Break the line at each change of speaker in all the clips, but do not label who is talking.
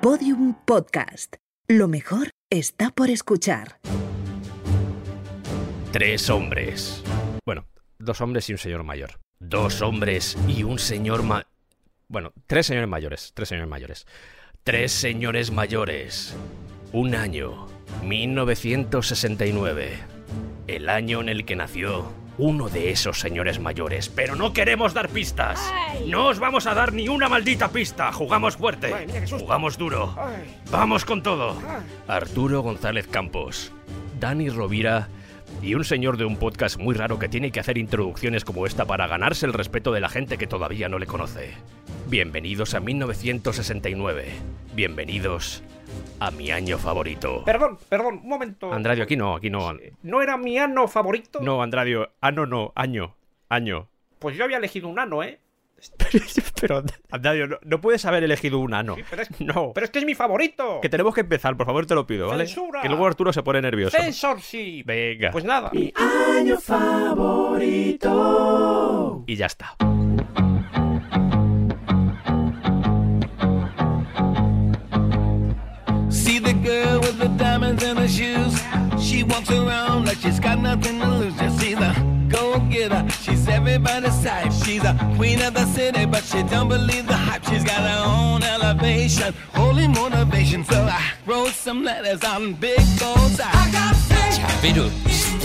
Podium Podcast. Lo mejor está por escuchar.
Tres hombres. Bueno, dos hombres y un señor mayor. Dos hombres y un señor ma... Bueno, tres señores mayores, tres señores mayores. Tres señores mayores. Un año, 1969. El año en el que nació uno de esos señores mayores. Pero no queremos dar pistas. No os vamos a dar ni una maldita pista. Jugamos fuerte.
Ay, mira qué susto.
Jugamos duro. Vamos con todo. Arturo González Campos, Dani Rovira y un señor de un podcast muy raro que tiene que hacer introducciones como esta para ganarse el respeto de la gente que todavía no le conoce. Bienvenidos a 1969. Bienvenidos a mi año favorito.
Perdón, perdón, un momento.
Andradio, aquí no, aquí no.
¿No era mi ano favorito?
No, Andradio. Ah, no, no, año. Año.
Pues yo había elegido un ano, ¿eh?
Pero, Andradio, no, no puedes haber elegido un ano.
Sí, pero es-
No.
Pero es que es mi favorito.
Que tenemos que empezar, por favor, te lo pido, ¿vale?
Censura.
Que luego Arturo se pone nervioso.
Censorship.
Venga.
Pues nada.
y ya está.
See the girl with the diamonds and the shoes. She walks around like she's got nothing to lose. Just see the go get her. She's everybody's type. She's a queen of the city, but she don't believe the hype. She's got her own elevation, holy motivation. So I wrote some letters on big goals. I got
Pero,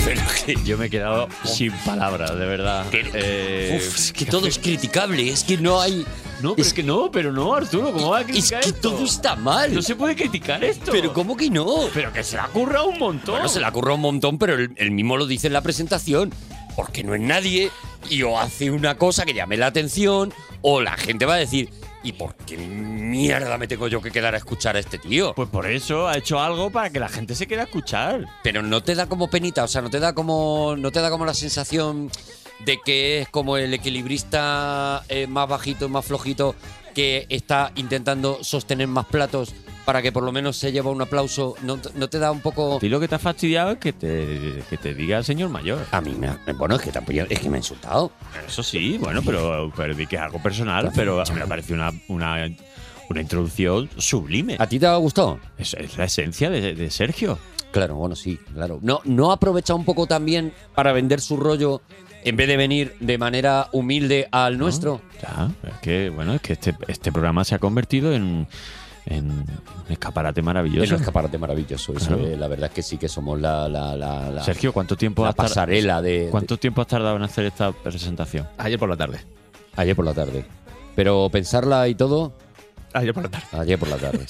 pero que,
Yo me he quedado sin palabras, de verdad. Eh,
uf, es que todo es criticable, es que no hay...
No, pero es, que no, pero no, Arturo, ¿cómo va a
Es
criticar
que
esto?
todo está mal.
No se puede criticar esto.
Pero ¿cómo que no?
Pero que se la curra un montón.
Bueno, se la curra un montón, pero él, él mismo lo dice en la presentación. Porque no es nadie y o hace una cosa que llame la atención o la gente va a decir, ¿y por qué mierda me tengo yo que quedar a escuchar a este tío?
Pues por eso ha hecho algo para que la gente se quede a escuchar.
Pero no te da como penita, o sea, no te da como, no te da como la sensación de que es como el equilibrista eh, más bajito, más flojito, que está intentando sostener más platos para que por lo menos se lleve un aplauso. No, te- no te da un poco.
A ti lo que te ha fastidiado es que te, que te diga el señor mayor.
A mí me, ha- bueno, es que tampoco es que me ha insultado.
Eso sí, bueno, pero, pero di que es algo personal, pero me parece una, una, una introducción sublime.
¿A ti te ha gustado?
Es, es la esencia de, de Sergio.
Claro, bueno, sí, claro. No, no ha aprovechado un poco también para vender su rollo en vez de venir de manera humilde al nuestro.
Ya, es que, bueno, es que este, este programa se ha convertido en, en un escaparate
Es
maravilloso.
un escaparate maravilloso. eso,
Claro.
eh, la verdad es que sí que somos la, la, la, la-
Sergio, ¿cuánto tiempo,
la
has tar-
pasarela de,
¿cuánto tiempo has tardado en hacer esta presentación?
Ayer por la tarde.
de- ayer por la tarde. Pero pensarla y todo,
Ayer por la tarde.
ayer por la tarde.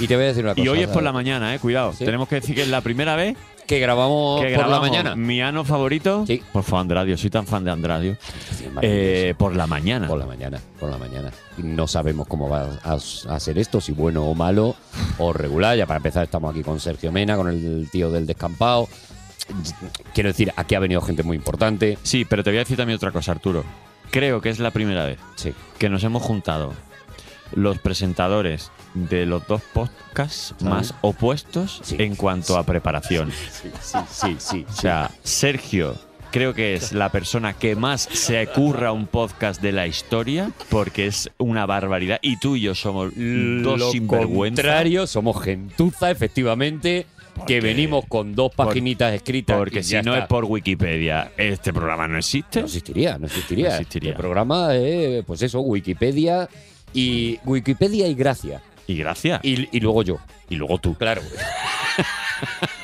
Y te voy a decir una cosa.
Y hoy es por la
¿sabes?
mañana, eh, cuidado.
Sí.
Tenemos que decir que es la primera vez
Que grabamos
que
por la
grabamos
mañana.
mi ano favorito.
Sí.
Por favor, Andradio, soy tan fan de Andradio.
Sí,
Eh, por la mañana.
Por la mañana, por la mañana. No sabemos cómo va a, a ser esto, si bueno o malo o regular. Ya para empezar estamos aquí con Sergio Mena, con el tío del descampado. Quiero decir, aquí ha venido gente muy importante.
Sí, pero te voy a decir también otra cosa, Arturo. Creo que es la primera vez
Sí,
que nos hemos juntado los presentadores de los dos podcasts más opuestos
Sí.
en cuanto a preparación.
sí, sí, sí. sí,
O sea, Sergio creo que es la persona que más se curra un podcast de la historia porque es una barbaridad y tú y yo somos dos
Lo
sinvergüenzas.
contrario, somos gentuza, efectivamente, que
Porque-
venimos con dos
por-
paginitas escritas. y
Porque si
ya
no
está.
es por Wikipedia, este programa no existe.
No existiría, no existiría.
No existiría.
El programa es, pues eso, Wikipedia y Wikipedia y gracia.
Y gracias.
Y, y luego yo.
Y luego tú.
Claro.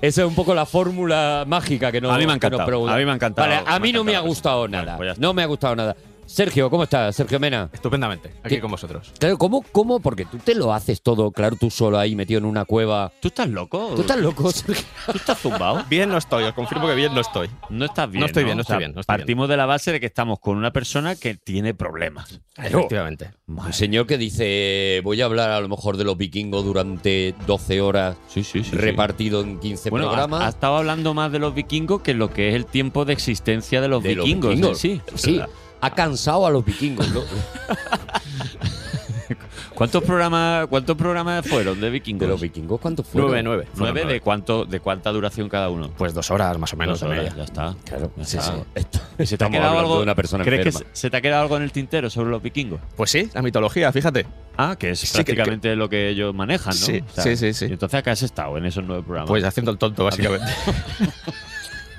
Esa es un poco la fórmula mágica que nos
A mí me ha
que nos
encantado,
pregunta.
a mí me ha encantado,
Vale,
me
a
ha
mí no me ha
encantado.
gustado
Bueno,
nada.
pues ya está.
no me ha gustado nada. Sergio, ¿cómo estás? Sergio Mena.
Estupendamente. Aquí
¿Qué?
con vosotros.
Claro, ¿cómo, ¿cómo? Porque tú te lo haces todo, claro, tú solo ahí metido en una cueva.
¿Tú estás loco?
¿Tú estás loco, Sergio?
¿Tú estás zumbado?
Bien no estoy, os confirmo que bien no estoy.
No estás bien.
No estoy bien, no estoy bien, no estoy bien.
partimos de la base de que estamos con una persona que tiene problemas.
Efectivamente.
Un señor que dice, voy a hablar a lo mejor de los vikingos durante 12 horas
Sí, sí, sí. sí.
repartido en 15
Bueno, ha,
programas.
ha estado hablando más de los vikingos que lo que es el tiempo de existencia de los
de los
vikingos. ¿eh? en
vikingos.
Sí,
sí. Ha cansado a los vikingos. ¿no?
¿Cuántos programas, cuántos programas fueron de vikingos?
¿De los vikingos cuánto fue?
Nueve, nueve. Fueron
¿Nueve? ¿De,
nueve.
cuánto, ¿De cuánta duración cada uno?
Pues dos horas más o menos.
Dos horas,
y media.
ya está.
Claro,
Ya
sí,
está.
sí.
¿Se te ha
Estamos
quedado
hablando
algo
de una persona
¿Crees que
enferma.
se- se te ha quedado algo en el tintero sobre los vikingos?
Pues sí, la mitología, fíjate.
Ah, que es
Sí, que-
prácticamente lo que ellos manejan, ¿no?
Sí, sí, sí, sí.
¿y entonces acá has estado en esos nueve programas.
Pues haciendo el tonto, básicamente.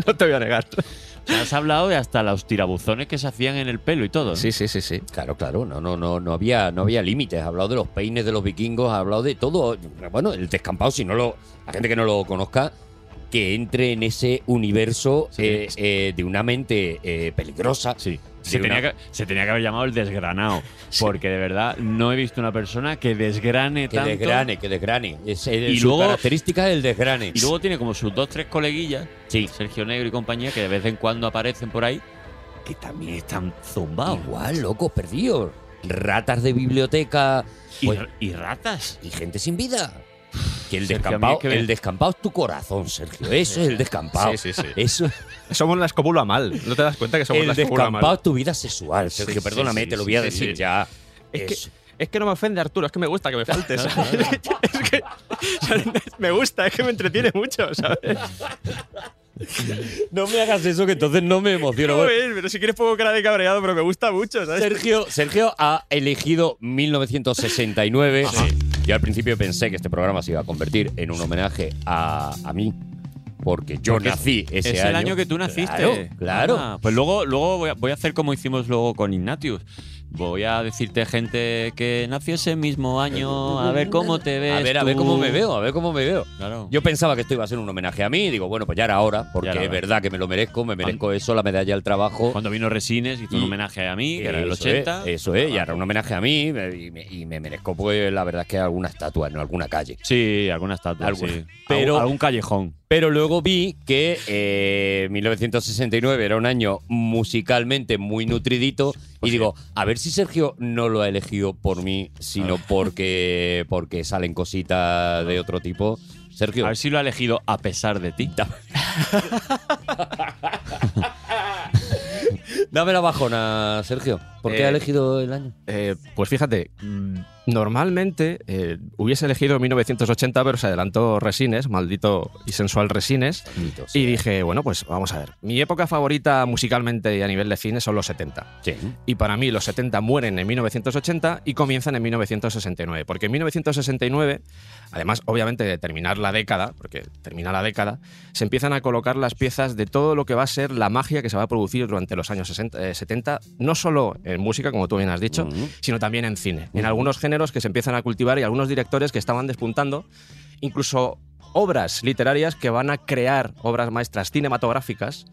no te voy a negar.
O sea, has hablado de hasta los tirabuzones que se hacían en el pelo y todo. ¿no?
Sí, sí, sí, sí.
Claro, claro, no, no, no, no había, no había límites. Ha hablado de los peines de los vikingos, ha hablado de todo. Bueno, el descampado, si no lo. La gente que no lo conozca, que entre en ese universo
Sí.
eh, eh, de una mente eh, peligrosa.
Sí. Se
Sí,
tenía,
una-
que, se tenía que haber llamado el desgranado. Porque de verdad no he visto una persona que desgrane
Que
tanto.
desgrane, que desgrane. Es,
Y
y
luego-
característica es el desgrane.
Y luego tiene como sus dos, tres coleguillas,
Sí.
Sergio Negro y compañía, que de vez en cuando aparecen por ahí, que también están zumbados.
Igual, locos, perdidos. Ratas de biblioteca
Y,
Pues-
y ratas.
y gente sin vida. Que el
Sergio, a mí
descampado,
es que me-
el descampado es tu corazón, Sergio. Eso es el descampado.
Sí, sí, sí.
Eso
Eh, Somos la escobula mal. ¿No te das cuenta que somos
el
la escobula
descampado
mal?
es tu vida sexual, Sergio.
Sí, sí,
perdóname,
sí,
te lo
sí,
voy a
sí,
decir
sí.
ya.
Es que-
Eso.
Es que no me ofende, Arturo. Es que me gusta que me faltes. ¿sabes? es que o sea, me gusta, es que me entretiene mucho, ¿sabes?
No me hagas eso, que entonces no me emociono.
No, ves, pero si quieres pongo cara de cabreado, pero me gusta mucho, ¿sabes?
Sergio, Sergio ha elegido 1969. Yo al principio pensé que este programa se iba a convertir en un homenaje a, a mí, porque yo
Porque
nací ese
es
año.
el año que tú naciste.
Claro, claro.
Ah, pues luego, luego voy, a, voy a hacer como hicimos luego con Ignatius. Voy a decirte gente que nació ese mismo año, a ver cómo te ves.
A ver, a
pues tú.
ver cómo me veo, a ver cómo me veo.
Claro.
Yo pensaba que esto iba a ser un homenaje a mí, y digo, bueno, pues ya era hora, porque
Ya era
es
hora.
verdad que me lo merezco, me merezco eso, la medalla al trabajo.
Cuando vino Resines hizo
Y-
un homenaje a mí, que era el Ah,
Eso
80.
es, eso es, y ahora un homenaje a mí, me- y me, y me merezco, pues la verdad es que alguna estatua en alguna calle.
Sí, alguna estatua,
Alguna.
sí.
Pero-
Algún- algún callejón.
Pero luego vi que eh, 1969 era un año musicalmente muy nutridito
Pues
y digo, a ver si Sergio no lo ha elegido por mí, sino
Ah.
porque, porque salen cositas de otro tipo.
A
Sergio,
ver si lo ha elegido a pesar de ti.
dame la bajona, Sergio. ¿Por qué
Eh,
ha elegido el año?
Eh, pues fíjate, mm, normalmente eh, hubiese elegido 1980, pero se adelantó Resines, maldito y sensual Resines. Y dije, bueno, pues vamos a ver. Mi época favorita musicalmente y a nivel de cine son los 70.
Sí.
Y para mí los 70 mueren en 1980 y comienzan en 1969. Porque en 1969, además obviamente de terminar la década, porque termina la década, se empiezan a colocar las piezas de todo lo que va a ser la magia que se va a producir durante los años 60, eh, 70, no solo en música, como tú bien has dicho,
Mm.
Ujú.
sino también en cine. En algunos géneros que se empiezan a cultivar y algunos directores que estaban despuntando, incluso obras literarias que van a crear obras maestras cinematográficas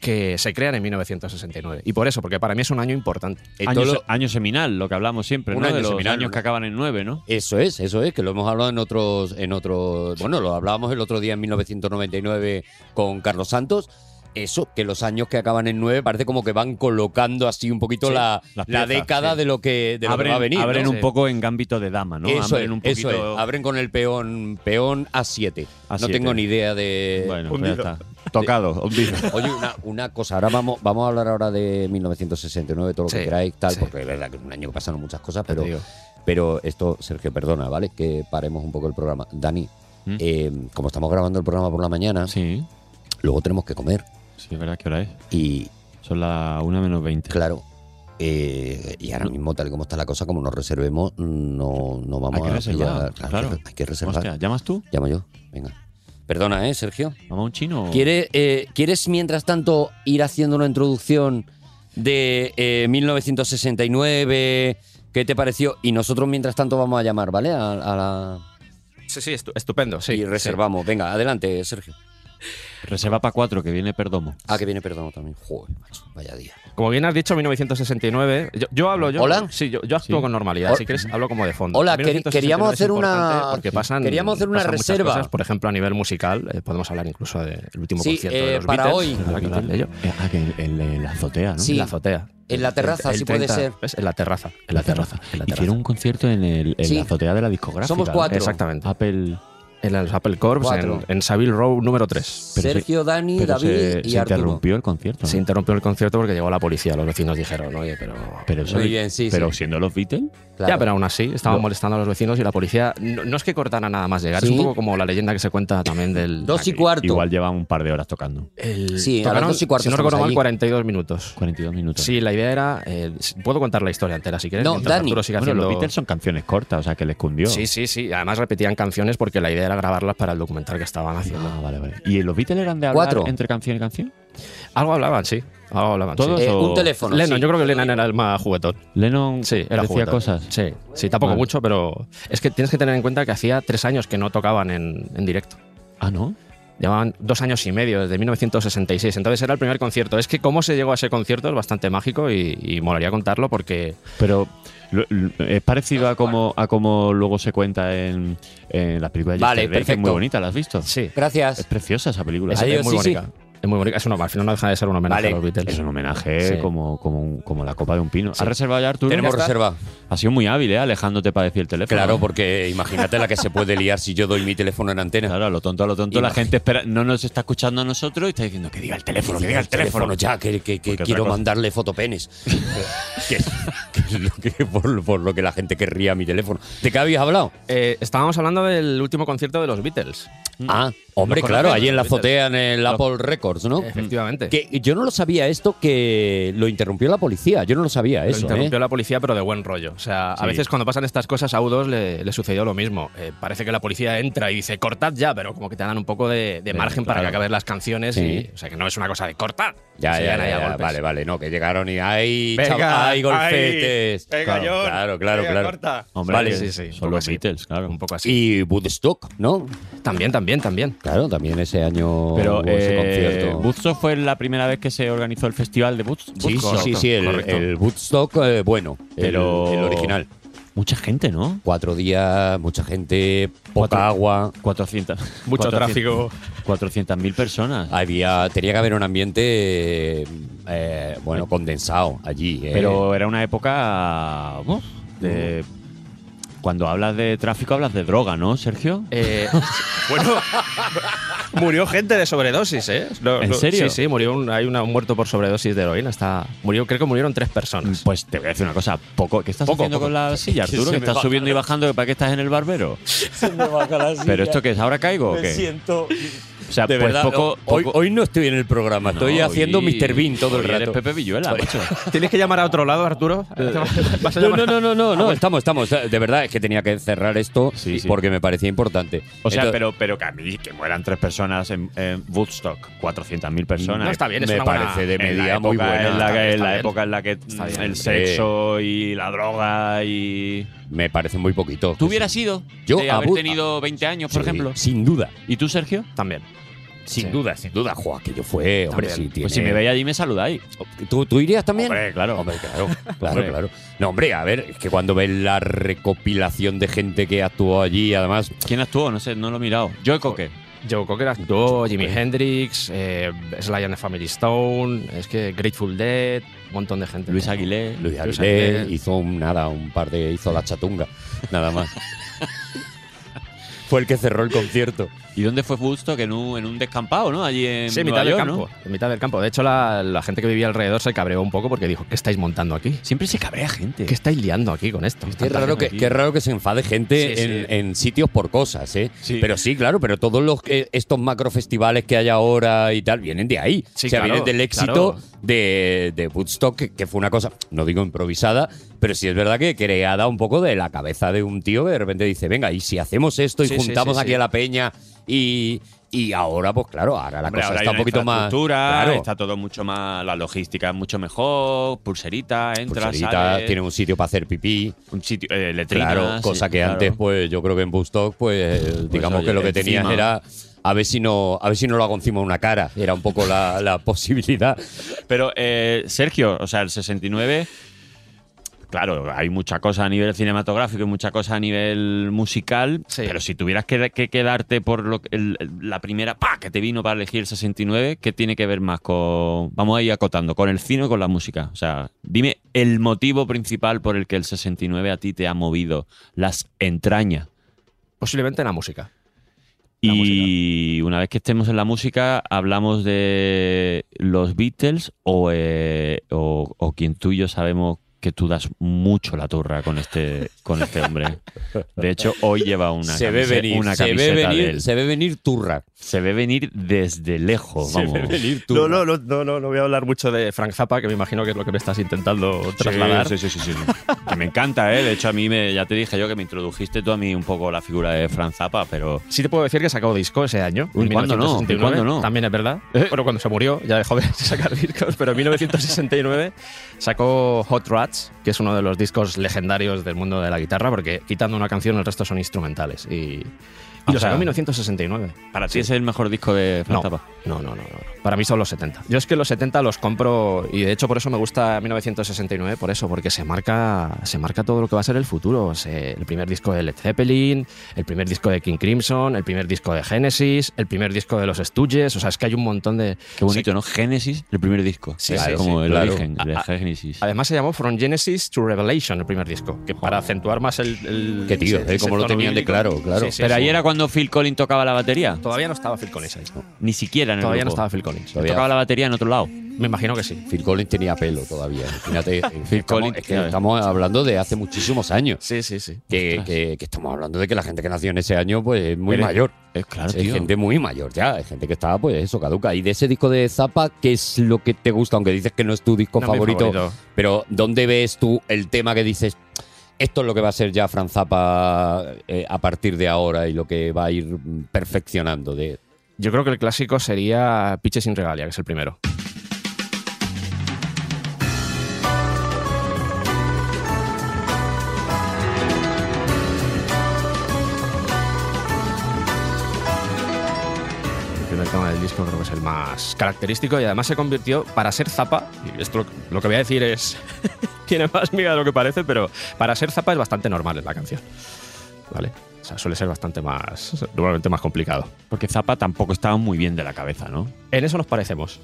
que se crean en 1969. Y por eso, porque para mí es un año importante.
Eh,
Año,
todo lo-
se- año seminal, lo que hablamos siempre,
Un
¿no?
año
de los
seminal,
años
¿no?
que acaban en 9, ¿no?
Eso es, eso es, que lo hemos hablado en otros, en otros, bueno, lo hablábamos el otro día en 1999 con Carlos Santos. Eso, que los años que acaban en 9 parece como que van colocando así un poquito
Sí,
la,
las
la
piezas,
década
sí.
de lo que, de lo que
abren
va a venir. ¿no?
abren un
Sí.
poco en gambito de dama, ¿no?
Eso es,
abren un
eso
poquito.
es, abren con el peón, peón A7. No
A7.
tengo ni idea de...
Bueno, pues ya está. Tocado, hundido.
Oye, una, una cosa, ahora vamos, vamos a hablar ahora de 1969, todo lo que
Sí,
queráis, tal,
sí.
porque es verdad que es un año que pasaron muchas cosas, pero...
Te digo.
Pero esto, Sergio, perdona, ¿vale? Que paremos un poco el programa. Dani,
¿Mm?
eh, como estamos grabando el programa por la mañana,
Sí,
luego tenemos que comer.
sí, es verdad que hora es.
Y
Son las 1 menos 20.
claro, eh, y ahora mismo, tal y como está la cosa, como nos reservemos, no, no vamos
Hay que
a
reservar,
pillar-
claro.
Hay que, hay que reservar.
Hostia, ¿llamas tú?
Llamo yo, venga. Perdona, ¿eh, Sergio?
¿Llama un chino?
¿Quieres, eh, ¿Quieres, mientras tanto, ir haciendo una introducción de eh, 1969? ¿Qué te pareció? Y nosotros, mientras tanto, vamos a llamar, ¿vale? A, a la...
Sí, sí, estu- estupendo. Sí,
y
sí.
reservamos. Venga, adelante, Sergio.
Reserva para 4, que viene Perdomo.
Ah, que viene perdón también. Joder, macho, vaya día.
Como bien has dicho, 1969. Yo, yo hablo yo.
Hola.
Sí, yo, yo actúo
Sí.
con normalidad.
Hola.
Si quieres, hablo como de fondo.
Hola, quer-
1969
queríamos
es
hacer una-
importante Porque pasan,
queríamos hacer una
pasan muchas
reserva.
cosas. Por ejemplo, a nivel musical, eh, podemos hablar incluso del último
Sí,
concierto
eh,
de los
para
Beatles.
hoy.
habrá que hablar de ello.
Ah, que en- en en la azotea, ¿no?
Sí.
En la azotea.
En la terraza, sí puede ser.
¿ves? En la terraza.
En la terraza.
En la terraza.
Hicieron un concierto en, el, en
Sí.
la azotea de la discográfica.
Somos cuatro.
¿no?
Exactamente.
Apple,
en los Apple Corps,
Cuatro.
en, en Savile Row número 3.
Sergio, Dani, David
se,
y
se
Arturo.
interrumpió el concierto. ¿no?
Se interrumpió el concierto porque llegó la policía. Los vecinos dijeron, oye, pero.
Pero, eso-
Muy bien, sí,
pero
sí.
siendo los Beatles,
Claro.
Ya, pero aún así, estaban
No.
molestando a los vecinos y la policía. No, no es que cortara nada más llegar, es
Sí.
un poco como la leyenda que se cuenta también del.
Dos y cuarto.
ah, igual llevan un par de horas tocando.
el-
Sí, a las
tocaron,
dos y cuarto
Si no recuerdo
estamos
mal,
allí.
42 minutos.
42 minutos.
Sí, la idea era. eh, puedo contar la historia entera si quieres.
No,
mientras
Dani.
Arturo sigue
Bueno, los
haciendo-
Beatles son canciones cortas, o sea que les cundió.
Sí, sí, sí. Además repetían canciones porque la idea era grabarlas para el documental que estaban haciendo.
Ah, vale, vale. ¿Y los Beatles eran de hablar
Cuatro.
entre canción y canción?
Algo hablaban, sí. Algo hablaban.
Todos
sí.
Eh,
o-
un teléfono.
Lennon,
sí.
yo creo que Lennon era el más juguetón.
Lennon
Sí, era
decía
juguetón.
cosas.
Sí, sí, tampoco
Vale.
mucho, pero es que tienes que tener en cuenta que hacía tres años que no tocaban en, en directo.
Ah, ¿no?
Llevaban dos años y medio, desde 1966. Entonces era el primer concierto. Es que cómo se llegó a ese concierto es bastante mágico y, y molaría contarlo porque
Pero lo- lo- es parecido a como, a como luego se cuenta en, en las películas de
Vale,
Yesterday, que es muy
perfecto.
bonita, ¿la has visto?
sí,
Es
Gracias.
preciosa esa película.
es,
Adiós,
es muy
sí, sí.
bonita. Es muy bonita. Es una, al final no deja de ser un homenaje
Vale.
a los Beatles.
Es un homenaje
Sí.
como, como, un- como la copa de un pino.
Sí.
¿Has reservado ya, Arturo?
Tenemos
Ya está.
reserva.
Ha sido muy hábil, ¿eh? Alejándote para decir el teléfono.
Claro, porque imagínate la que se puede liar si yo doy mi teléfono en antena.
Claro, a lo tonto, a lo tonto. La
Imagínate.
gente espera, no nos está escuchando a nosotros y está diciendo que diga el teléfono, que diga el teléfono.
ya, que, que- que
Porque
quiero
otra cosa-
mandarle fotopenes. que, que lo que- por, por lo que la gente querría mi teléfono. ¿De qué habías hablado?
Eh, estábamos hablando del último concierto de los Beatles.
Mm.
Ah, hombre,
Los
claro,
conocemos,
allí en la
los Beatles.
azotea en el Apple Records, ¿no?
Efectivamente.
Que yo no lo sabía esto, que lo interrumpió la policía. Yo no lo sabía
Lo
eso.
interrumpió
¿eh?
la policía, pero de buen rollo. O sea,
Sí.
a veces cuando pasan estas cosas a U2 le, le sucedió lo mismo. Eh, parece que la policía entra y dice, cortad ya, pero como que te dan un poco de, de
Sí,
margen para que
claro.
acaben las canciones.
Sí.
y- o sea, que no es una cosa de cortad.
Ya,
Se
ya,
llegan
ya,
ahí a
ya,
golpes.
vale, vale, no, que llegaron y ¡ay,
Venga,
chaval, ay,
ay,
golfetes!
venga,
claro,
John,
claro, claro,
venga,
claro.
corta.
Hombre,
Vale,
que
sí, sí, un
Son
poco
los
así.
Beatles, claro.
Un poco así.
Y Woodstock, ¿no?
También, también, también.
Claro, también ese año
Pero
hubo ese
eh,
concierto.
Woodstock fue la primera vez que se organizó el festival de Woodstock.
sí, sí, sí,
correcto,
sí, el,
correcto.
el Woodstock, eh, bueno,
Pero-
el, el original.
Mucha gente, ¿no?
Cuatro días, mucha gente, poca
Cuatro.
agua.
400.
Mucho
400
tráfico.
400.000 personas.
Ah, Había, tenía que haber un ambiente, eh, bueno, condensado allí. eh.
Pero era una época. uf, de- Cuando hablas de tráfico, hablas de droga, ¿no, Sergio?
Eh, bueno, murió gente de sobredosis, ¿eh? No,
¿En
no,
serio?
Sí, sí, murió un, hay una- un muerto por sobredosis de heroína. Está, murió, creo que murieron tres personas.
Pues te voy a decir una cosa, poco. ¿Qué estás
Poco,
haciendo
poco.
con la silla,
se
Arturo?
me
Que estás
baja
subiendo y bajando para qué estás en el barbero. ¿Pero esto qué es? ¿Ahora caigo o qué?
siento.
O sea,
De
pues
verdad,
poco.
hoy,
poco-
hoy no estoy en el programa, estoy
No,
haciendo
hoy-
Mr. Bean todo el
hoy Eres
rato.
Pepe Villuela, macho.
¿Tienes que llamar a otro lado, Arturo? ¿Vas a
No,
llamar-
no, no, no, no, no, estamos, estamos. Eh, De verdad, es que tenía que cerrar esto
Ah, Sí, sí.
porque me parecía importante.
O sea,
Entonces,
pero, pero que a mí que mueran tres personas en, en Woodstock, 400.000 personas.
No, está bien, es
me
una buena-
parece de
En la
media
época
muy buena.
En la,
Está
que- en la
bien.
época en la que mm,
bien,
el
hombre.
sexo y la droga y.
Me parece muy poquito.
¿Tú hubieras ido?
Yo
de
a
haber
Wood-
tenido 20 años, por
Sí,
ejemplo.
Sin duda,
¿Y tú, Sergio?
Pues
También.
sin
Sí.
duda, sin duda. Juan, que yo fue, hombre,
También.
sí, tiene-
Pues si me veis allí, me saludáis.
¿Tú, tú irías también?
Hombre, claro.
Hombre, claro, claro,
Hombre.
claro. No, hombre, a ver, es que cuando ves la recopilación de gente que actuó allí, además,
¿Quién actuó? No sé, no lo he mirado. Joe Coque.
Joe Cocker actuó, Jimi Hendrix, eh, Sly and the Family Stone, es que Grateful Dead, un montón de gente.
Luis Aguilé.
Luis
Luis
Aguilé
Aguilé.
hizo un, nada, un par de. hizo la chatunga, nada más. Fue el que cerró el concierto.
¿Y dónde fue Woodstock? En un, en un descampado, ¿no? Allí en
Sí, en
Nueva
mitad del
York,
campo.
¿no?
En mitad del campo. De hecho, la, la gente que vivía alrededor se cabreó un poco porque dijo, ¿qué estáis montando aquí?
Siempre se cabrea gente.
¿Qué estáis liando aquí con esto?
Qué raro que,
aquí.
qué raro que se enfade gente
Sí, sí.
En, en sitios por cosas, ¿eh?
Sí.
Pero sí, claro, pero todos los eh, estos macrofestivales que hay ahora y tal vienen de ahí.
Sí,
o sea,
claro,
vienen del éxito
claro.
de, de Woodstock, que, que fue una cosa, no digo improvisada, pero sí es verdad que creada un poco de la cabeza de un tío que de repente dice, venga, y si hacemos esto y
Sí, sí,
juntamos
sí,
aquí
sí.
a la peña y, y ahora, pues claro, ahora la
Hombre,
cosa
ahora hay
está un
una
poquito más...
infraestructura,
Claro,
Está todo mucho más. La logística es mucho mejor. Pulserita, entras,
pulserita,
sales,
pues tiene un sitio para hacer pipí.
un sitio. eh, letrina,
Claro,
sí,
cosa que
claro.
antes, pues yo creo que en Bustock, pues, digamos
oye,
que lo que
encima.
tenías era a ver si no, a ver si no lo hago encima de una cara. Era un poco la, la posibilidad.
Pero, eh, Sergio, o sea, el 69. Claro, hay mucha cosa a nivel cinematográfico y mucha cosa a nivel musical,
Sí.
pero si tuvieras que, que quedarte por lo, que- el- el- la primera pa que te vino para elegir el 69, ¿qué tiene que ver más con, vamos a ir acotando, con el cine o con la música? O sea, dime el motivo principal por el que el 69 a ti te ha movido las entrañas.
Posiblemente en la música.
La
Y una vez que estemos en la música, hablamos de los Beatles o, eh, o, o quien tú y yo sabemos que tú das mucho la turra con este, con este hombre. De hecho, hoy lleva una,
se ve
camise-
venir,
una
se ve
camiseta de
venir,
él.
se ve venir turra. Pues
Se ve venir desde lejos,
Se
vamos.
ve
Venir
No,
turra.
no, no, no, no, no voy a hablar mucho de Frank Zappa, que me imagino que es lo que me estás intentando trasladar.
Sí, sí, sí, sí, sí. Que me encanta, ¿eh? De hecho, a mí me, ya te dije yo que me introdujiste tú a mí un poco la figura de Franz Zappa, pero
Sí te puedo decir que sacó disco ese año.
Uy,
en
¿cuándo no?
1969.
¿Cuándo no?
También es verdad.
Eh.
Bueno, cuando se murió ya dejó de sacar discos, pero en 1969 sacó Hot Rats, que es uno de los discos legendarios del mundo de la guitarra, porque quitando una canción el resto son instrumentales. Y, y
Ah,
lo
o sea,
sacó en 1969.
para ti ese es el mejor disco de Franz
No,
Zappa.
no, no, no, no. Para mí son los 70. Yo es que los 70 los compro y de hecho por eso me gusta 1969, por eso, porque se marca, se marca todo lo que va a ser el futuro. Se- el primer disco de Led Zeppelin, el primer disco de King Crimson, el primer disco de Genesis, el primer disco de los Stooges. O sea, es que hay un montón de.
Qué bonito, ¿no? Génesis, el primer disco.
Sí,
es
sí,
como
sí,
el
claro. Ah,
origen, el
A- a-
Génesis.
Además se llamó From Genesis to Revelation, el primer disco, que para acentuar más el. el
Qué tío,
ese-
eh,
ese
como lo
tono
tenían de
bíblico.
claro, claro.
Sí, sí,
pero
sí.
ahí era cuando Phil Collins tocaba la batería.
Todavía no estaba Phil Collins ahí.
Ni siquiera en el
Todavía no
grupo.
estaba Phil Collins.
Todavía-
Tocaba la batería en otro lado.
Me imagino que sí.
Phil Collins tenía pelo todavía. Imagínate, estamos,
Collins,
es que
claro.
estamos hablando de hace muchísimos años.
Sí, sí, sí.
Que, que- que estamos hablando de que la gente que nació en ese año pues es muy
Pero-
mayor.
Es Eh, claro,
Hay
tío.
gente muy mayor ya, hay gente que estaba pues eso, caduca. Y de ese disco de Zappa, ¿qué es lo que te gusta? Aunque dices que no es tu disco
No, mi
favorito, pero ¿dónde ves tú el tema que dices, esto es lo que va a ser ya Franz Zappa eh, a partir de ahora y lo que va a ir mm, perfeccionando? De,
Yo creo que el clásico sería Piche sin regalia, que es el primero. El primer tema del disco creo que es el más característico y además se convirtió para ser Zappa y esto lo, lo que voy a decir es tiene más miga de lo que parece pero para ser Zappa es bastante normal en la canción vale o sea suele ser bastante más normalmente más complicado
Porque Zappa tampoco estaba muy bien de la cabeza, ¿no?
en eso nos parecemos.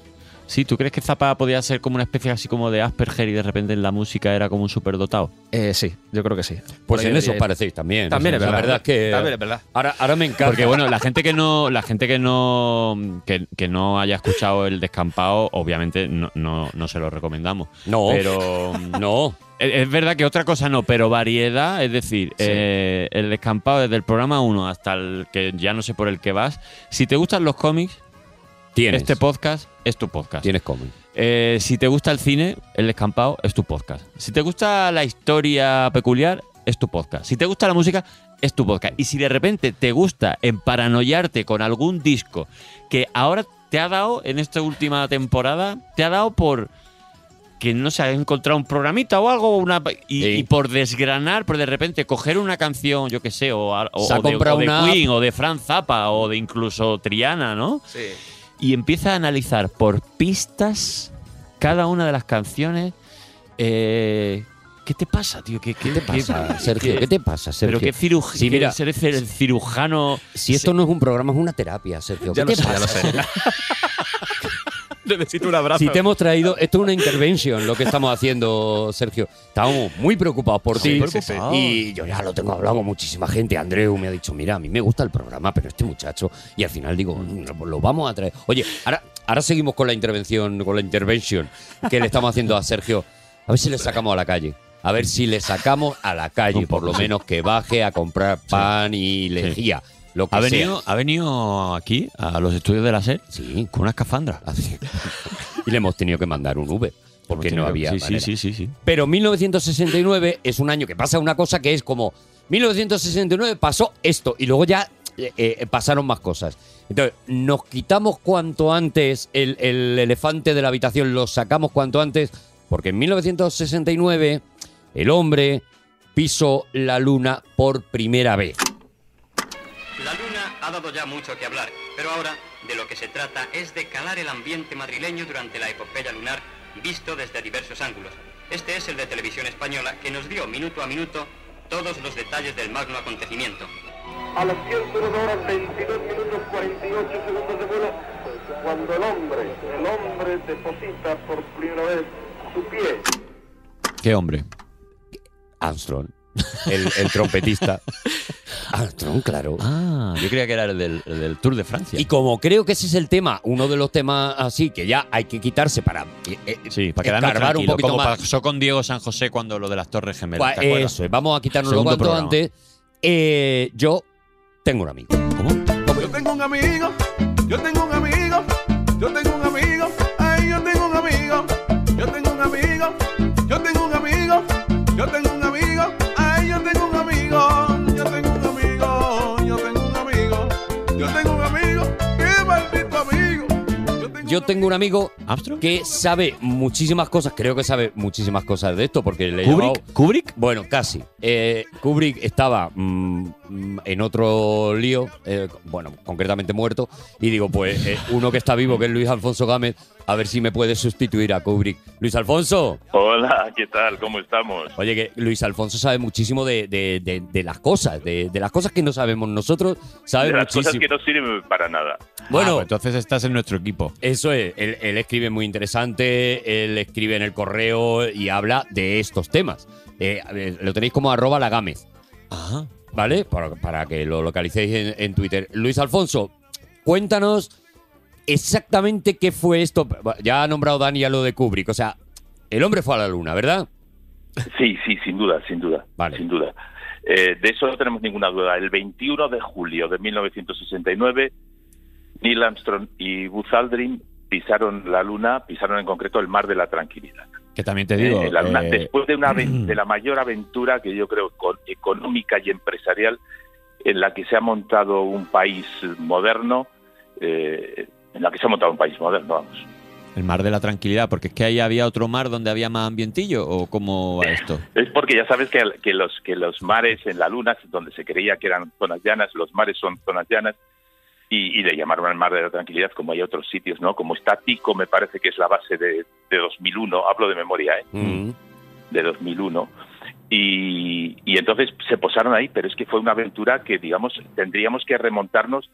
Sí, ¿tú crees que Zappa podía ser como una especie así como de Asperger y de repente en la música era como un superdotado?
Eh, sí, yo creo que sí.
pues
Porque,
en eso
eh,
parecéis también.
También
O
es
sea,
verdad.
La verdad es que
También es verdad.
ahora, ahora me encanta.
Porque bueno, la gente que no, la gente que no, que, que no haya escuchado el descampado, obviamente no, no, no se lo recomendamos.
no,
Pero mm,
no.
es es verdad que otra cosa no, pero variedad, es decir, eh, el descampado desde el programa 1 hasta el que ya no sé por el que vas. Si te gustan los cómics,
Tienes,
este podcast es tu podcast.
tienes cómic.
Eh, si te gusta el cine, El Descampado es tu podcast. Si te gusta la historia peculiar, es tu podcast. Si te gusta la música, es tu podcast. Y si de repente te gusta emparanoiarte con algún disco que ahora te ha dado en esta última temporada, te ha dado por que no se ha encontrado un programita o algo una, y,
Sí.
y por desgranar, por de repente coger una canción, yo qué sé, o, a- o-
Se ha
o de,
comprado
o de
una
Queen, o de Franz Zappa, o de incluso Triana, ¿no? y empieza a analizar por pistas cada una de las canciones. Eh, ¿Qué te pasa, tío? ¿Qué, qué-
¿Qué te
qué-
pasa,
qué-
Sergio? ¿Qué te pasa, Sergio?
Pero qué cirujano.
Sí, mira,
eres el cirujano.
Si esto no es un programa, es una terapia, Sergio. ¿Qué te pasa?
Necesito un abrazo.
Si te hemos traído, esto es una intervención lo que estamos haciendo, Sergio. Estábamos muy preocupados por ti.
preocupados.
Y yo ya lo tengo hablado con muchísima gente. Andreu me ha dicho, mira, a mí me gusta el programa, pero este muchacho. Y al final digo, "No, lo vamos a traer. Oye, ahora, ahora seguimos con la intervención, con la intervención que le estamos haciendo a Sergio. A ver si le sacamos a la calle. A ver si le sacamos a la calle, por lo menos que baje a comprar pan y lejía. Lo que
Ha
sea.
venido, ha venido aquí, a los estudios de la SER,
Sí.
con una escafandra.
Así. y le hemos tenido que mandar un Uber porque no había
Sí, sí,
manera.
sí, sí, sí.
Pero 1969 es un año que pasa una cosa que es como 1969 pasó esto y luego ya eh, eh, pasaron más cosas. Entonces, nos quitamos cuanto antes el, el elefante de la habitación, lo sacamos cuanto antes, porque en 1969 el hombre pisó la luna por primera vez.
La luna ha dado ya mucho que hablar, pero ahora de lo que se trata es de calar el ambiente madrileño durante la epopeya lunar visto desde diversos ángulos. Este es el de Televisión Española que nos dio minuto a minuto todos los detalles del magno acontecimiento.
a las 101 horas 22 minutos 48 segundos de vuelo, cuando el hombre, el hombre deposita por primera vez su pie
Qué hombre.
Armstrong.
el, el trompetista.
Armstrong, claro.
Ah, yo creía que era el del, el del Tour de Francia.
Y como creo que ese es el tema, uno de los temas así que ya hay que quitarse para eh, eh,
sí, para quedarnos
escarbar un
tranquilos,
poquito
como
más.
pasó con Diego San José cuando lo de las Torres Gemelas.
Pues
¿te acuerdas?
eso es, vamos a quitarnos lo
Segundo
cuanto
programa.
antes. Eh, yo tengo un amigo.
¿Cómo?
Yo tengo un amigo, yo tengo un amigo, yo tengo un amigo, ay, yo tengo un amigo, yo tengo un amigo, yo tengo un amigo, yo tengo un amigo, ay, yo tengo un amigo, yo tengo un amigo, yo tengo un amigo, yo tengo un amigo, qué maldito amigo.
Yo tengo un amigo
¿Armstrong?
que sabe muchísimas cosas, creo que sabe muchísimas cosas de esto, porque le he llamado-
¿Kubrick? ¿Kubrick?
Bueno, casi. Eh, Kubrick estaba mm, mm, en otro lío, eh, bueno, concretamente muerto, y digo, pues eh, uno que está vivo, que es Luis Alfonso Gámez, a ver si me puede sustituir a Kubrick. Luis Alfonso,
Hola, ¿qué tal? ¿Cómo estamos?
oye, que Luis Alfonso sabe muchísimo de, de- de- de las cosas, de, de las cosas que no sabemos nosotros, sabe
De las cosas
muchísimo.
que no sirven para nada.
Bueno,
Ah, pues entonces estás en nuestro equipo.
Eso es, él, él escribe muy interesante, él escribe en el correo y habla de estos temas. Eh, a ver, lo tenéis como arroba lagámez,
Ah,
¿vale? Para, para que lo localicéis en, en Twitter. Luis Alfonso, cuéntanos exactamente qué fue esto. Ya ha nombrado Dani a lo de Kubrick, o sea, el hombre fue a la luna, ¿verdad?
Sí, sí, sin duda, sin duda.
Vale.
Sin duda. Eh, de eso no tenemos ninguna duda. El 21 de julio de 1969, Neil Armstrong y Buzz Aldrin pisaron la Luna, pisaron en concreto el Mar de la Tranquilidad.
que también te digo.
Eh, la Luna,
eh,
después de, una, aven- de la mayor aventura que yo creo co- económica y empresarial en la que se ha montado un país moderno, eh, en la que se ha montado un país moderno, vamos.
el mar de la tranquilidad, porque es que ahí había otro mar donde había más ambientillo, o cómo va esto.
Es porque ya sabes que, que los que los mares en la luna, donde se creía que eran zonas llanas, los mares son zonas llanas y, y le llamaron al mar de la tranquilidad, como hay otros sitios, ¿no? Como está Tico, me parece que es la base de, de 2001, hablo de memoria, ¿eh?
Mm.
De 2001. Y, y entonces se posaron ahí, pero es que fue una aventura que, digamos, tendríamos que remontarnos.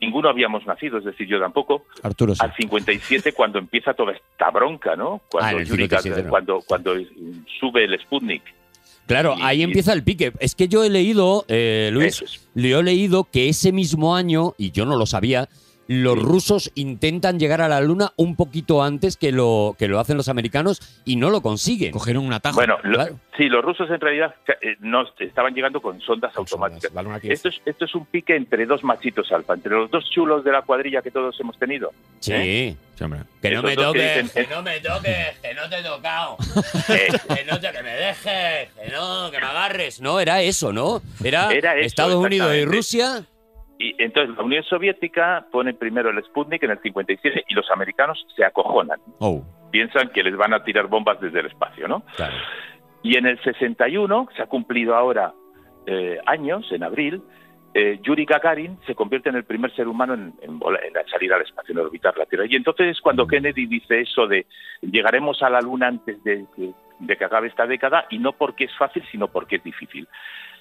Ninguno habíamos nacido, es decir, yo tampoco,
Arturo, sí.
al 57 cuando empieza toda esta bronca, ¿no?
Ah, en
Cuando,
el
Yuri
57,
Gagarin-
¿no?
cuando, cuando sube el Sputnik.
Claro,
Y-
ahí
y-
empieza el pique. Es que yo he leído, eh, Luis,
Eso es.
Yo he leído que ese mismo año, y yo no lo sabía, los rusos intentan llegar a la luna un poquito antes que lo, que lo hacen los americanos y no lo consiguen.
Cogieron un atajo.
Bueno, lo-
Claro.
sí, los rusos en realidad eh, no estaban llegando con sondas automáticas.
La luna aquí
Esto es, esto es un pique entre dos machitos alfa, entre los dos chulos de la cuadrilla que todos hemos tenido.
Sí.
¿Eh? Sí, hombre.
Que no
Esos
me
dos que
toques,
dicen-
que no me toques, que no te he tocado,
Eh,
que no te- que me dejes, que no, que me agarres. No, era eso, ¿no? Era,
Era eso,
Estados Unidos y
exactamente.
Rusia.
y entonces la Unión Soviética pone primero el Sputnik en el 57 y los americanos se acojonan.
Oh,
Piensan que les van a tirar bombas desde el espacio, ¿no?
Claro.
Y en el 61, se ha cumplido ahora eh, años, en abril, eh, Yuri Gagarin se convierte en el primer ser humano en, en vola- en salir al espacio, en orbitar la Tierra. Y entonces es
Mm.
cuando Kennedy dice eso de llegaremos a la Luna antes de, que- de que acabe esta década, y no porque es fácil, sino porque es difícil.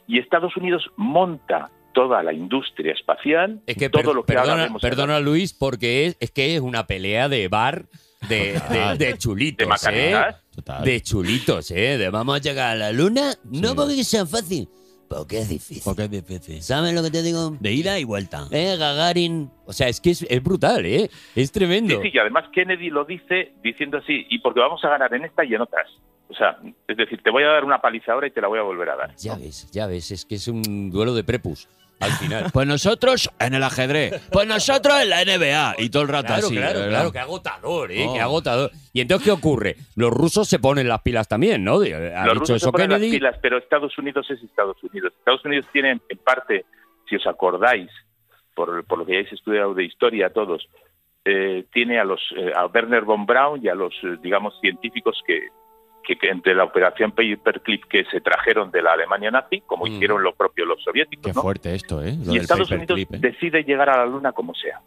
Y Estados Unidos monta toda la industria espacial,
Es que
todo
per-
lo que ahora
perdona,
vemos en la-
perdona Luis, porque es, es que es una pelea de bar de,
Ah.
de, de
de
chulitos, ¿eh?
macarena,
total.
De chulitos, ¿eh? De vamos a llegar a la luna. No porque sea fácil, porque es difícil.
es difícil.
¿Sabes lo que te digo?
De ida y vuelta.
Eh, Gagarin. O sea, es que es, es brutal, ¿eh? Es tremendo.
Sí, sí, y además Kennedy lo dice diciendo así, y porque vamos a ganar en esta y en otras. O sea, es decir, te voy a dar una paliza ahora y te la voy a volver a dar. ¿no?
Ya ves, ya ves, es que es un duelo de prepus al final.
Pues nosotros en el ajedrez. Pues nosotros en la NBA. Y todo el rato
Claro,
así.
claro,
¿verdad?
claro, que agotador, ¿eh?
Oh.
Que agotador. Y entonces, ¿qué ocurre? Los rusos se ponen las pilas también, ¿no? De- Ha
Los
dicho
rusos se
eso
ponen las
Kennedy.
pilas, pero Estados Unidos es Estados Unidos. Estados Unidos tiene, en parte, si os acordáis, por, por lo que hayáis estudiado de historia todos, eh, tiene a los eh, a Werner von Braun y a los, eh, digamos, científicos que, que, que entre la operación Paperclip que se trajeron de la Alemania nazi, como
Mm.
hicieron lo propio los soviéticos,
Qué
¿no?
fuerte esto, ¿eh? Lo
y
del
Estados Unidos
paperclip, ¿eh?
decide llegar a la Luna como sea.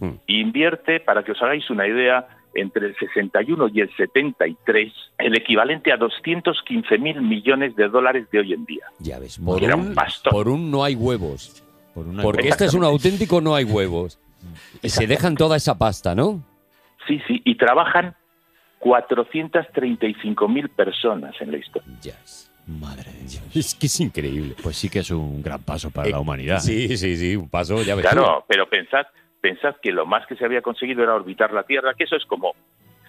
Mm.
Invierte, para que os hagáis una idea, entre el 61 y el 73, el equivalente a 215 mil millones de dólares de hoy en día.
Ya ves, por
Era
un,
un bastón.
por un no hay huevos.
Por una-
Porque este es un auténtico no hay huevos. Y se dejan toda esa pasta, ¿no?
Sí, sí, y trabajan 435 mil personas en la historia.
Ya es.
Madre de Dios.
Es que es increíble.
Pues sí que es un gran paso para
Eh,
la humanidad.
Sí, sí, sí, un paso, ya ves. tú.
Claro, pero pensad, pensad que lo más que se había conseguido era orbitar la Tierra, que eso es como,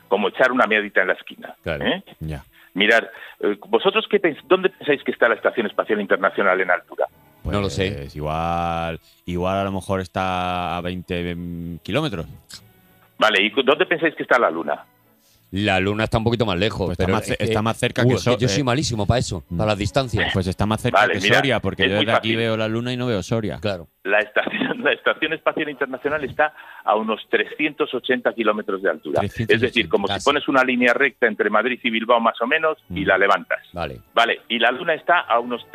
como echar una miadita en la esquina.
Claro.
¿eh?
Ya.
Mirar, eh, ¿vosotros qué pens- dónde pensáis que está la Estación Espacial Internacional en altura?
No lo sé.
Pues Igual, igual a lo mejor está a 20 mm, kilómetros.
Vale, ¿y dónde pensáis que está la Luna?
La luna está un poquito más lejos.
Pues está,
pero
más, ce-
es que-
está más cerca
Uh,
que
es que
Soria.
Yo soy malísimo para eso, para las distancias.
Pues está más cerca
Vale,
que
mira,
Soria, porque
es
yo
muy
desde aquí
fácil.
veo la luna y no veo
Pues
Soria.
Claro.
La Estación, la Estación Espacial Internacional está a unos 380 kilómetros de altura.
380,
es decir, como
casi.
si pones una línea recta entre Madrid y Bilbao más o menos y
Mm.
la levantas.
Vale.
Vale, y la Luna está a unos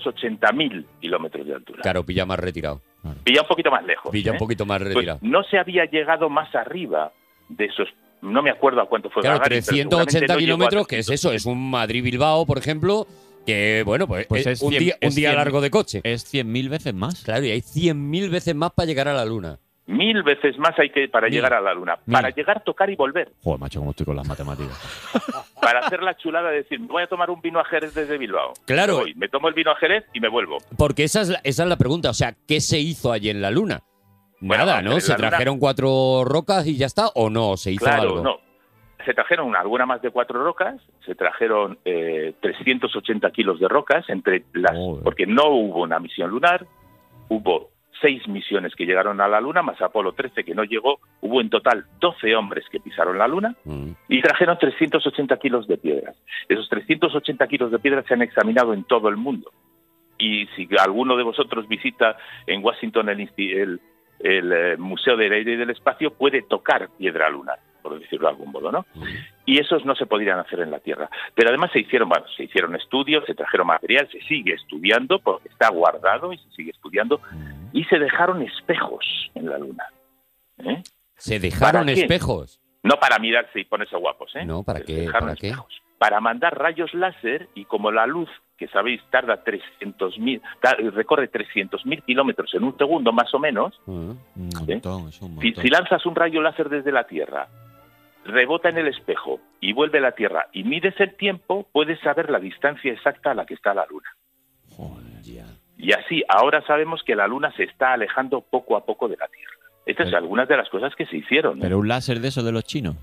380.000 kilómetros de altura.
Claro, pilla más retirado.
Pilla un poquito más lejos.
Pilla
¿eh?
un poquito más
Pues
retirado.
no se había llegado más arriba de esos. No me acuerdo a cuánto fue.
Claro,
Gagarin, pero
380
seguramente no llegó a
kilómetros, que es
300.
eso, es un Madrid-Bilbao, por ejemplo, que bueno, pues,
Pues
es
es
un,
cien-
día, un
es
día
cien-
largo de coche.
Es 100.000 veces más.
Claro, y hay 100.000 veces más para llegar a la luna.
Mil veces más hay que para
Mil.
llegar a la Luna.
Mil.
Para llegar, tocar y volver.
Joder, macho, cómo estoy con las matemáticas.
Para hacer la chulada de decir, voy a tomar un vino a Jerez desde Bilbao.
Claro.
Me, voy, me tomo el vino a Jerez y me vuelvo.
Porque esa es, la, esa es la pregunta, o sea, ¿qué se hizo allí en la luna?
Bueno,
Nada,
en
¿no?
la
¿Se
Luna-
trajeron cuatro rocas y ya está? ¿O no? ¿Se hizo
claro,
algo?
no. Se trajeron alguna más de cuatro rocas, se trajeron eh, 380 kilos de rocas, entre las,
Joder.
porque no hubo una misión lunar, hubo seis misiones que llegaron a la Luna, más Apolo 13 que no llegó, hubo en total 12 hombres que pisaron la Luna
Mm.
y trajeron 380 kilos de piedras. Esos 380 kilos de piedras se han examinado en todo el mundo. Y si alguno de vosotros visita en Washington el, insti- el- el, eh, Museo del Aire y del Espacio, puede tocar piedra lunar, por decirlo de algún modo, ¿no? Y esos no se podrían hacer en la Tierra. Pero además se hicieron, bueno, se hicieron estudios, se trajeron material, se sigue estudiando porque está guardado y se sigue estudiando. Y se dejaron espejos en la Luna. ¿eh?
¿Se dejaron
¿Para qué?
espejos?
No para mirarse y ponerse guapos, ¿eh?
No, ¿para
Se
qué?
dejaron
¿Para qué?
espejos. Para mandar rayos láser y como la luz, que sabéis, tarda 300.000, ta- recorre 300.000 kilómetros en un segundo más o menos,
Mm.
Un montón, es un
si,
montón.
si lanzas un rayo láser desde la Tierra, rebota en el espejo y vuelve a la Tierra y mides el tiempo, puedes saber la distancia exacta a la que está la Luna.
Joder, ya.
Y así, ahora sabemos que la Luna se está alejando poco a poco de la Tierra. Estas
Pero-
son algunas de las cosas que se hicieron. ¿eh?
Pero un láser de esos de los chinos.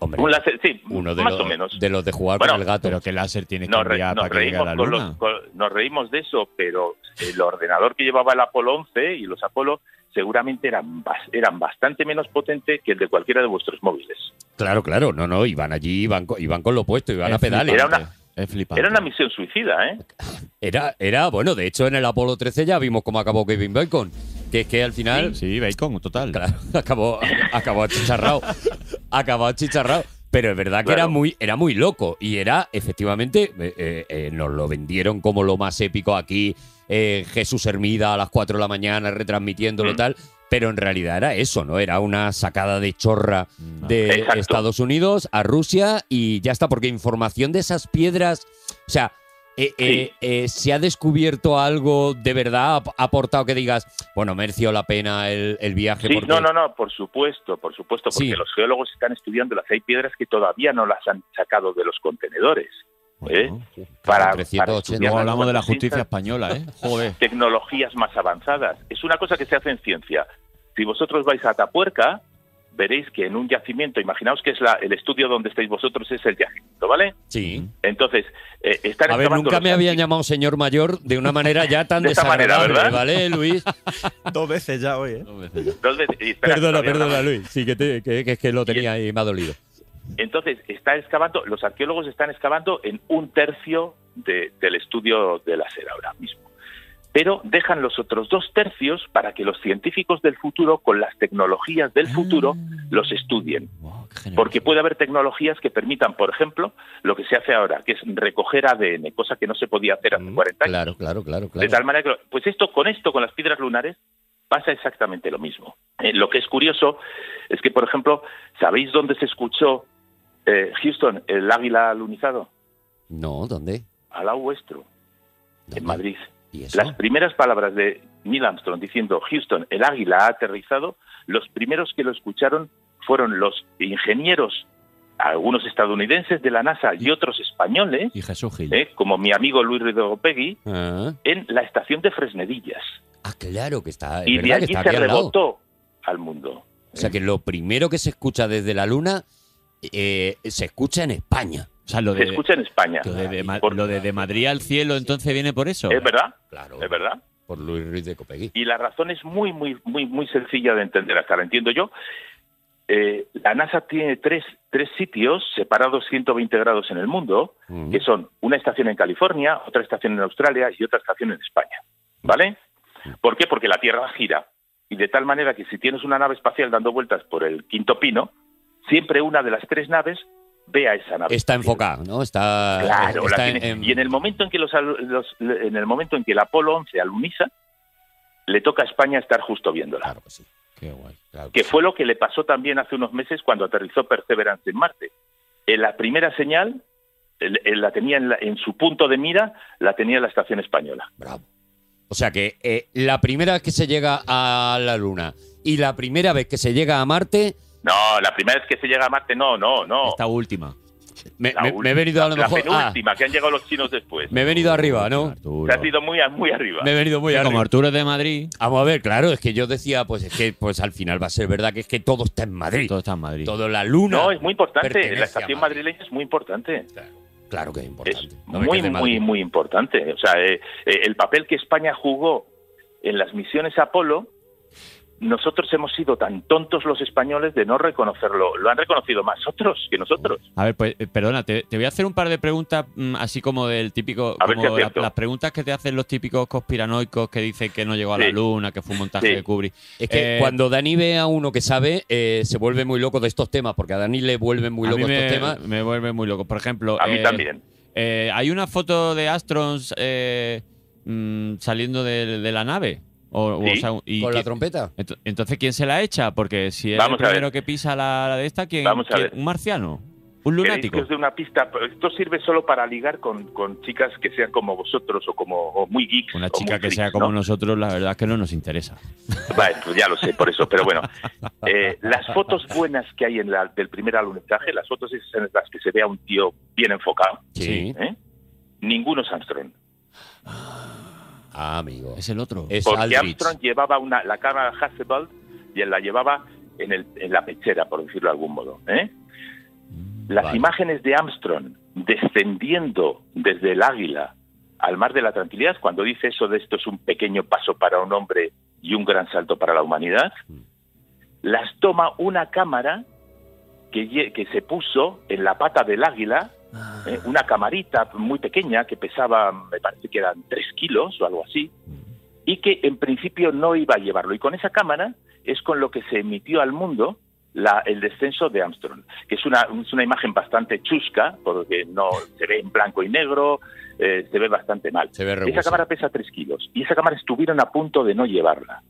Hombre,
Un láser, sí,
uno de
más
los,
o menos.
de los de jugar
Bueno,
con el gato.
Pero qué láser tienes que
nos, re-
enviar
nos
para que llegue a
reímos
la
con
luna.
los- con- nos reímos de eso, pero el ordenador que llevaba el Apolo 11 y los Apolo seguramente eran, bas- eran bastante menos potente que el de cualquiera de vuestros móviles.
Claro, claro, no, no, iban allí, iban, co- iban con lo opuesto, iban a
Es
pedales.
Era
flipante,
una-
Es flipante.
Era una misión suicida, ¿eh?
Era, era, bueno, de hecho en el Apolo 13 ya vimos cómo acabó Kevin Bacon, que es que al final
Sí, bacon, total.
Claro, acabó, acabó achicharrado. acabó achicharrado. Pero es verdad que
Claro.
era, muy, era muy loco. Y era, efectivamente, eh, eh, eh, nos lo vendieron como lo más épico aquí. eh, Jesús Hermida a las 4 de la mañana retransmitiéndolo
Mm.
tal. Pero en realidad era eso, ¿no? Era una sacada de chorra
No.
de
Mm. Exacto.
Estados Unidos a Rusia y ya está. Porque información de esas piedras. O sea, eh, eh, eh, ¿se ha descubierto algo de verdad? ¿Ha- ¿Ha aportado que digas, bueno, mereció la pena el, el viaje?
Sí,
porque-
no, no, no, por supuesto, por supuesto, porque
Sí.
los geólogos están estudiándolas. Hay piedras que todavía no las han sacado de los contenedores.
Bueno.
eh, Para,
380.
para estudiar
Luego
las
hablamos de la
cosas
justicia
distintas.
española, ¿eh? Joder.
tecnologías más avanzadas. Es una cosa que se hace en ciencia. Si vosotros vais a Atapuerca, veréis que en un yacimiento, imaginaos que es la- el estudio donde estáis vosotros, es el yacimiento, ¿vale?
Sí.
Entonces, eh, están
A ver,
excavando
nunca
los
me habían
antiguos-
llamado señor mayor de una manera ya tan
De esta manera,
desagradable,
¿verdad?
¿vale, Luis?
Dos veces ya hoy, ¿eh?
Dos veces ya.
Dos veces- y espera,
perdona,
todavía
perdona,
nada más.
Luis. Sí, que, te- que- que es que lo tenía ahí y me ha dolido.
Entonces, está excavando, los arqueólogos están excavando en un tercio de- del estudio de la SER ahora mismo. Pero dejan los otros dos tercios para que los científicos del futuro, con las tecnologías del futuro,
Ah.
los estudien.
Wow, qué generoso.
Porque puede haber tecnologías que permitan, por ejemplo, lo que se hace ahora, que es recoger ADN, cosa que no se podía hacer hace
Mm,
40 años.
Claro, claro, claro,
De tal
claro.
manera que, pues esto, con esto, con las piedras lunares, pasa exactamente lo mismo. Eh, lo que es curioso es que, por ejemplo, ¿sabéis dónde se escuchó eh, Houston, el águila alunizado?
No, ¿dónde?
Al lado vuestro,
¿Dónde?
en Madrid.
¿Y eso?
Las primeras palabras de Neil Armstrong diciendo Houston, el águila ha aterrizado, los primeros que lo escucharon fueron los ingenieros algunos estadounidenses de la NASA y otros españoles,
Y Jesús Gil.
eh, como mi amigo Luis Redogopegui,
Ah,
en la estación de Fresnedillas.
Ah, claro que está. Es
y de
verdad que
allí
está
se
aquí al lado.
rebotó al mundo.
O sea que lo primero que se escucha desde la luna eh, se escucha en España.
O sea, lo
Se
de,
escucha en España.
lo de- de Ma-
Por-
lo de- de Madrid al cielo entonces viene por eso.
¿Es verdad?
Claro.
¿Es verdad?
Por Luis Ruiz de Copegui.
Y la razón es muy, muy, muy, muy sencilla de entender, hasta la entiendo yo. Eh, la NASA tiene tres, tres sitios separados 120 grados en el mundo,
Mm.
que son una estación en California, otra estación en Australia y otra estación en España. ¿Vale? ¿Por qué? Porque la Tierra gira. Y de tal manera que si tienes una nave espacial dando vueltas por el quinto pino, siempre una de las tres naves ve a esa nave.
Está enfocada, ¿no? Está,
Claro, la
está
tiene. y en el momento en que los, al- los- en el momento en que el Apolo 11 aluniza, le toca a España estar justo viéndola,
Claro que sí. Qué guay. claro
que
sí.
fue lo que le pasó también hace unos meses cuando aterrizó Perseverance en Marte. En la primera señal el- el la tenía en, la- en su punto de mira, la tenía la estación española.
Bravo. O sea que eh, la primera vez que se llega a la luna y la primera vez que se llega a Marte,
No, la primera vez que se llega a Marte, no, no, no.
Esta última.
me,
La
me-
ul-
me he venido a lo
la
mejor. ah,
penúltima, que han llegado los chinos después.
me he venido arriba, ¿no?
Se ha sido muy, a- muy arriba.
Me he venido muy
Que
arriba.
como Arturo es de Madrid,
Vamos a ver, claro, es que yo decía, pues es que pues al final va a ser verdad que es que todo está en Madrid.
todo está en Madrid.
Todo la luna.
No, es muy importante.
pertenece
La
a
estación
Madrid.
madrileña es muy importante.
Claro que es importante.
Es
No me
muy,
quede
muy,
Madrid.
muy importante. O sea, eh, eh, el papel que España jugó en las misiones Apolo, nosotros hemos sido tan tontos los españoles de no reconocerlo. Lo han reconocido más otros que nosotros.
A ver, pues eh, perdona, te, te voy a hacer un par de preguntas mm, así como del típico.
A ver
como
si
la-
acierto.
las preguntas que te hacen los típicos conspiranoicos que dicen que no llegó a la
Sí.
luna, que fue un montaje
Sí.
de Kubrick.
Es que
Eh,
cuando Dani ve a uno que sabe, eh, se vuelve muy loco de estos temas, porque a Dani le vuelven muy
a
loco
mí
estos
me,
temas.
me vuelve muy loco. Por ejemplo,
A mí
eh,
también.
eh, hay una foto de Astrons eh, mm, saliendo de, de la nave. O, o
Sí.
sea, y
¿Con la
que-
trompeta?
ento- entonces, ¿quién se la echa? Porque si es
Vamos a
el
ver.
primero que pisa la, la de esta, ¿quién,
Vamos a
quién-
ver.
¿Un marciano? ¿Un
¿Queréis que
lunático?
os dé una pista? Esto sirve solo para ligar con, con chicas que sean como vosotros o como o muy geeks.
Una
o
chica
muy
que sea
freaks,
como
¿no?
nosotros, la verdad es que no nos interesa.
Vale, pues ya lo sé, por eso. Pero bueno, eh, las fotos buenas que hay en la, del primer alunizaje, las fotos esas en las que se ve a un tío bien enfocado,
Sí.
¿eh? ninguno es Armstrong.
Ah, amigo.
Es el otro.
Es
porque
Aldrich.
Armstrong llevaba una, la cámara Hasselblad y la llevaba en, el, en la pechera, por decirlo de algún modo. ¿eh? Las
vale.
imágenes de Armstrong descendiendo desde el águila al mar de la tranquilidad, cuando dice eso de esto es un pequeño paso para un hombre y un gran salto para la humanidad,
Mm.
las toma una cámara que, lle- que se puso en la pata del águila, ¿eh? una camarita muy pequeña que pesaba, me parece que eran 3 kilos o algo así, y que en principio no iba a llevarlo. Y con esa cámara es con lo que se emitió al mundo la- el descenso de Armstrong, que es una, es una imagen bastante chusca, porque no se ve en blanco y negro, eh, se ve bastante mal.
Se ve
Esa
rehuso.
cámara pesa 3 kilos y esa cámara estuvieron a punto de no llevarla.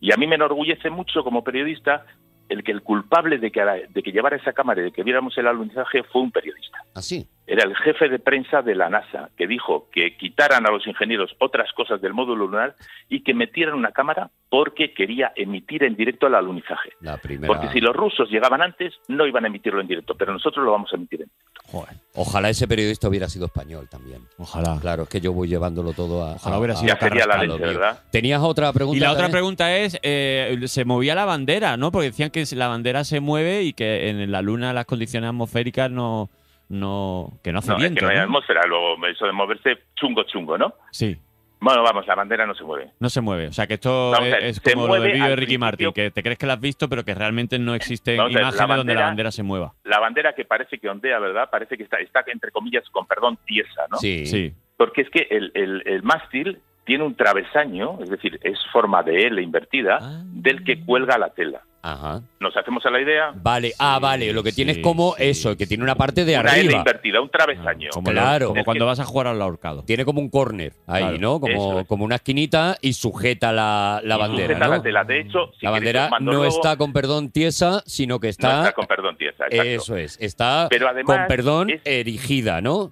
Y a mí me enorgullece mucho como periodista el que el culpable de que, de que llevara esa cámara y de que viéramos el alunizaje fue un periodista
Ah, sí.
era el jefe de prensa de la NASA, que dijo que quitaran a los ingenieros otras cosas del módulo lunar y que metieran una cámara porque quería emitir en directo el alunizaje.
La primera.
Porque si los rusos llegaban antes, no iban a emitirlo en directo, pero nosotros lo vamos a emitir en directo.
Joder,
Ojalá ese periodista hubiera sido español también.
ojalá.
Claro, es que yo voy llevándolo todo a.
Ojalá
a-
hubiera
a-
sido
Ya sería la
a lo
leche,
mío.
¿verdad?
Tenías otra pregunta.
Y la otra
también?
pregunta es, eh, se movía la bandera, ¿no? Porque decían que la bandera se mueve y que en la luna las condiciones atmosféricas no, no que no hace
No, es que
viento. ¿eh?
no hay
¿no?
atmósfera, luego eso de moverse chungo chungo, ¿no?
Sí,
Bueno, vamos, la bandera no se mueve.
no se mueve. O sea que esto
Vamos a
es,
ver,
es
se
como lo del
mueve
vídeo de
al
Ricky
principio.
Martin, que te crees que lo has visto, pero que realmente no existen
Vamos a ver, la
imágenes donde la
bandera-
bandera se mueva.
La bandera que parece que ondea, ¿verdad? Parece que está, está entre comillas, con perdón, tiesa, ¿no?
Sí.
Sí.
Porque es que el, el- el mástil tiene un travesaño, es decir, es forma de L invertida,
Ah.
del que cuelga la tela.
Ajá.
¿Nos hacemos a la idea?
Vale, ah, vale. Lo que tiene
sí,
es como
sí,
eso, que tiene una parte de
Una L
arriba. Ah,
invertida, un travesaño.
Como, lo-
Claro.
como
Es
cuando
que-
vas a jugar al ahorcado.
Tiene como un corner ahí,
Claro,
¿no? Como,
eso es.
como una esquinita y sujeta la, la
Y
bandera.
sujeta
¿no?
la tela. De hecho, si
La
queréis,
bandera
os mando
no
luego-
está con perdón tiesa, sino que
no
está.
está con perdón tiesa, exacto.
eso es, está
Pero además
con perdón
es-
erigida, ¿no?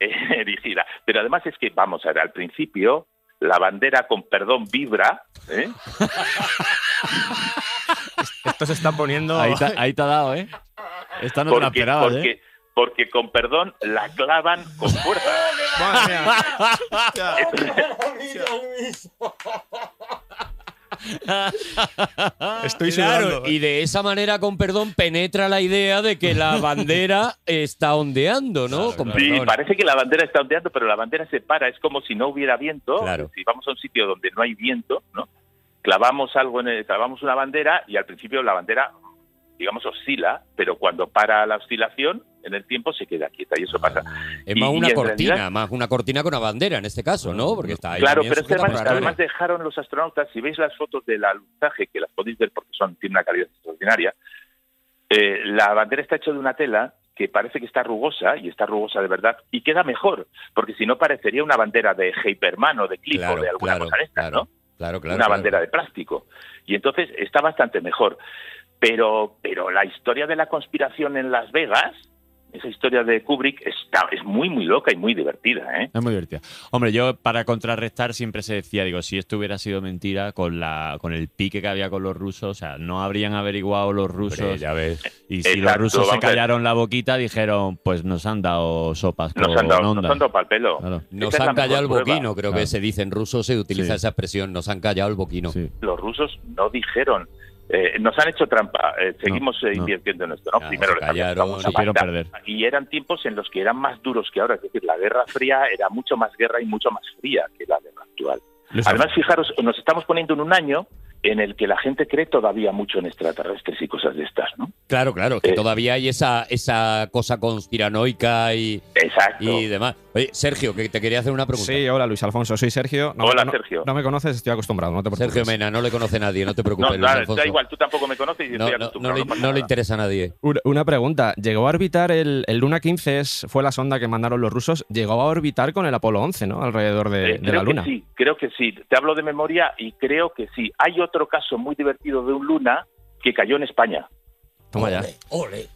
erigida. Pero además es que, vamos a ver, al principio la bandera con perdón vibra, ¿eh?
Esto se está poniendo.
Ahí, te, ahí te ha dado, ¿eh? Esta no te la esperabas,
porque,
¿eh?
porque con perdón la clavan con fuerza.
Estoy
Claro,
sudando.
y de esa manera, con perdón, penetra la idea de que la bandera está ondeando, ¿no? Con
Sí,
perdón.
parece que la bandera está ondeando, pero la bandera se para, es como si no hubiera viento. Si vamos a un sitio donde no hay viento, ¿no? Clavamos algo en el- clavamos una bandera y al principio la bandera, digamos, oscila, pero cuando para la oscilación en el tiempo se queda quieta y eso pasa.
Es
Y-
más
y
una
en
cortina,
realidad-
más una cortina con una bandera en este caso, ¿no? Porque está ahí.
Claro,
también
pero es que
sujeta
además,
por la
además dejaron los astronautas, si veis las fotos del alunizaje, que las podéis ver porque son, tiene una calidad extraordinaria, eh, la bandera está hecha de una tela que parece que está rugosa, y está rugosa de verdad, y queda mejor, porque si no parecería una bandera de Heiperman o de Clip
Claro,
o de alguna
claro,
cosa de estas, ¿no?
Claro, claro.
una
claro.
bandera de plástico. Y entonces está bastante mejor. Pero, pero la historia de la conspiración en Las Vegas, esa historia de Kubrick, está, es muy, muy loca y muy divertida, ¿eh?
Es muy divertida. Hombre, yo para contrarrestar siempre se decía, digo, si esto hubiera sido mentira con la con el pique que había con los rusos, o sea, no habrían averiguado los rusos.
Hombre, ya ves.
Y si los
Exacto,
rusos se
vamos a ver.
callaron la boquita, dijeron, pues nos han dado sopas con
Nos han dado,
ondas.
nos han dado pa'l pelo.
Claro.
Nos
Esa es la
han callado el
mejor
boquino,
prueba. Ah.
creo que
Claro.
se dice en ruso, se utiliza
Sí.
esa expresión, nos han callado el boquino.
Sí.
los rusos no dijeron. eh, nos han hecho trampa, eh, seguimos eh,
no.
invirtiendo en esto, ¿no?
Ya,
Primero
se
les habían
callaron,
dado una
se
hicieron
paliza.
perder.
Y eran tiempos en los que eran más duros que ahora, es decir, la Guerra Fría era mucho más guerra y mucho más fría que la guerra actual.
Los-
Además, fijaros, nos estamos poniendo en un año en el que la gente cree todavía mucho en extraterrestres y cosas de estas, ¿no?
Claro, claro, que
Eh.
todavía hay esa, esa cosa conspiranoica y,
Exacto.
y demás. Oye, Sergio, que te quería hacer una pregunta.
Sí, hola Luis Alfonso, soy Sergio. No,
Hola,
no-
Sergio.
No me conoces, estoy acostumbrado, no te preocupes.
Sergio Mena, no le conoce nadie, no te
no,
preocupes.
no,
Luis
da
Alfonso.
igual, tú tampoco me conoces y
No,
estoy
no, no
acostumbrado.
le,
no pasa
no le
nada.
interesa a nadie.
Una- Una pregunta, llegó a orbitar el, el Luna 15, es- fue la sonda que mandaron los rusos, llegó a orbitar con el Apolo 11, ¿no? Alrededor de,
Eh,
de
creo
la Luna.
Que sí, creo que sí. Te hablo de memoria y creo que sí. Hay otro caso muy divertido de un Luna que cayó en España.
Toma ya,
Ole, ole.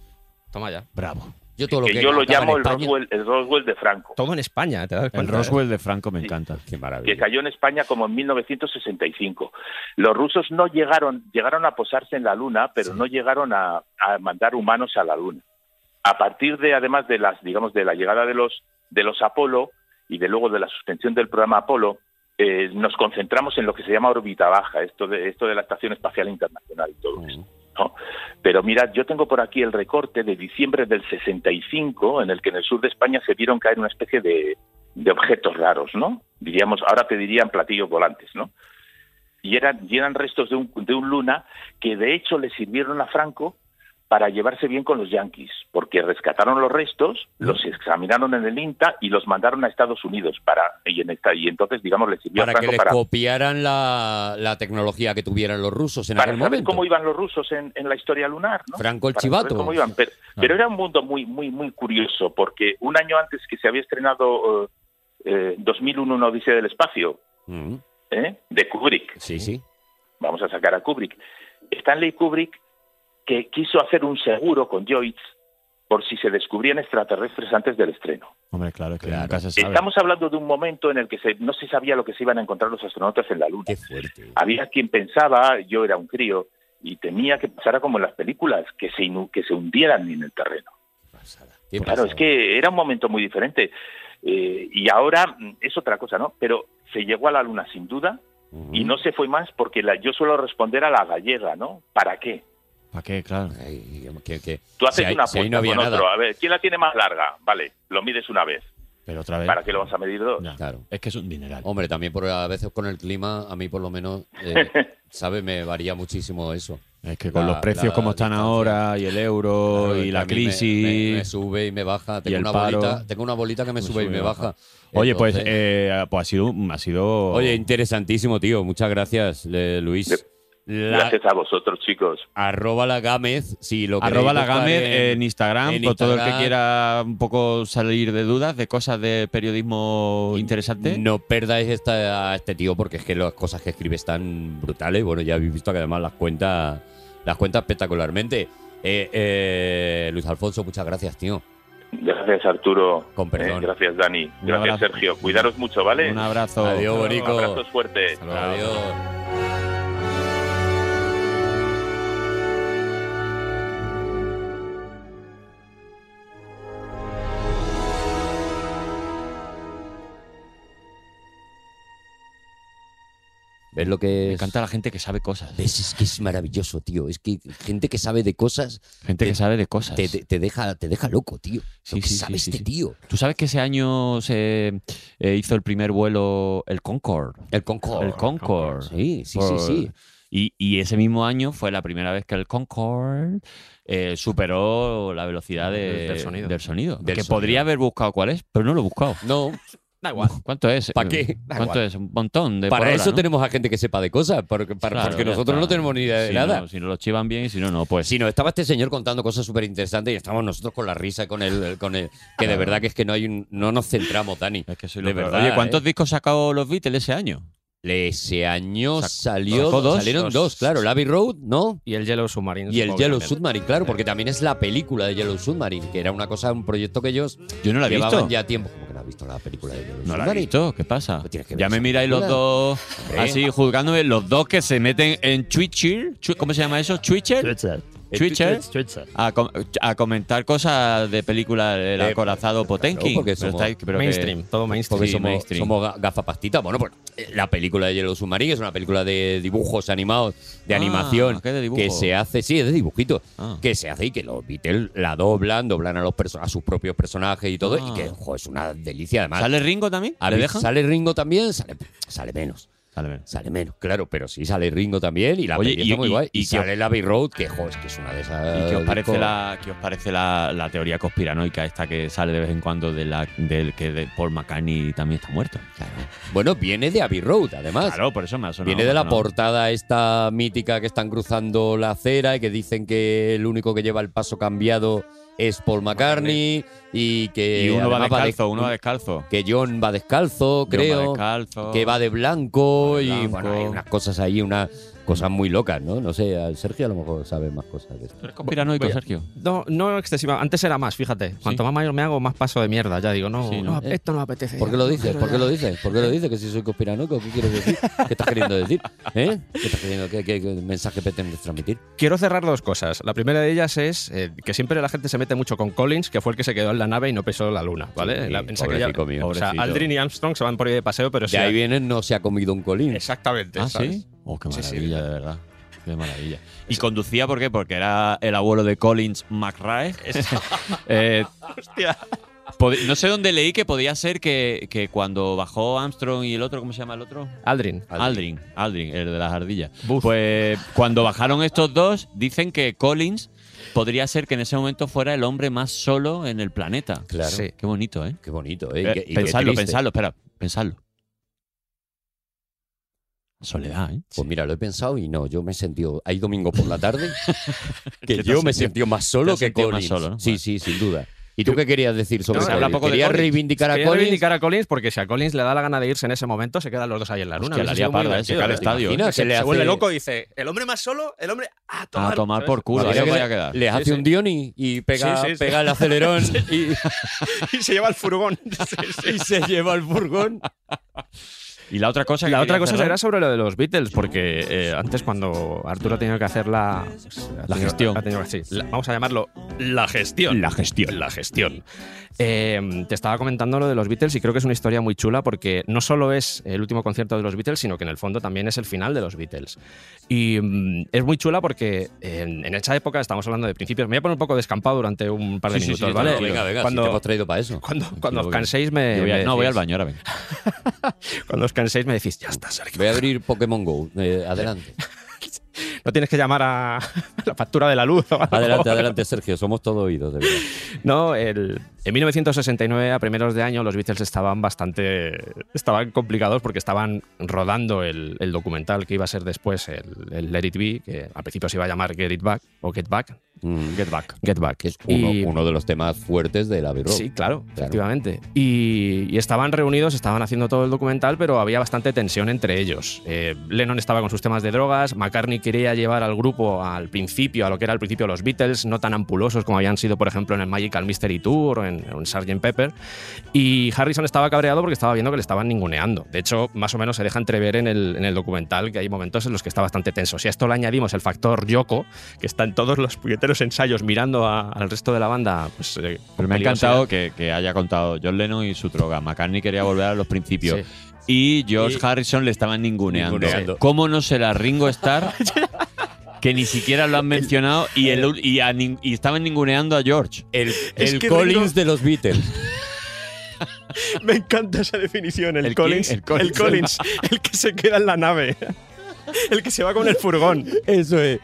toma ya.
Bravo.
Yo todo lo que,
que, yo
acaba
lo
en
llamo el
España-
Roswell, el Roswell de Franco,
Todo en España, te das
El
eh.
cuenta.
Roswell de Franco me
Sí.
encanta.
Qué
que
maravilla.
cayó en España como en 1965. Los rusos no llegaron, llegaron a posarse en la Luna, pero no llegaron a, a mandar humanos a la Luna. A partir de, además de las, digamos, de la llegada de los de los Apolo y de luego de la suspensión del programa Apolo, eh, nos concentramos en lo que se llama órbita baja, esto de esto de la Estación Espacial Internacional y todo esto. ¿no? Pero mirad, yo tengo por aquí el recorte de diciembre del 65, en el que en el sur de España se vieron caer una especie de, de objetos raros, ¿no? Diríamos, ahora te dirían platillos volantes, ¿no? Y eran, y eran restos de un, de un luna que de hecho le sirvieron a Franco para llevarse bien con los yanquis, porque rescataron los restos, los examinaron en el INTA y los mandaron a Estados Unidos para y, en esta- y entonces digamos le sirvió
Para
a
que
Franco
les
para
copiaran la, la tecnología que tuvieran los rusos en
para
aquel
saber
momento.
cómo iban los rusos en, en la historia lunar, ¿no?
Franco el
Para
Chivato.
saber cómo iban. Pero, pero era un mundo muy, muy, muy curioso, porque un año antes que se había estrenado eh, eh, 2001 una odisea del espacio,
Mm,
¿eh? de Kubrick,
sí, sí.
vamos a sacar a Kubrick, Stanley Kubrick que quiso hacer un seguro con Joyce por si se descubrían extraterrestres antes del estreno.
Hombre, claro, es que
Claro.
nunca se sabe.
Estamos hablando de un momento en el que se- no se sabía lo que se iban a encontrar los astronautas en la Luna.
Qué fuerte.
Había quien pensaba, yo era un crío, y temía que pasara como en las películas, que se, inu- que se hundieran en el terreno.
Qué
Claro,
pasada.
es que era un momento muy diferente. Eh, y ahora mm, es otra cosa, ¿no? Pero se llegó a la luna sin duda
Mm.
y no se fue más porque la- yo suelo responder a la gallega, ¿no? ¿Para qué?
¿Para qué? Claro.
Ay, que- que-
Tú haces
si ahí-
una
si ahí
apuesta
no había
con
nada.
otro. A ver, ¿quién la tiene más larga? Vale, lo mides una vez.
Pero otra vez.
¿Para qué lo vas a medir dos?
Ya.
Claro.
Es que es un dineral.
Hombre, también por, a veces con el clima, a mí por lo menos, eh, ¿sabes? Me varía muchísimo eso.
Es que con
La-
los precios
la
como están
distancia.
ahora, y el euro,
Claro,
Oh, y
que a
la
mí me- Me, me
crisis.
sube y me baja. Tengo,
el
una
paro.
bolita, tengo una bolita que me, sube, y me baja.
Oye, pues,
Entonces-
eh, pues ha sido. Ha sido
Oye, interesantísimo, tío. Muchas gracias, le- Luis. La-
Gracias a vosotros, chicos.
arroba la Gámez. Si lo
Arroba
queréis
la
buscar
Gamer en,
en-
Instagram,
en
por todo el que
Instagram.
quiera un poco salir de dudas, de cosas de periodismo interesante.
No perdáis esta, a este tío porque es que las cosas que escribe están brutales. Bueno, ya habéis visto que además las cuenta, las cuenta espectacularmente. Eh, eh, Luis Alfonso, muchas gracias, tío.
Gracias, Arturo.
Con perdón.
Eh, gracias, Dani.
Un
Gracias,
abrazo.
Sergio. Cuidaros mucho, ¿vale?
Un abrazo.
Adiós, Borico.
Abrazos fuertes.
Adiós. ¿Ves lo que
Me
es?
encanta la gente que sabe cosas.
¿Ves? Es que es maravilloso, tío. Es que gente que sabe de cosas
Gente que sabe de cosas.
te, te- te deja, te deja loco, tío.
Sí,
lo que
sí, sí,
sabe
sí,
este
sí.
tío.
¿Tú sabes que ese año se eh, hizo el primer vuelo, el Concorde?
El Concorde.
El Concorde.
Sí, sí,
Por-
sí, sí.
Y, y ese mismo año fue la primera vez que el Concorde eh, superó la velocidad de-
Del sonido.
Del sonido
Del
que
sonido.
podría haber buscado cuál es, pero no lo he buscado.
No,
Da igual.
¿Cuánto es? Eh,
¿Pa' qué?
¿Cuánto es? Un montón de
para
por hora,
eso
¿no?
tenemos a gente que sepa de cosas, porque, para-
Claro,
porque
ya
nosotros no
está.
tenemos ni idea de
Si
nada.
no- si no lo chivan bien y si no, no. Pues
Si no, estaba este señor contando cosas súper interesantes y estábamos nosotros con la risa y con el, el- con el que de verdad que es que no hay un- no nos centramos, Dani.
Es que soy
de
lo peor.
verdad.
Oye, ¿cuántos
eh.
discos sacó los Beatles ese año?
Ese año
Sac-
salió,
sacó dos.
salieron
Dos.
dos, claro, el Abbey Road, ¿no?
Y el Yellow Submarine.
Y el
supongo que
Yellow
también.
Submarine, claro, porque también es la película de Yellow Submarine, que era una cosa, un proyecto que ellos
Yo no la he
llevaban
visto.
ya tiempo. ¿Cómo que no has visto la película de Yellow
No la he
Submarine?
visto, ¿qué pasa?
Pues tienes que ver
ya me
esa
miráis los
película.
dos
Hombre.
así juzgándome, los dos que se meten en Twitcher, Chu- ¿cómo se llama eso? Twitcher,
El
Twitcher,
Twitch-
a, com- a comentar cosas de películas del
Eh,
acorazado Potenki.
porque
Pero
somos
estáis- pero que-
Mainstream, todo mainstream.
Porque
Sí,
somos,
mainstream.
somos ga- gafapastita. Bueno, pues eh, la película de Yellow Submarine es una película de dibujos animados, de
Ah,
animación,
que es de dibujo.
que se hace, sí, es de dibujitos,
Ah.
que se hace y que los Beatles la doblan, doblan a, los perso- a sus propios personajes y todo,
Ah.
y que ojo, es una delicia además.
¿Sale Ringo también?
A
¿Le
mí-
dejan?
¿Sale Ringo también? Sale, sale menos.
Sale bien.
Sale menos, claro, pero sí sale Ringo también y la
Oye,
peli
y-
está muy
y-
guay.
y
Y,
qué-
sale la Abbey Road, que jo, es que es una de esas.
¿Y qué os parece,
discos-
la, qué os parece la, la teoría conspiranoica esta que sale de vez en cuando de la, del que de Paul McCartney también está muerto?
Claro. Bueno, viene de Abbey Road, además.
Claro, por eso me ha sonado.
Ah, Viene de la
¿no?
portada esta mítica que están cruzando la acera y que dicen que el único que lleva el paso cambiado es Paul McCartney y que
Y uno va
además de-
descalzo, uno va descalzo.
que John va descalzo, creo,
Yo va descalzo.
que va de blanco
Va de
y
blanco.
bueno, hay unas cosas ahí, unas cosas muy locas, ¿no? No sé, al Sergio a lo mejor sabe más cosas de
Tú
esto.
eres conspiranoico,
Voy a-
Sergio.
No, no excesiva. Antes era más, fíjate. Cuanto más mayor me hago, más paso de mierda. Ya digo, no,
Sí, ¿no?
no, esto no me apetece.
¿Por qué lo dices? ¿Por qué lo dices? ¿Por qué lo dices? ¿Que si soy conspiranoico? ¿Qué quieres decir? ¿Qué estás queriendo decir? ¿Eh? ¿Qué, estás queriendo, qué, qué- qué mensaje pretendes transmitir?
Quiero cerrar dos cosas. La primera de ellas es eh, que siempre la gente se mete mucho con Collins, que fue el que se quedó en la nave y no pesó la luna, ¿vale?
Sí,
La- piensa que ya-
pobrecito mío.
O sea,
Pobrecito.
Aldrin y Armstrong se van por ahí de paseo, pero sí.
De ahí viene no se ha comido un colín.
Exactamente.
Ah,
¿sabes?
sí. Oh, qué
Sí, sí.
maravilla, de verdad. Qué maravilla. Y conducía, ¿por qué? Porque era el abuelo de Collins McRae. Eh, pod- No sé dónde leí que podía ser que, que cuando bajó Armstrong y el otro, ¿cómo se llama el otro?
Aldrin.
Aldrin, Aldrin, el de las ardillas. Pues cuando bajaron estos dos, dicen que Collins podría ser que en ese momento fuera el hombre más solo en el planeta.
Claro.
Sí.
Qué bonito, ¿eh?
Qué bonito, ¿eh? Y
Eh,
qué- y qué
pensadlo,
triste.
pensadlo, espera, pensadlo. Soledad, ¿eh?
Pues mira, lo he pensado y no, yo me he sentido. Hay domingo por la tarde
Que
que
te has
yo me he
sentido-
sentido más
te
solo
has
que
sentido más
Collins.
solo, ¿no?
Sí,
Vale.
sí, sin duda. ¿Y tú qué querías decir sobre
No, se habla
Collins?
poco de
¿Querías
Collins.
reivindicar a
Quería
Collins?
reivindicar a Collins porque si a Collins le da la gana de irse en ese momento, se quedan los dos ahí en la luna.
Hostia,
Hubiese
la haría
sido muy
parda, ¿eh? Se
divertido,
cae al
¿eh?
estadio,
Imagina,
¿eh?
se
Se,
le hace-
vuelve loco y dice, el hombre más solo, el hombre a tomar.
A tomar por culo, ahí
Imagina
me voy
que
a quedar.
Le hace
Sí,
un Dioni y pega,
Sí, sí, sí.
pega el acelerón y,
y se lleva el furgón.
y se lleva el furgón.
Pues Y la otra cosa que
La
quería
otra cosa
cerrar-
era sobre lo de los Beatles, porque eh, antes cuando Arturo ha tenido que hacer la, ha tenido-
gestión.
ha tenido- sí, la- vamos a llamarlo la gestión. La gestión. La gestión. Eh, te estaba comentando lo de los Beatles y creo que es una historia muy chula porque no solo es el último concierto de los Beatles, sino que en el fondo también es el final de los Beatles. Y mm, es muy chula porque en, en esa época, estamos hablando de principios, me voy a poner un poco descampado durante un par de
Sí, sí, sí,
minutos,
está
¿vale?
No, venga, venga,
cuando,
si te hemos traído para eso.
cuando, cuando os
voy.
canséis me,
Yo voy a-
me
no, voy al
decís-
baño ahora, venga.
Cuando os canséis me decís, ya está, Sergio.
Voy a abrir Pokémon Go. Eh, adelante.
No tienes que llamar a la factura de la luz. o algo.
Adelante, adelante, Sergio. Somos todos oídos, de verdad.
No, el- en 1969, a primeros de año, los Beatles estaban bastante. estaban complicados porque estaban rodando el, el documental que iba a ser después el, el Let It Be, que al principio se iba a llamar Get It Back o Get Back.
Mm,
Get back.
Get Back.
que es uno,
Y-
uno de los temas fuertes de la Abbey Road.
Sí, claro,
Claro.
efectivamente. Y, y estaban reunidos, estaban haciendo todo el documental, pero había bastante tensión entre ellos. Eh, Lennon estaba con sus temas de drogas, McCartney quería llevar al grupo al principio, a lo que era al principio los Beatles, no tan ampulosos como habían sido, por ejemplo, en el Magical Mystery Tour o en, en Sgt. Pepper. Y Harrison estaba cabreado porque estaba viendo que le estaban ninguneando. De hecho, más o menos se deja entrever en el, en el documental que hay momentos en los que está bastante tenso. Si a esto le añadimos el factor Yoko, que está en todos los puñeteros ensayos mirando a- al resto de la banda, pues. eh, con
Pero me ha
peligrosidad.
encantado que, que haya contado John Lennon y su droga. McCartney quería volver a los principios. y George Harrison le estaban ninguneando.
Ninguneando.
¿Cómo no será Ringo Starr? Que ni siquiera lo han mencionado y, el, y, a nin- y estaban ninguneando a George.
El,
Es
el
que
Collins
Ringo-
de los Beatles.
Me encanta esa definición, el,
¿El
Collins,
quién? El
el Collins.
Collins.
El que se queda en la nave. El que se va con el furgón.
Eso es.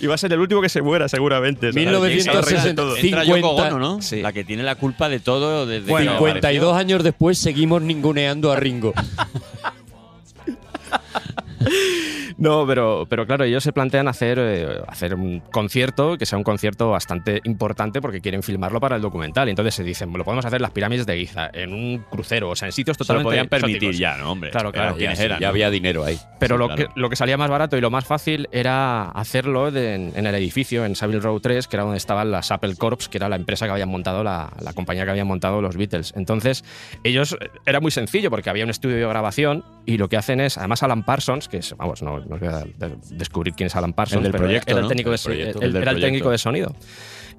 Y va a ser el último que se muera, seguramente. ¿sabes?
Entra- Entra
1960.
Yoko Ono, ¿no? La que tiene la culpa de todo desde que
52 años después seguimos ninguneando a Ringo.
No, pero, pero claro, ellos se plantean hacer, eh, hacer un concierto que sea un concierto bastante importante porque quieren filmarlo para el documental. Y entonces se dicen, lo podemos hacer en las pirámides de Giza, en un crucero, o sea, en sitios
apareció. Se lo
totalmente.
podían permitir
exóticos.
ya, ¿no, hombre?
Claro, claro,
Eran quienes
ya,
eran,
ya
¿no?
Había dinero ahí.
Pero
Sí,
lo,
claro.
que, lo que salía más barato y lo más fácil era hacerlo de- en, en el edificio, en Savile Row 3, que era donde estaban las Apple Corps, que era la empresa que habían montado, la, la compañía que habían montado los Beatles. Entonces, ellos, eh, era muy sencillo porque había un estudio de grabación y lo que hacen es, además Alan Parsons, que es, vamos, no, no os voy a de- descubrir quién es Alan Parsons,
El del
pero era-
proyecto,
era,
¿no?
el técnico,
El
de, se-
proyecto.
el-
El del
era el
proyecto.
técnico de sonido.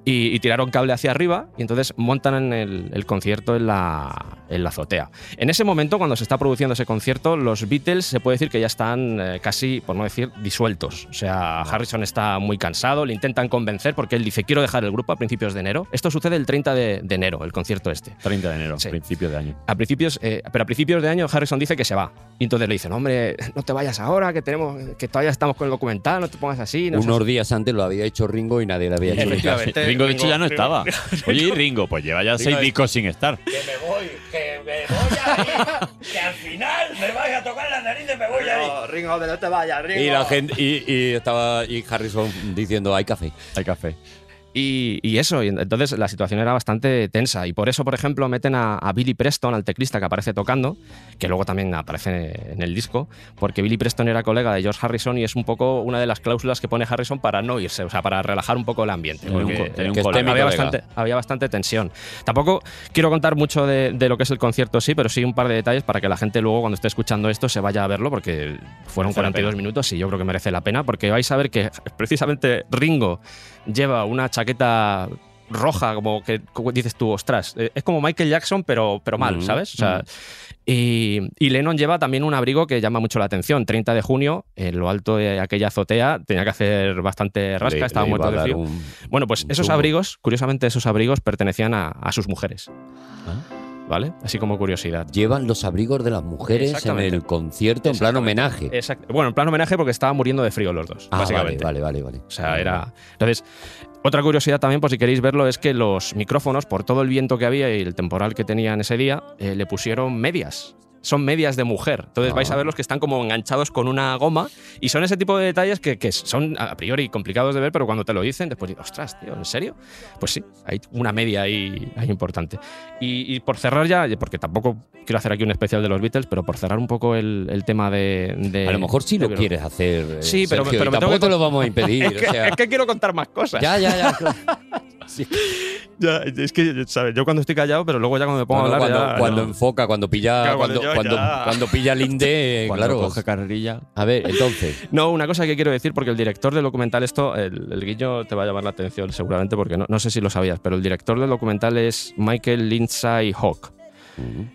Y, y tiraron cable hacia arriba y entonces montan el, el concierto en la, en la azotea. En ese momento, cuando se está produciendo ese concierto, los Beatles se puede decir que ya están eh, casi, por no decir, disueltos. O sea, Harrison está muy cansado, le intentan convencer porque él dice quiero dejar el grupo a principios de enero. Esto sucede el 30 de, de enero, el concierto este.
30 de enero,
Sí.
principio de año.
A principios, eh, pero a principios de año Harrison dice que se va. Y entonces le dicen, hombre, no te vayas ahora, que tenemos, que todavía estamos con el documental, no te pongas así. No seas
Unos días antes lo había hecho Ringo y nadie le había hecho ni caso.
Efectivamente.
Ringo, de hecho, ya no
Ringo-
estaba. Oye, ¿y Ringo, pues lleva ya seis
es-
discos sin estar.
me voy, que me voy a ir, que al final me vais a tocar las narices, me voy a ir.
No, Ringo, no te vayas, Ringo.
Y la gente y, y estaba y Harrison diciendo hay café.
Hay café.
Y, y eso, y entonces la situación era bastante tensa. Y por eso, por ejemplo, meten a, a Billy Preston, al teclista que aparece tocando, que luego también aparece en el disco, porque Billy Preston era colega de George Harrison y es un poco una de las cláusulas que pone Harrison para no irse, o sea, para relajar un poco el ambiente.
Tenía un
porque-
co- tenía un
que
colega.
había,
Mi colega.
bastante, había bastante tensión. Tampoco quiero contar mucho de, de lo que es el concierto, sí, pero sí un par de detalles para que la gente luego, cuando esté escuchando esto, se vaya a verlo, porque fueron
Merece la
42
pena.
minutos y yo creo que merece la pena, porque vais a ver que precisamente Ringo lleva una chaqueta roja, como que como dices tú, ostras, eh, es como Michael Jackson, pero, pero mal,
Mm,
¿sabes? O sea,
mm.
y, y Lennon lleva también un abrigo que llama mucho la atención. 30 de junio, en lo alto de aquella azotea, tenía que hacer bastante rasca,
Le-
estaba
le iba
muerto
a
de
dar
frío.
un-
Bueno, pues
un
esos
chungo.
abrigos, curiosamente esos abrigos pertenecían a, a sus mujeres.
Ah.
¿Vale? Así como curiosidad.
Llevan los abrigos de las mujeres en
Exactamente.
el concierto en plan homenaje.
Exacto. Bueno, en plan homenaje porque estaban muriendo de frío los dos,
Ah, vale,
básicamente.
vale, vale, vale.
O sea, era. Entonces, otra curiosidad también, por si queréis verlo, es que los micrófonos, por todo el viento que había y el temporal que tenían ese día, eh, le pusieron medias. Son medias de mujer. Entonces
Ah.
vais a ver los que están como enganchados con una goma. Y son ese tipo de detalles que, que son a priori complicados de ver, pero cuando te lo dicen, después dices, ostras, tío, ¿en serio? Pues sí, hay una media ahí, ahí importante. Y, y por cerrar ya, porque tampoco quiero hacer aquí un especial de los Beatles, pero por cerrar un poco el, el tema de, de-
A lo mejor sí
de
lo
Beatles.
quieres hacer. eh,
Eh, Sí, pero-
Sergio, y
pero me tengo
tampoco
que
te lo
con-
vamos a impedir.
Es que,
o sea,
es que quiero contar más cosas.
ya, ya, ya. claro.
Ya, es que, ¿sabes? Yo cuando estoy callado, pero luego ya cuando me pongo
No, no,
a hablar.
cuando
ya-
cuando
no.
enfoca, cuando pilla,
Claro,
cuando,
cuando
cuando,
yo ya.
cuando pilla Linde, eh,
Cuando
claro.
coge carrerilla.
A ver, entonces,
No, una cosa que quiero decir, porque el director del documental, esto, el, el guiño te va a llamar la atención seguramente, porque no, no sé si lo sabías, pero el director del documental es Michael Lindsay Hawk,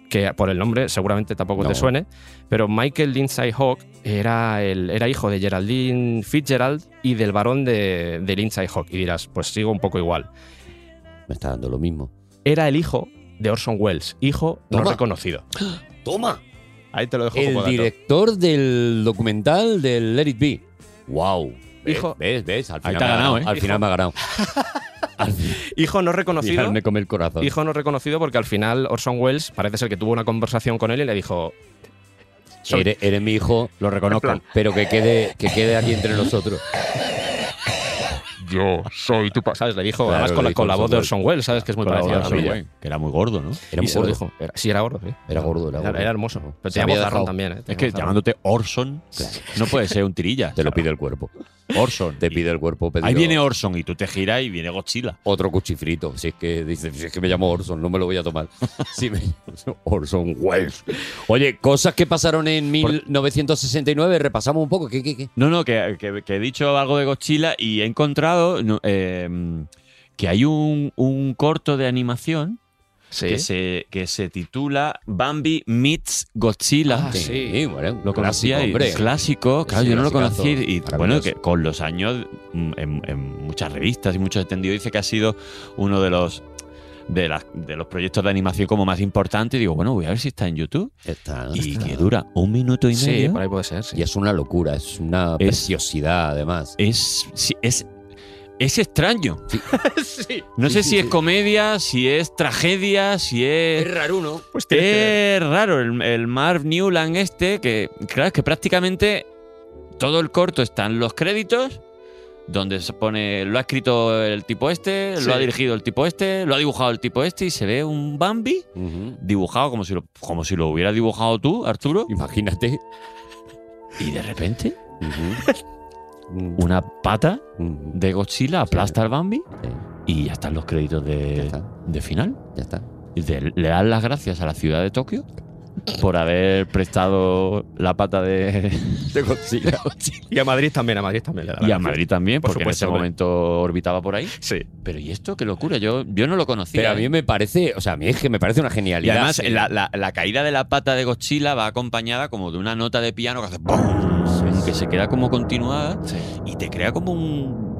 que por el nombre seguramente tampoco
No.
te suene, pero Michael Lindsay Hawk era, el, era hijo de Geraldine Fitzgerald y del varón de, de Lindsay Hawk. Y dirás, pues sigo un poco igual.
me está dando lo mismo.
Era el hijo de Orson Welles, hijo
Toma.
no reconocido.
¡Toma!
Ahí te lo dejo
El
como dato.
director del documental del Let It Be. ¡Wow! ¿Ves?
Hijo-
¿Ves? ¿Ves? Al
Ahí
final,
te ha
me ha
ganado,
ganado,
¿eh?
al final me ha ganado.
Hijo no reconocido.
Fijarme con el corazón.
Hijo no reconocido porque al final Orson Welles parece ser que tuvo una conversación con él y le dijo, soy-
eres, eres mi hijo, lo reconozco, pero que quede, que quede aquí entre nosotros.
yo soy tu papá. ¿Sabes? Le dijo,
Claro,
además con,
le
la,
dijo
con la voz de
Orson
Orson Welles, ¿sabes? Que es muy
Con la
parecida a
voz
la
de
suya.
Orson Welles, Que era muy gordo, ¿no?
Era
Y
muy
se lo
gordo.
dijo. Era- sí, era gordo, sí.
Era gordo, era
Era,
gordo.
era hermoso. Pero
Se
tenía
había
voz
dejado.
arrón también, ¿eh?
Es
Tenía
que
voz arrón.
llamándote Orson no puede ser un tirilla.
Te lo pide el cuerpo.
Orson.
Te pide el cuerpo. Pedro.
Ahí viene Orson y tú te giras y viene Godzilla.
otro cuchifrito. Si es que dice, si es que me llamo Orson, no me lo voy a tomar. Si me- Orson Welles. Oye, cosas que pasaron en 1969, repasamos un poco. ¿Qué, qué, qué?
No, no, que, que- que he dicho algo de Godzilla y he em, encontrado no, eh, que hay un, un corto de animación
Sí.
que, se, que se titula Bambi Meets Godzilla.
Ah, sí. Sí, bueno,
lo
un
conocía
clásico,
y
hombre.
clásico. Claro,
Sí,
yo no lo
clasicazo,
conocí. Y bueno,
maravilloso.
que con los años, mm, en, en muchas revistas y muchos entendidos, dice que ha sido uno de los. De, las- de los proyectos de animación como más importantes, digo, bueno, voy a ver si está en YouTube.
Está-
Y
está-
que dura un minuto y
Sí,
medio.
por ahí puede ser. sí.
Y es una locura, es una
Es-
preciosidad además.
es, sí, es, es extraño.
Sí.
No
Sí,
sé
sí,
si es
sí.
comedia, si es tragedia, si es.
raro, ¿no?
Pues
Eh.
tienes que ver.
Es raro el, el Marv Newland este, que claro, es que prácticamente todo el corto está en los créditos, donde se pone, lo ha escrito el tipo este,
Sí.
lo ha dirigido el tipo este, lo ha dibujado el tipo este, y se ve un Bambi dibujado como si lo, como si lo hubiera dibujado tú, Arturo,
Imagínate.
y de repente una pata de Godzilla aplasta al Bambi
Sí.
y ya están los créditos
Ya
de,
está,
de final.
ya está.
Y de- le dan las gracias a la ciudad de Tokio por haber prestado la pata de.
Y a Madrid también, a Madrid también le da la
y a
gracia.
Madrid también,
Por
porque
supuesto,
en ese
hombre.
momento orbitaba por ahí.
Sí.
Pero ¿y esto? ¡Qué locura! Yo, yo no lo conocía. ¿eh?
Pero a mí me parece, o sea, a mí es que me parece una
y
genialidad.
además,
Sí.
la, la- la caída de la pata de Godzilla va acompañada como de una nota de piano que hace ¡pum! que se queda como continuada y te crea como un.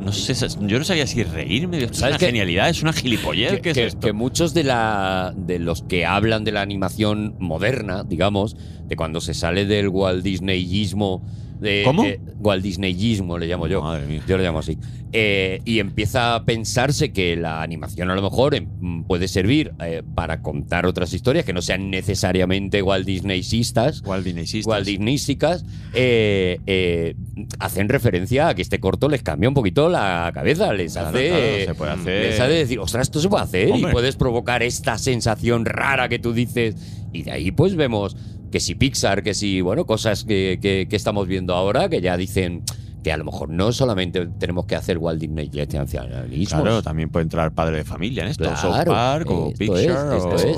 No sé, yo no sabía si reírme. Es
¿Sabes
una
qué?
genialidad, es una gilipollez.
que,
¿Qué es
que-
esto?
que muchos de, la, de los que hablan de la animación moderna, digamos, de cuando se sale del Walt Disneyismo, de,
¿Cómo? Ah,
de- Walt Disneyismo le llamo yo.
Madre mía.
Yo lo llamo así. Eh, y empieza a pensarse que la animación a lo mejor em, puede servir eh, para contar otras historias que no sean necesariamente Walt Disneyistas.
Walt Disney
Walt Disneysicas, eh, eh, hacen referencia a que este corto les cambia un poquito la cabeza, les
Claro,
hace mm,
claro, se puede hacer.
les hace decir, ostras, esto se puede hacer
Eh, Hombre.
y puedes provocar esta sensación rara que tú dices y de ahí pues vemos que si Pixar, que si, bueno, cosas que, que- que estamos viendo ahora que ya dicen que a lo mejor no solamente tenemos que hacer Walt Disney este Internacionalismo.
Claro, también puede entrar padre de familia en esto.
Claro,
South Park o
esto es,
Picture
esto
o-
es,
que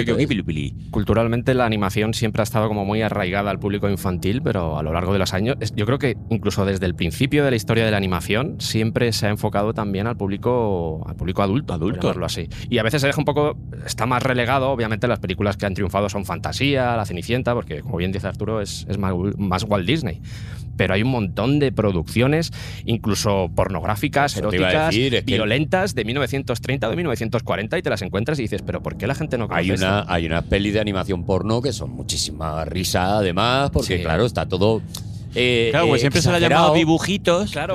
esto
yo-
es. Eh,
pili, pili.
Culturalmente la animación siempre ha estado como muy arraigada al público infantil, pero a lo largo de los años, es- yo creo que incluso desde el principio de la historia de la animación siempre se ha enfocado también al público al público adulto,
Adulto.
por llamarlo así. Y a veces se deja un poco está más relegado, obviamente las películas que han triunfado son Fantasía, La Cenicienta, porque como bien dice Arturo es, es más, más Walt Disney. Pero hay un montón de producciones, incluso pornográficas,
Eso te iba a
eróticas,
decir, es que-
violentas, de 1930 o de 1940, y te las encuentras y dices, pero ¿por qué la gente no conoce
Hay
esto?".
una, hay una peli de animación porno que son muchísima risa, además, porque
Sí.
claro, está todo. eh,
Claro, pues
eh,
siempre se le ha
exagerado.
llamado dibujitos.
Claro,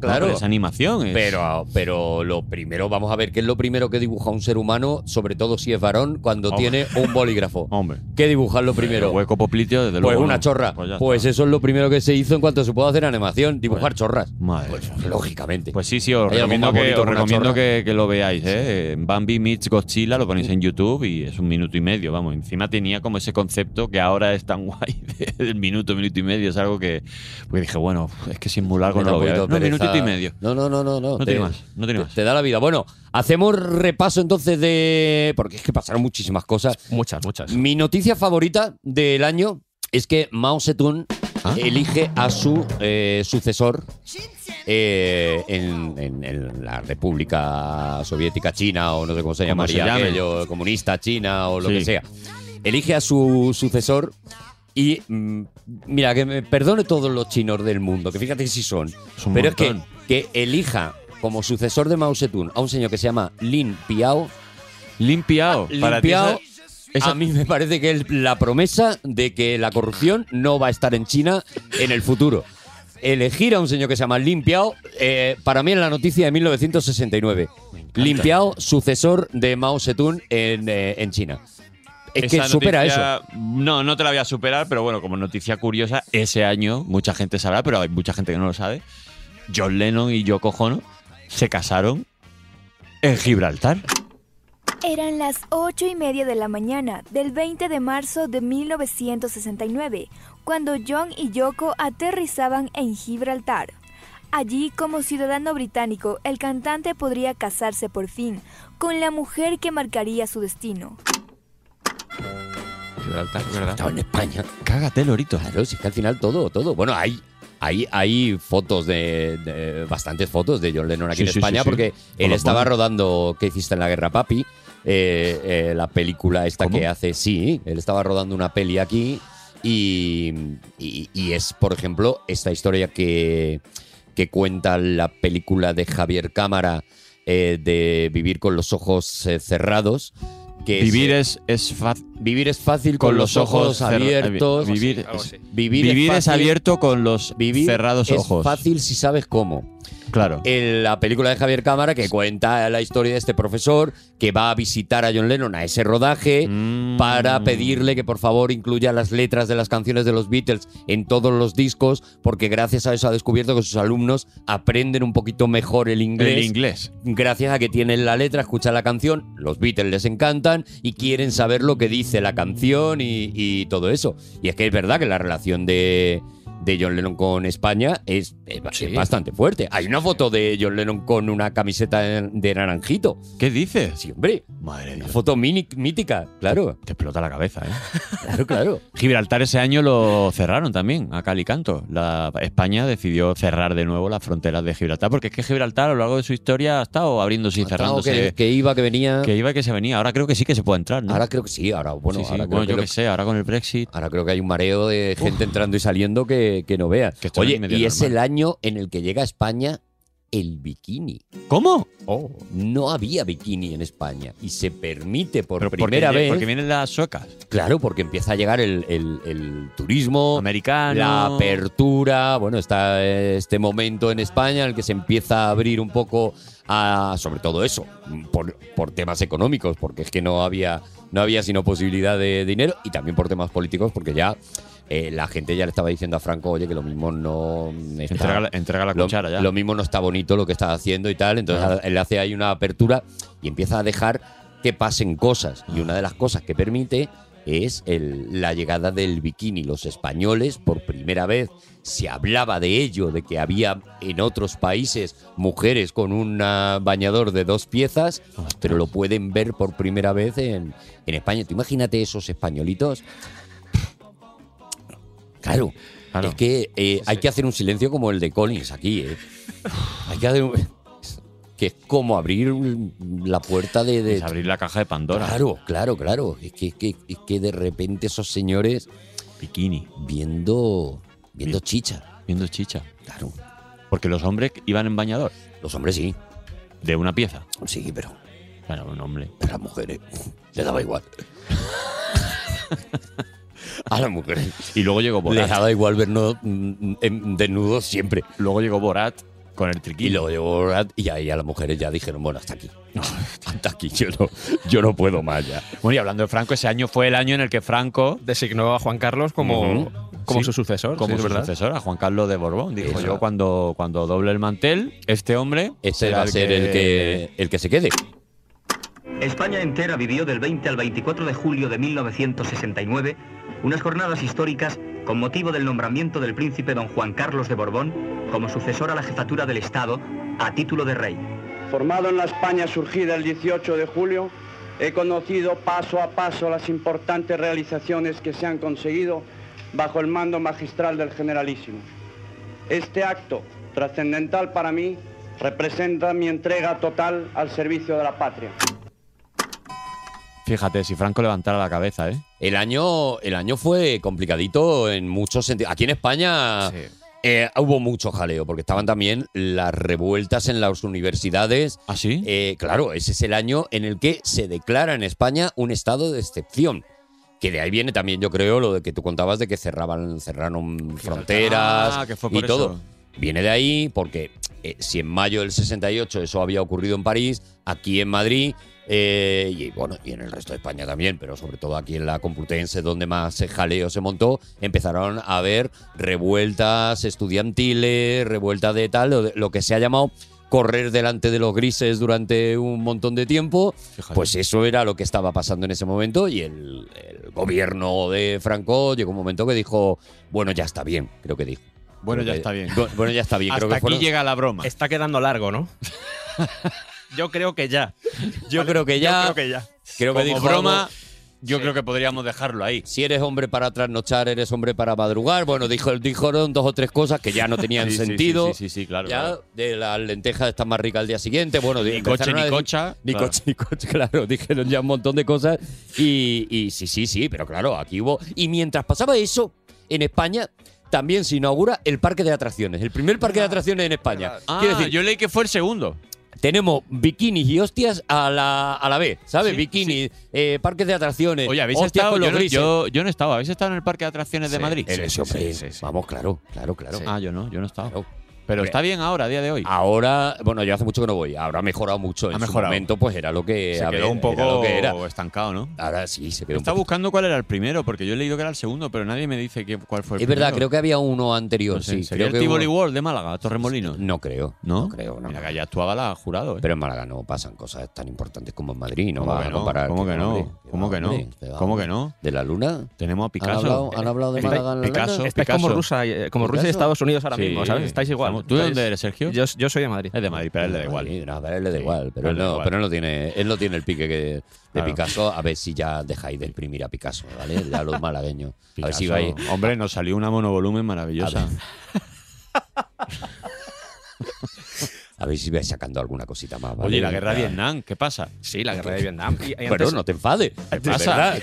claro.
pero es animación. es-
pero, ah, pero lo primero, vamos a ver qué es lo primero que dibuja un ser humano, sobre todo si es varón, cuando tiene un bolígrafo.
Hombre.
¿Qué dibujar lo
Pero
primero?
Oh. hueco popliteo, desde
Pues
luego.
una
no.
chorra.
Pues, ya
Pues
está.
eso es lo primero que se hizo en cuanto se pudo hacer animación, dibujar chorras.
Madre.
Pues lógicamente.
Pues sí, sí, os
Hay algo
recomiendo,
más
que,
bonito
os
que una
recomiendo
chorra.
que, que lo veáis. ¿eh? Bambi meets Godzilla, lo ponéis en YouTube y es un minuto y medio, vamos. Encima tenía como ese concepto que ahora es tan guay del minuto, minuto y medio. Es algo que porque dije, bueno, es que si es muy largo
Me
no
da
lo
un
veo.
poquito
No,
pereza.
minutito y medio.
No, no, no, no. No,
No tiene más, no tiene
te-
más.
Te da la vida. Bueno, hacemos repaso entonces de. Porque es que pasaron muchísimas cosas.
Muchas, muchas.
Mi noticia favorita del año es que Mao Zedong
Ah.
elige a su eh, sucesor eh, en, en- en la República Soviética China o no sé cómo se
Como se
llamaría
llame.
aquello, comunista China o lo
Sí.
que sea. Elige a su sucesor y mm, mira, que me perdone todos los chinos del mundo, que fíjate si son,
Es un
pero
montón.
es que, que elija como sucesor de Mao Zedong a un señor que se llama Lin Piao
Limpiado. Para ti
limpiado.
esa-
a mí me parece que es la promesa de que la corrupción no va a estar en China en el futuro. Elegir a un señor que se llama Limpiao, eh, para mí es la noticia de 1969. Limpiao, sucesor de Mao Zedong en, eh, en China. Es que
esa
supera eso.
noticia- No, no te la voy a superar, pero bueno, como noticia curiosa, ese año, mucha gente sabrá, pero hay mucha gente que no lo sabe, John Lennon y Yoko Ono se casaron en Gibraltar.
Eran las ocho y media de la mañana del 20 de marzo de 1969, cuando John y Yoko aterrizaban en Gibraltar. Allí, como ciudadano británico, el cantante podría casarse por fin con la mujer que marcaría su destino.
Gibraltar, ¿verdad?
Estaba en España.
Cágate, Lorito.
Claro, si es que al final todo, todo. Bueno, hay Hay, hay fotos de, de- bastantes fotos de John Lennon
Sí,
aquí en
sí, sí,
España
sí.
porque él
Hola,
estaba
Juan.
rodando ¿Qué hiciste en la guerra, papi? Eh, eh, la película esta que hace, sí, él estaba rodando una peli aquí y, y- y es, por ejemplo, esta historia que, que cuenta la película de Javier Cámara eh, de Vivir con los ojos eh, cerrados. Que
Vivir
es, eh,
es, es fácil.
Vivir es fácil con, los ojos,
cerra- eh,
abiertos.
Vivir,
Algo así.
es,
Vivir es
vivir es
fácil.
abierto con los
Vivir
cerrados
es
ojos.
fácil si sabes cómo.
Claro.
En la película de Javier Cámara que cuenta la historia de este profesor que va a visitar a John Lennon a ese rodaje
Mm.
para pedirle que por favor incluya las letras de las canciones de los Beatles en todos los discos porque gracias a eso ha descubierto que sus alumnos aprenden un poquito mejor el inglés.
El inglés.
Gracias a que tienen la letra, escuchan la canción, los Beatles les encantan y quieren saber lo que dice la canción y, y todo eso. Y es que es verdad que la relación de, de John Lennon con España es, es ba- es bastante fuerte. Hay una foto de John Lennon con una camiseta de, de naranjito.
¿Qué dices?
Sí, hombre.
Madre
Una foto mini- mítica, claro.
Te explota la cabeza, ¿eh?
Claro, claro.
Gibraltar ese año lo cerraron también, a cal y canto. La, España decidió cerrar de nuevo las fronteras de Gibraltar, porque es que Gibraltar a lo largo de su historia ha estado abriéndose y
Claro,
cerrándose.
que, que iba, que venía.
Que iba y que se venía. Ahora creo que sí que se puede entrar, ¿no?
Ahora creo que sí, ahora, bueno,
Sí, sí,
ahora creo
bueno,
que
yo
lo-
qué sé, ahora con el Brexit.
Ahora creo que hay un mareo de gente entrando y saliendo que, que no veas.
esto no
Oye,
es medio
y es
normal.
el año en el que llega a España el bikini.
¿Cómo?
No había bikini en España y se permite por
Pero porque
primera
lle-
vez.
Porque vienen las suecas.
Claro, porque empieza a llegar el, el- el turismo
Americano.
la apertura. Bueno, está eh, este momento en España en el que se empieza a abrir un poco a, sobre todo eso, por, por temas económicos, porque es que no había, no había sino posibilidad de dinero y también por temas políticos, porque ya. eh, la gente ya le estaba diciendo a Franco, oye, que lo mismo no. está-
Entrega la- entrega la
lo-
cuchara ya.
Lo mismo no está bonito lo que está haciendo y tal. Entonces
Ah.
él hace ahí una apertura y empieza a dejar que pasen cosas. Y una de las cosas que permite es el- la llegada del bikini. Los españoles, por primera vez, se hablaba de ello, de que había en otros países mujeres con un ah, bañador de dos piezas, pero lo pueden ver por primera vez en, en España. Tú imagínate esos españolitos. Claro. Es que eh, hay que hacer un silencio como el de Collins aquí. ¿eh? Hay que hacer un- Que es como abrir un- la puerta de. de-
Es abrir la caja de Pandora.
Claro, claro, claro. Es que, es que- es que de repente esos señores.
Bikini.
Viendo. Viendo chicha.
Viendo chicha.
Claro.
Porque los hombres iban en bañador.
Los hombres sí.
De una pieza.
Sí, pero.
Bueno, un hombre.
Pero a las mujeres. Le daba igual. a las mujeres.
Y luego llegó
Les
Borat.
daba igual vernos mm, en- desnudos siempre.
Luego llegó Borat con el
Y
triquillo.
luego llegó Borat y ahí a las mujeres ya dijeron, bueno, hasta aquí. hasta aquí, yo no, yo no puedo más ya.
Bueno, y hablando de Franco, ese año fue el año en el que Franco
Designó a Juan Carlos como,
Ujú.
como
Sí.
su sucesor.
como
sí, es
su
verdad.
sucesor, a Juan Carlos de Borbón. Dijo
Eso.
yo cuando, cuando doble el mantel, este hombre
Este
será
va a ser el que, el que se quede.
España entera vivió del 20 al 24 de julio de 1969 unas jornadas históricas con motivo del nombramiento del príncipe don Juan Carlos de Borbón como sucesor a la jefatura del Estado a título de rey.
Formado en la España surgida el 18 de julio, he conocido paso a paso las importantes realizaciones que se han conseguido bajo el mando magistral del generalísimo. Este acto, trascendental para mí, representa mi entrega total al servicio de la patria.
Fíjate, si Franco levantara la cabeza, ¿eh?
El año, el año fue complicadito en muchos sentidos. Aquí en España eh, hubo mucho jaleo, porque estaban también las revueltas en las universidades.
¿Ah, sí?
Eh, claro, ese es el año en el que se declara en España un estado de excepción. Que de ahí viene también, yo creo, lo de que tú contabas de que cerraban, cerraron fronteras
Ah, que fue
y
por
todo.
eso.
Viene de ahí porque eh, si en mayo del 68 eso había ocurrido en París, aquí en Madrid eh, y bueno, y en el resto de España también, pero sobre todo aquí en la Complutense, donde más eh, jaleo se montó, empezaron a haber revueltas estudiantiles, revueltas de tal, lo, de- lo que se ha llamado correr delante de los grises durante un montón de tiempo, pues eso era lo que estaba pasando en ese momento y el, el gobierno de Franco llegó un momento que dijo, bueno, ya está bien, creo que dijo.
Bueno,
Creo
ya
que-
está bien.
Bu- Eh, Bueno, ya está bien. creo
Hasta
que
aquí
fueron-
llega la broma.
Está quedando largo, ¿no? Yo creo que ya.
Yo creo que ya.
Creo que ya.
Creo que
Como
dijo
broma,
algo-
Yo creo que podríamos dejarlo ahí.
Si eres hombre para trasnochar, eres hombre para madrugar. Bueno, dijo, dijeron dos o tres cosas que ya no tenían
Sí, sí,
sentido.
sí, sí, sí, sí, claro,
Ya
claro.
de las lentejas están más ricas al día siguiente. Bueno,
Ni coche, ni cocha,
Ni
claro.
coche, ni coche, claro. Dijeron ya un montón de cosas. Y, y sí, sí, sí, pero claro, aquí hubo. Y mientras pasaba eso, en España. También se inaugura el parque de atracciones, el primer parque de atracciones en España.
Ah,
Quiero decir,
yo leí que fue el segundo.
tenemos bikinis y hostias a la, a la vez, ¿sabes? bikinis, eh, parques de atracciones.
Oye, habéis
hostias
estado.
con los
Yo no,
grises.
yo- yo no he estado. ¿Habéis estado en el parque de atracciones de
Sí,
Madrid?
en eso, hombre. Vamos, claro, claro, claro. Ah,
Ah, yo no, yo no he estado.
Pero
está bien ahora, a día de hoy.
Ahora, bueno, yo hace mucho que no voy. Ahora ha mejorado mucho. En
mejorado.
su momento, pues era lo que
Se
a
quedó
ver,
un poco
era lo que era.
estancado, ¿no?
Ahora sí, se quedó un
Está
poco.
buscando cuál era el primero, porque yo he leído que era el segundo, pero nadie me dice que- cuál fue el
Es
primero.
verdad, creo que había uno anterior,
No sé,
sí. creo
¿sería el
que
Tivoli
hubo-
World de Málaga, Torremolinos?
No creo.
¿No?
creo, no.
Mira, que allá actuaba la jurado, ¿eh?
Pero en Málaga no pasan cosas tan importantes como en Madrid, no
¿Cómo
vas
que
a
no?
comparar. este
¿Cómo que no?
hombre,
¿Cómo
va,
que no?
hombre, va,
¿Cómo
hombre.
que no?
¿De la luna?
Tenemos a Picasso.
hablado- han hablado de
Pi-
Málaga en la
Picasso,
luna?
Estáis
Picasso.
como, Rusia, eh, como Rusia y
¿Picasso?
Estados Unidos ahora
Sí.
mismo, ¿sabes? Estáis igual.
Estamos- ¿Tú de
Estáis-
dónde eres, Sergio?
Yo, yo soy de Madrid.
Es de Madrid, pero a él le da igual.
Madrid, no, a ver, él le da
Sí,
igual, pero,
a
él
él le da
no,
igual.
pero él no tiene, él no tiene el pique que, de
Claro.
Picasso. A ver si ya dejáis de exprimir a Picasso, ¿vale? Ya los malagueños. A ver si vais.
Picasso. Hombre, nos salió una monovolumen maravillosa.
A ver si vais sacando alguna cosita más. ¿vale?
Oye, la guerra de
Ya.
Vietnam, ¿qué pasa?
Sí, la guerra de Vietnam. Y- y
Pero
antes-
no te enfades.
¿Qué
de
pasa?
verdad.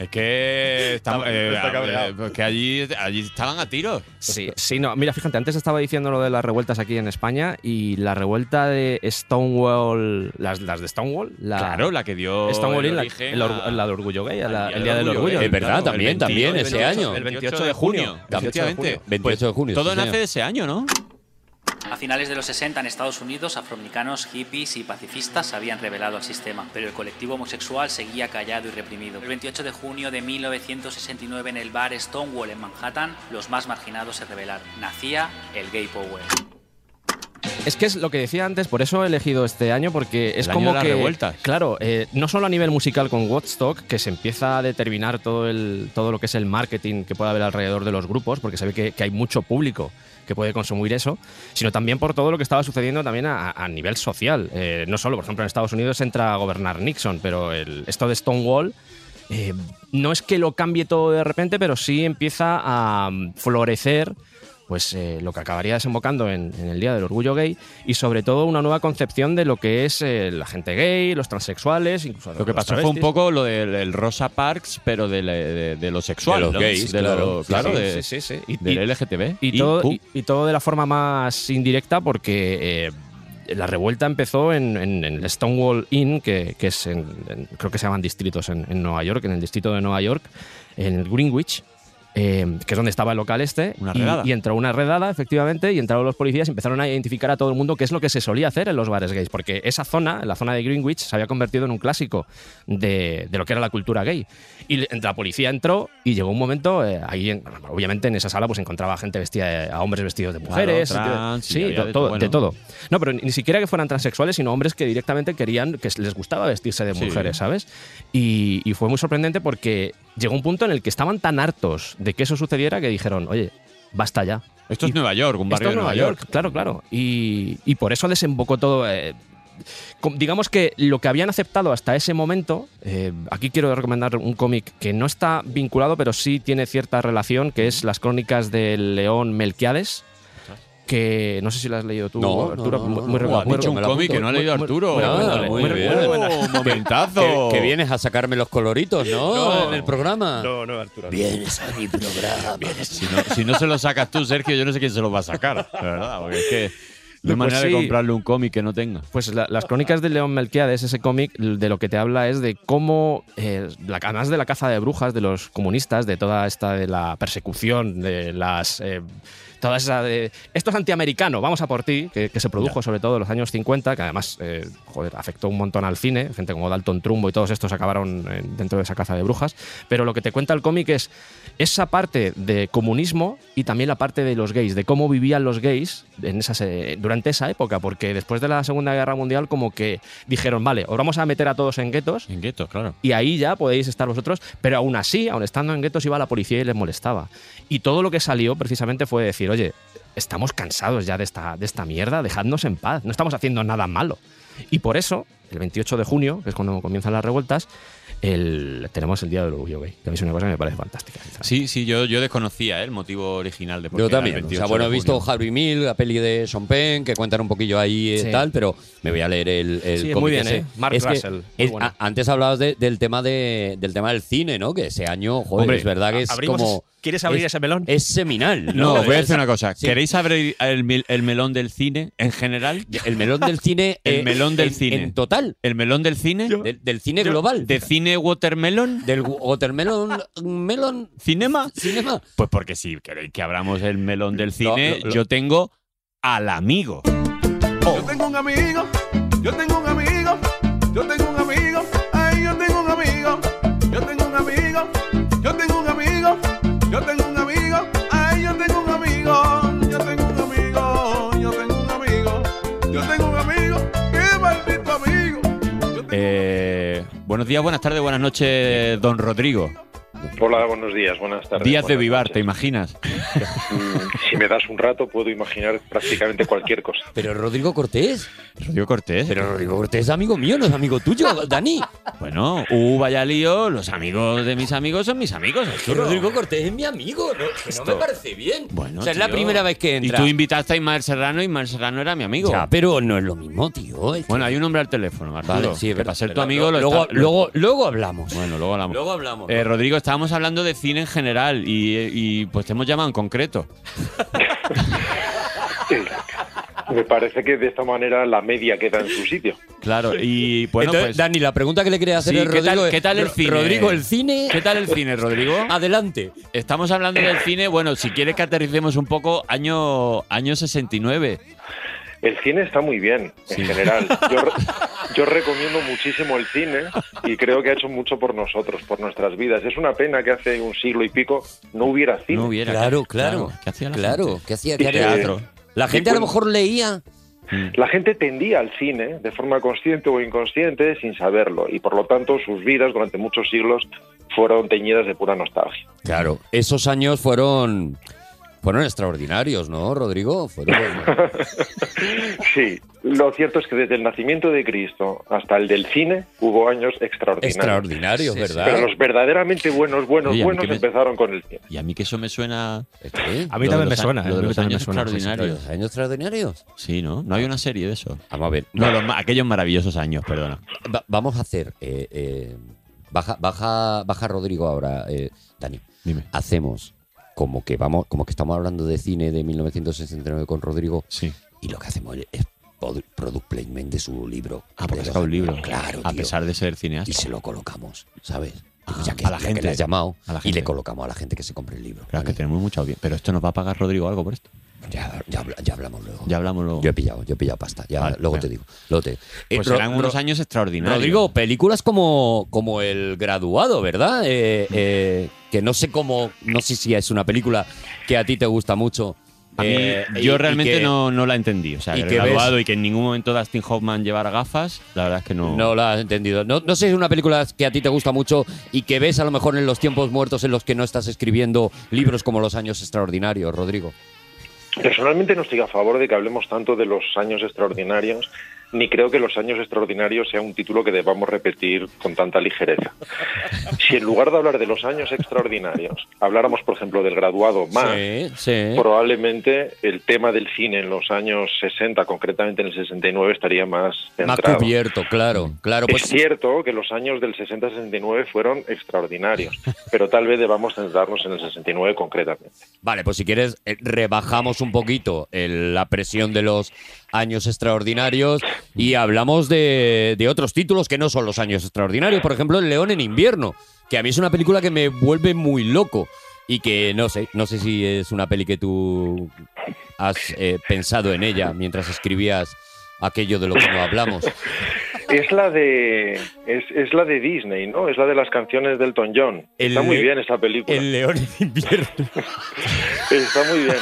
Es que, estamos- eh,
Está cabreado.
eh, porque allí, allí estaban a tiros.
Sí, sí, no. Mira, fíjate, antes estaba diciendo lo de las revueltas aquí en España y la revuelta de Stonewall, las, las de Stonewall, la,
claro, la que dio
Stonewall
el
Inn, la,
origen
el or-
a-
la de orgullo gay, a la-
al
el día del orgullo.
Es verdad,
claro, el
también,
28,
también,
el
ese
28,
año.
El 28 de junio.
Efectivamente.
28 de junio,
Todo
sí,
nace
señor.
de ese año, ¿no?
A finales de los 60 en Estados Unidos, afroamericanos, hippies y pacifistas se habían revelado al sistema, pero el colectivo homosexual seguía callado y reprimido. El 28 de junio de 1969 en el bar Stonewall en Manhattan, los más marginados se rebelaron. Nacía el Gay Power.
Es que es lo que decía antes, por eso he elegido este año, porque es
El año
como
de las
que.
revueltas.
Claro, eh, no solo a nivel musical con Woodstock, que se empieza a determinar todo, el, todo lo que es el marketing que puede haber alrededor de los grupos, porque se ve que, que hay mucho público que puede consumir eso, sino también por todo lo que estaba sucediendo también a, a nivel social. Eh, no solo, por ejemplo, en Estados Unidos entra a gobernar Nixon, pero el, esto de Stonewall eh, no es que lo cambie todo de repente, pero sí empieza a mm, florecer pues eh, lo que acabaría desembocando en, en el Día del Orgullo Gay y sobre todo una nueva concepción de lo que es eh, la gente gay, los transexuales, incluso
Lo que
los
pasó fue un
travestis.
poco lo del del Rosa Parks, pero de, la- de- de lo sexual.
los
¿no?
gays,
De
claro.
lo- claro.
Sí,
sí,
de-
sí, sí. Y-
del
y-
LGTB.
y, todo, y, y todo de la forma más indirecta porque eh, la revuelta empezó en, en- en el Stonewall Inn, que, que es en, en- creo que se llaman distritos en, en Nueva York, en el distrito de Nueva York, en el Greenwich. eh, que es donde estaba el local este,
Una
y-
redada.
y, entró una redada, efectivamente, y entraron los policías y empezaron a identificar a todo el mundo qué es lo que se solía hacer en los bares gays, porque esa zona, la zona de Greenwich, se había convertido en un clásico de, de lo que era la cultura gay. Y le- la policía entró y llegó un momento, eh, ahí, en- obviamente en esa sala pues encontraba gente vestida, de- a hombres vestidos de mujeres,
Claro, trans, y
sí,
había
to-
de
todo-
todo,
de
bueno.
todo. No, pero ni- ni siquiera que fueran transexuales, sino hombres que directamente querían, que les gustaba vestirse de
Sí.
mujeres, ¿sabes? Y, y fue muy sorprendente porque llegó un punto en el que estaban tan hartos de que eso sucediera que dijeron, oye, basta ya.
Esto es
Y-
Nueva York, un
esto
barrio
es
de Nueva York.
Claro, claro. Y, y por eso desembocó todo. eh, com- digamos que lo que habían aceptado hasta ese momento, eh, aquí quiero recomendar un cómic que no está vinculado, pero sí tiene cierta relación, que es Las Crónicas del León Melquiades. Que no sé si lo has leído tú,
No, no,
Arturo.
no,
muy-
no,
muy
no.
recom-
Oh, has
muy
dicho un
recom- me lo
cómic que
apunto.
no ha leído
Muy- muy-
Arturo.
muy
Ah,
recomendable,
muy
muy
bien.
recomendable.
¡Oh, momentazo!
Que, que vienes a sacarme los coloritos, ¿no?
No.
En el programa.
No, no, Arturo.
Vienes a mi programa.
Ah. Si no, si no se lo sacas tú, Sergio, yo no sé quién se lo va a sacar. La verdad, porque es que no hay
Pues
manera de
sí.
comprarle un cómic que no tenga.
Pues la- las crónicas de León Melquiades, ese cómic, de lo que te habla es de cómo, eh, la- además de la caza de brujas, de los comunistas, de toda esta de la persecución, de las. eh, toda esa de. Esto es antiamericano, vamos a por ti, que, que se produjo sobre todo en los años 50, que además, eh, joder, afectó un montón al cine. Gente como Dalton Trumbo y todos estos acabaron eh, dentro de esa caza de brujas. Pero lo que te cuenta el cómic es esa parte de comunismo y también la parte de los gays, de cómo vivían los gays en esas, eh, durante esa época, porque después de la Segunda Guerra Mundial como que dijeron, vale, os vamos a meter a todos en guetos
En guetos, claro.
y ahí ya podéis estar vosotros, pero aún así, aún estando en guetos, iba la policía y les molestaba. Y todo lo que salió precisamente fue decir, oye, estamos cansados ya de esta, de esta mierda, dejadnos en paz, no estamos haciendo nada malo. Y por eso, el 28 de junio, que es cuando comienzan las revueltas, el- tenemos el Día del Orgullo Gay, que a mí es una cosa que me parece fantástica.
Sí, sí, yo, yo desconocía ¿eh? el motivo original de por
Yo
qué era el
también. O sea,
28
bueno, he
de
visto
junio.
Harvey Mill, la peli de Sean Penn, que cuentan un poquillo ahí y
Sí.
tal, pero me voy a leer el, el
Sí,
cómic
muy bien,
ese.
¿eh? Mark
que
Russell, muy
es-
bueno.
a- antes hablabas de- del, tema de, del tema del cine, ¿no? Que ese año, joder,
Hombre,
es verdad que es
abrimos
como...
es- ¿quieres abrir
es-
ese melón?
Es seminal.
No, os voy a
Es-
decir una cosa.
sí.
¿Queréis abrir el, mil- el melón del cine en general?
El melón del cine. eh,
el melón del
en-
cine.
en total.
El melón del cine.
del, del cine global.
¿De cine watermelon?
Del gu- watermelon. melon.
¿Cinema?
¿Cinema?
Pues porque si queréis que abramos el melón del cine,
lo- lo-
yo tengo al amigo.
Yo tengo un amigo, yo tengo un amigo, yo tengo un amigo, ay, yo tengo un amigo, yo tengo un amigo, yo tengo un amigo, yo tengo un amigo, ay, yo tengo un amigo, yo tengo un amigo, yo tengo un amigo, yo tengo un amigo, qué maldito amigo.
Eh, buenos días, buenas tardes, buenas noches, don Rodrigo.
Hola, buenos días, buenas tardes.
Días de
buenas
Vivar, ¿te imaginas?
noches. Mm, Si me das un rato, puedo imaginar prácticamente cualquier cosa.
Pero Rodrigo Cortés.
Rodrigo Cortés.
Pero Rodrigo Cortés es amigo mío, no es amigo tuyo, Dani.
Bueno, uh, vaya lío, los amigos de mis amigos son mis amigos. Arturo.
Rodrigo Cortés es mi amigo, no, que no me
Esto-
parece bien.
Bueno,
o sea, es la
tío.
primera vez que entra.
Y tú invitaste a Ismael Serrano y Ismael Serrano era mi amigo.
Ya, pero no es lo mismo, tío.
Bueno, hay un hombre al teléfono, Arturo.
Vale, sí, es
que
verdad,
para ser tu
verdad.
amigo lo
Luego-
está-
luego- luego hablamos.
Bueno, luego hablamos.
Luego hablamos.
Eh, Rodrigo, estábamos hablando de cine en general y, eh, y, pues te hemos llamado en concreto.
Me parece que de esta manera la media queda en su sitio.
Claro, y bueno,
Entonces,
pues-
Dani, la pregunta que le quería hacer
Sí,
es
¿qué tal-
Rodrigo,
¿qué tal el
Ro-
cine?
Rodrigo, el cine.
¿Qué tal el cine, Rodrigo?
Adelante.
Estamos hablando del cine, bueno, si quieres que aterricemos un poco, año, año 69.
El cine está muy bien, en general. Yo, re- yo recomiendo muchísimo el cine y creo que ha hecho mucho por nosotros, por nuestras vidas. Es una pena que hace un siglo y pico no hubiera cine.
No hubiera.
Claro, claro.
¿Qué hacía la
claro,
gente?
¿qué hacía?
Y
¿Qué haría?
teatro.
La
Y
gente a lo
cuen-
mejor leía.
La gente tendía al cine de forma consciente o inconsciente sin saberlo y por lo tanto sus vidas durante muchos siglos fueron teñidas de pura nostalgia.
Claro, esos años fueron fueron extraordinarios, ¿no, Rodrigo? Fueron-
Sí, lo cierto es que desde el nacimiento de Cristo hasta el del cine hubo años extraordinarios.
Extraordinarios, Sí, sí. ¿verdad?
Pero los verdaderamente buenos, buenos,
Oye, ¿a mí
buenos
qué me-
empezaron con el cine.
Y a mí que eso me suena...
A mí
Lo de
también me
los a-
suena, ¿eh?
Lo
A
de
mí
los
también
años
me suena, sí,
Ah, extraordinarios.
¿Los ¿Eh, años extraordinarios?
Sí, ¿no? No hay una serie de eso.
Vamos a ver.
No, los ma- aquellos maravillosos años, perdona.
Va- vamos a hacer. eh, eh, baja, baja, baja Rodrigo ahora, eh, Dani.
Dime.
Hacemos como que vamos, como que estamos hablando de cine de 1969 con Rodrigo.
Sí.
Y lo que hacemos es pod- product placement de su libro.
Ah, porque
De
ha
los-
sacado un libro.
Claro.
A
tío.
pesar de ser cineasta.
Y se lo colocamos, ¿sabes? ya que,
a la
ya que
gente.
le has llamado
A la
y
gente.
le colocamos a la gente que se compre el libro.
Claro, que tenemos mucha audiencia. Pero esto nos va a pagar Rodrigo algo por esto.
Ya, ya habla- ya hablamos luego.
Ya hablamos luego.
Yo he pillado, yo he pillado pasta. Ya,
Vale,
luego
venga.
te digo. luego te- Eh,
Pues
Ro-
serán unos
Ro-
años extraordinarios.
Rodrigo, películas como, como El Graduado, ¿verdad? Eh, eh, que no sé cómo, no sé si es una película que a ti te gusta mucho.
A mí,
Eh,
yo
y- y
realmente
que-
no, no la entendí. O sea,
y
el
que ves-
graduado y que en ningún momento Dustin Hoffman llevara gafas, la verdad es que no.
No la has entendido. No, no sé si es una película que a ti te gusta mucho y que ves a lo mejor en los tiempos muertos en los que no estás escribiendo libros como Los Años Extraordinarios, Rodrigo.
Personalmente no estoy a favor de que hablemos tanto de los años extraordinarios, ni creo que los años extraordinarios sea un título que debamos repetir con tanta ligereza. Si en lugar de hablar de los años extraordinarios, habláramos, por ejemplo, del graduado más,
Sí, sí.
probablemente el tema del cine en los años 60, concretamente en el 69, estaría más
Más
centrado.
cubierto, claro, claro. Pues,
es cierto que los años del 60-69 fueron extraordinarios, pero tal vez debamos centrarnos en el 69 concretamente.
Vale, pues si quieres, eh, rebajamos un poquito el- la presión de los años extraordinarios y hablamos de, de otros títulos que no son los años extraordinarios. Por ejemplo, El León en invierno, que a mí es una película que me vuelve muy loco y que no sé, no sé si es una peli que tú has eh, pensado en ella mientras escribías aquello de lo que no hablamos.
Es la de es, es la de Disney, ¿no? Es la de las canciones del Elton John.
El
Está muy
le-
bien esa película.
El León en invierno.
Está muy bien.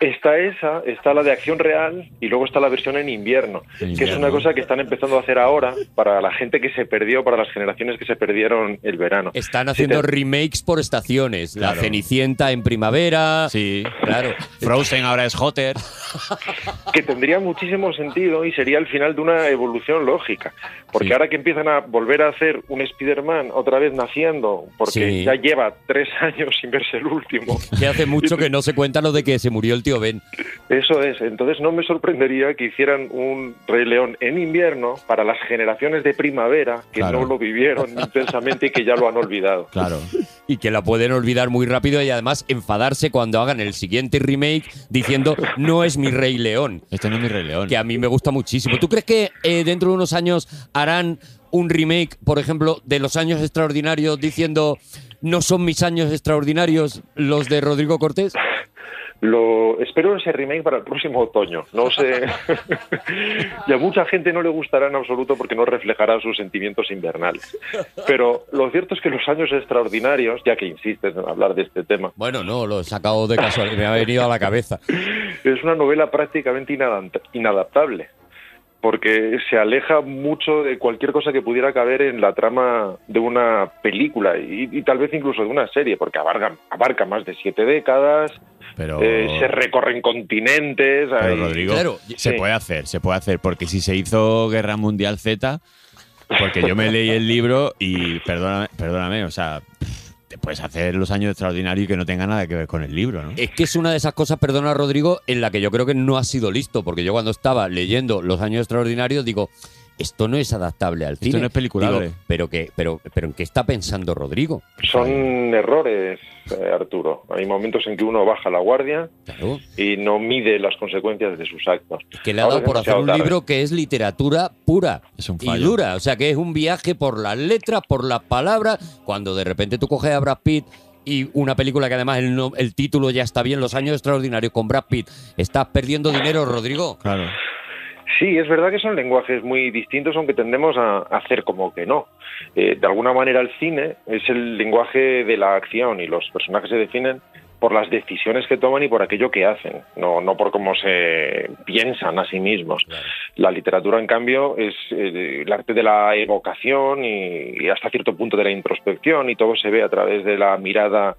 Está esa, está la de acción real y luego está la versión en invierno, que es
invierno.
una cosa que están empezando a hacer ahora para la gente que se perdió, para las generaciones que se perdieron el verano.
Están haciendo remakes por estaciones. La
Claro.
Cenicienta en primavera.
Sí.
Claro.
Frozen ahora es Hotter.
que tendría muchísimo sentido y sería el final de una evolución lógica. Porque ahora que empiezan a volver a hacer un Spider-Man otra vez naciendo, porque
Sí.
ya lleva tres años sin verse el último,
Que hace mucho que no se cuenta lo de que se murió el tío Ben.
eso es. Entonces no me sorprendería que hicieran un Rey León en invierno para las generaciones de primavera que
Claro.
no lo vivieron intensamente y que ya lo han olvidado.
Claro. Y que la pueden olvidar muy rápido y además enfadarse cuando hagan el siguiente remake diciendo no es mi Rey León.
Este no es mi Rey León.
Que a mí me gusta muchísimo. ¿Tú crees que eh, dentro de unos años harán un remake, por ejemplo, de los años extraordinarios diciendo no son mis años extraordinarios los de Rodrigo Cortés?
Lo espero ese remake para el próximo otoño. No sé. y a mucha gente no le gustará en absoluto porque no reflejará sus sentimientos invernales. Pero lo cierto es que los años extraordinarios, ya que insistes en hablar de este tema,
Bueno, no, lo he sacado de casualidad, me ha venido a la cabeza.
es una novela prácticamente inadant- inadaptable porque se aleja mucho de cualquier cosa que pudiera caber en la trama de una película y, y tal vez incluso de una serie, porque abarca, abarca más de siete décadas,
Pero-
eh, se recorren continentes.
Oh. Pero
hay-
Rodrigo, se
Sí.
puede hacer, se puede hacer, porque si se hizo Guerra Mundial Z, porque yo me leí el libro y perdóname, perdóname, o sea, pff, te puedes hacer los años extraordinarios y que no tenga nada que ver con el libro, ¿no?
Es que es una de esas cosas, perdona Rodrigo, en la que yo creo que no ha sido listo, porque yo cuando estaba leyendo Los Años Extraordinarios digo, esto no es adaptable al cine.
no es peliculable.
Digo, pero, que, pero, pero ¿en qué está pensando Rodrigo?
Son errores, eh, Arturo. Hay momentos en que uno baja la guardia y no mide las consecuencias de sus actos.
Que le ha dado
Ahora es
por hacer
demasiado
un
tarde.
libro que es literatura pura y
fallo.
dura. O sea, que es un viaje por las letras, por las palabras. Cuando de repente tú coges a Brad Pitt y una película que además el, no- el título ya está bien, Los Años Extraordinarios con Brad Pitt, estás perdiendo dinero, Rodrigo.
Claro.
Sí, es verdad que son lenguajes muy distintos, aunque tendemos a a hacer como que no. Eh, de alguna manera el cine es el lenguaje de la acción y los personajes se definen por las decisiones que toman y por aquello que hacen, no, no por cómo se piensan a sí mismos. La literatura, en cambio, es eh, el arte de la evocación y, y hasta cierto punto de la introspección y todo se ve a través de la mirada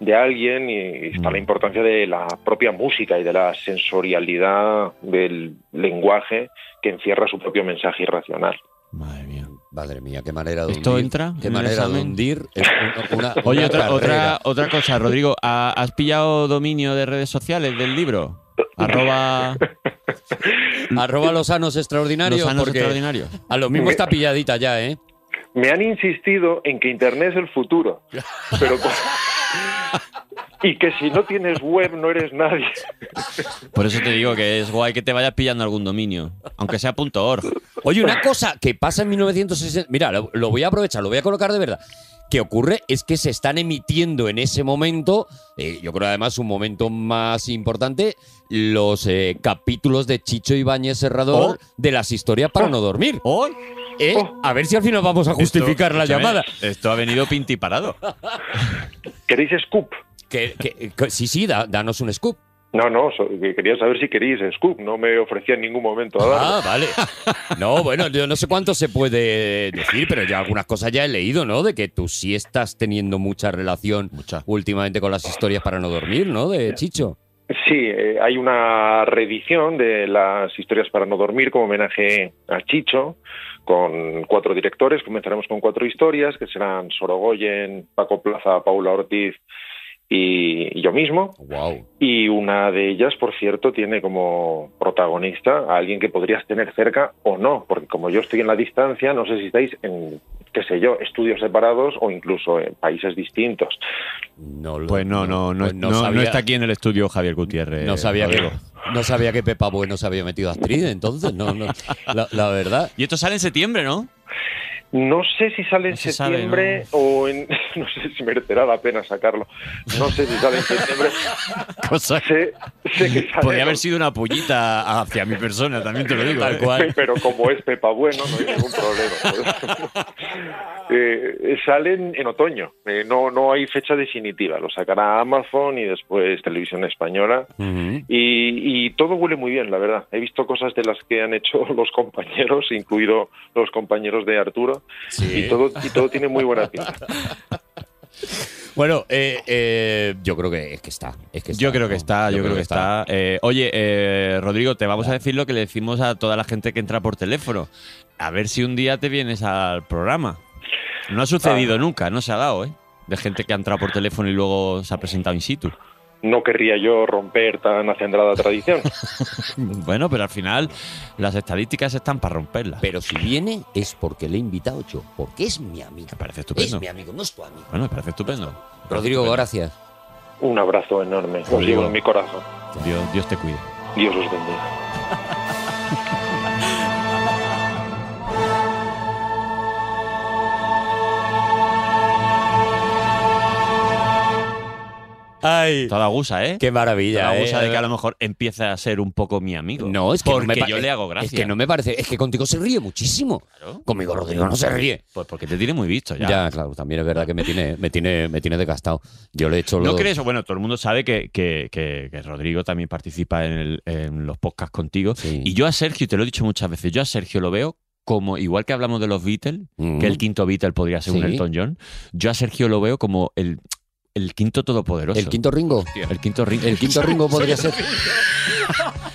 de alguien y, y está la importancia de la propia música y de la sensorialidad del lenguaje que encierra su propio mensaje irracional.
Madre mía, qué manera de
¿Esto
hundir.
entra
Qué
en el
manera de
examen?
hundir. eh, una- una-
Oye,
una
otra, otra,
carrera.
otra cosa, Rodrigo, ¿ha- ¿has pillado dominio de redes sociales del libro? Arroba...
Arroba los anos extraordinarios.
mm, Los anos
porque
extraordinarios.
A lo mismo está pilladita ya, ¿eh?
Me han insistido en que Internet es el futuro, pero co- y que si no tienes web no eres nadie.
Por eso te digo que es guay que te vayas pillando algún dominio, aunque sea .org.
Oye, una cosa que pasa en 1960, mira, lo, lo voy a aprovechar, lo voy a colocar de verdad. Que ocurre es que se están emitiendo en ese momento, eh, yo creo además un momento más importante, los eh, capítulos de Chicho Ibáñez Serrador de las historias para no dormir. Eh, A ver si al final vamos a justificar la
escúchame,
llamada.
Esto ha venido pintiparado.
¿Queréis scoop?
Que, que- que- sí, sí, da- danos un scoop.
No, no, so- que quería saber si queréis scoop, no me ofrecía en ningún momento a darlo.
Ah, vale. No, bueno, yo no sé cuánto se puede decir, pero ya algunas cosas ya he leído, ¿no? De que tú sí estás teniendo mucha relación últimamente con las historias para no dormir, ¿no? De Chicho.
Sí, eh, hay una reedición de las historias para no dormir como homenaje a Chicho, con cuatro directores. Comenzaremos con cuatro historias, que serán Sorogoyen, Paco Plaza, Paula Ortiz y yo mismo.
Wow.
Y una de ellas, por cierto, tiene como protagonista a alguien que podrías tener cerca o no, porque como yo estoy en la distancia, no sé si estáis en, qué sé yo, estudios separados o incluso en países distintos.
No
Pues no, no, no,
pues no
no- no
sabía.
está aquí en el estudio Javier Gutiérrez.
No sabía que
Rodrigo.
no sabía que Pepa Bueno se había metido actriz, entonces, no, no. La, la verdad.
Y esto sale en septiembre, ¿no?
No sé si sale en
se sabe,
septiembre o en... No sé si merecerá la pena sacarlo. No sé si sale en septiembre. Sé, sé que sale...
Podría haber sido una pollita hacia mi persona, también te lo digo.
Tal
¿eh?
cual. Pero como es Pepa Bueno, no hay ningún problema. Eh, salen en otoño. Eh, no, no hay fecha definitiva. Lo sacará Amazon y después Televisión Española. Y, y todo huele muy bien, la verdad. He visto cosas de las que han hecho los compañeros, incluido los compañeros de Arturo. Y, todo, y todo tiene muy buena pinta.
Bueno, eh, eh, yo creo que es que está. Es que está,
Yo creo que
¿no?
está, yo, creo, que está. Eh, oye, eh, Rodrigo, te vamos a decir lo que le decimos a toda la gente que entra por teléfono. A ver si un día te vienes al programa. No ha sucedido
Ah.
nunca, no se ha dado, ¿eh? De gente que ha entrado por teléfono y luego se ha presentado in situ.
No querría yo romper tan acendrada tradición.
Bueno, pero al final las estadísticas están para romperlas.
Pero si viene es porque le he invitado yo, porque es mi amigo. Me
parece estupendo.
Es mi amigo, no es tu amigo.
Bueno, me parece estupendo.
Rodrigo, gracias.
Un abrazo enorme. Os
Rodrigo.
llevo en mi corazón.
Dios, Dios te cuide.
Dios os bendiga.
Ay.
Toda gusa, ¿eh?
Qué maravilla.
Toda
eh.
gusa de que a lo mejor empieza a ser un poco mi amigo.
No, es que no
Porque
me pa-
yo le hago gracia.
Es que no me parece. Es que contigo se ríe muchísimo. Conmigo Rodrigo no se ríe.
Pues porque te tiene muy visto ya.
Ya, claro, también es verdad que me tiene, me tiene, me tiene desgastado. Yo le he hecho
¿No
lo-
crees? Bueno, todo el mundo sabe que, que- que- que Rodrigo también participa en, el- en los podcasts contigo. Y yo a Sergio, y te lo he dicho muchas veces, yo a Sergio lo veo como, igual que hablamos de los Beatles,
Mm.
que el quinto Beatle podría ser un
Sí.
Elton John, yo a Sergio lo veo como el, el quinto todopoderoso.
El quinto Ringo.
El quinto Ringo.
El quinto Ringo podría ser.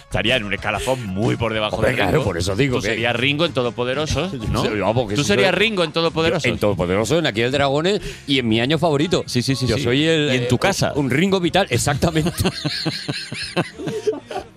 Estaría en un escalafón muy por debajo
Hombre,
de Ringo.
claro, por eso digo
Tú
que-
serías Ringo en Todopoderosos, ¿no?
Sí, vamos, que
Tú
eso
serías
es-
Ringo en Todopoderosos.
En Todopoderoso, pues en Aquí el Dragones y en mi año favorito.
Sí, sí, sí.
Yo
sí.
soy el.
Y en tu
eh,
casa.
Un Ringo Vital, exactamente.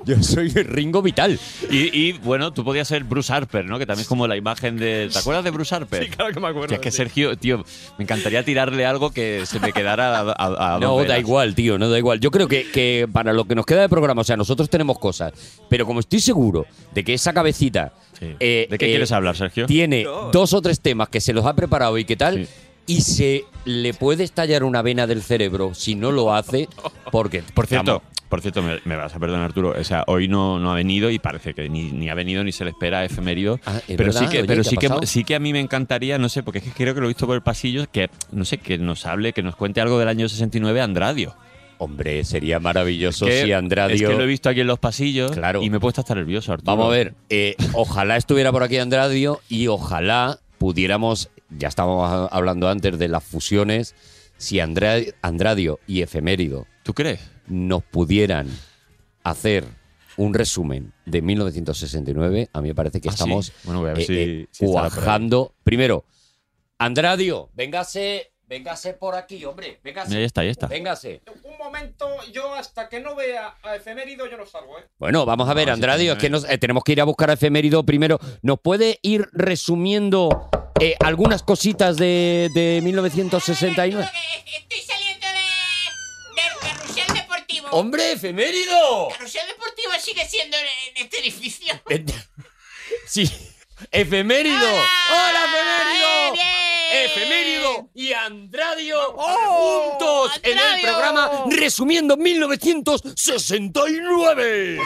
Yo soy el Ringo Vital.
Y, y, bueno, tú podías ser Bruce Harper, ¿no? Que también es como la imagen de. ¿Te acuerdas de Bruce Harper? Sí,
claro que me acuerdo.
Que es que Sergio, tío, me encantaría tirarle algo que se me quedara a. a- a
No,
dos
da
velas.
igual, tío, no da igual. Yo creo que, que para lo que nos queda de programa, o sea, nosotros tenemos cosas, pero como estoy seguro de que esa cabecita. eh,
¿De qué
eh,
quieres hablar, Sergio?
Tiene dos o tres temas que se los ha preparado y qué tal. Y se le puede estallar una vena del cerebro si no lo hace, porque.
Por cierto, por cierto me, me vas a perdonar, Arturo. O sea, hoy no, no ha venido y parece que ni, ni ha venido ni se le espera efemérido.
Ah, es
pero
verdad,
sí que,
oye,
pero
¿qué ha
sí que,
pasado?
sí que a mí me encantaría, no sé, porque es que creo que lo he visto por el pasillo, que no sé, que nos hable, que nos cuente algo del año 69 Andradio.
Hombre, sería maravilloso
Que-
si Andradio.
Es que lo he visto aquí en los pasillos
Claro.
y me he puesto hasta nervioso, Arturo.
Vamos a ver, eh, ojalá estuviera por aquí Andradio y ojalá pudiéramos, ya estábamos a- hablando antes de las fusiones, si Andra- Andradio y Efemérido.
¿Tú crees?
Nos pudieran hacer un resumen de 1969, a mí me parece que
Ah, sí. eh,
estamos eh,
Bueno, voy a ver si- si estará por ahí.
cuajando. Primero, Andradio, véngase, véngase por aquí, hombre, véngase.
Mira, ahí está, ahí está.
Véngase.
Un momento, yo hasta que no vea a efemérido, yo no salgo, ¿eh?
Bueno, vamos a ver,
No, sí,
Andradio, es
también.
que nos- eh, tenemos que ir a buscar a Efemérido primero. ¿Nos puede ir resumiendo eh, algunas cositas de, de 1969?
Estoy saliendo de, del carrusel deportivo.
¡Hombre, Efemérido!
Carrusel deportivo sigue siendo en en este edificio.
Eh, Sí, Efemérido. ¡Hola,
¡Eh,
Efemérido!
bien!
Efemérido y Andradio juntos en el
¡Andradio!
programa Resumiendo 1969.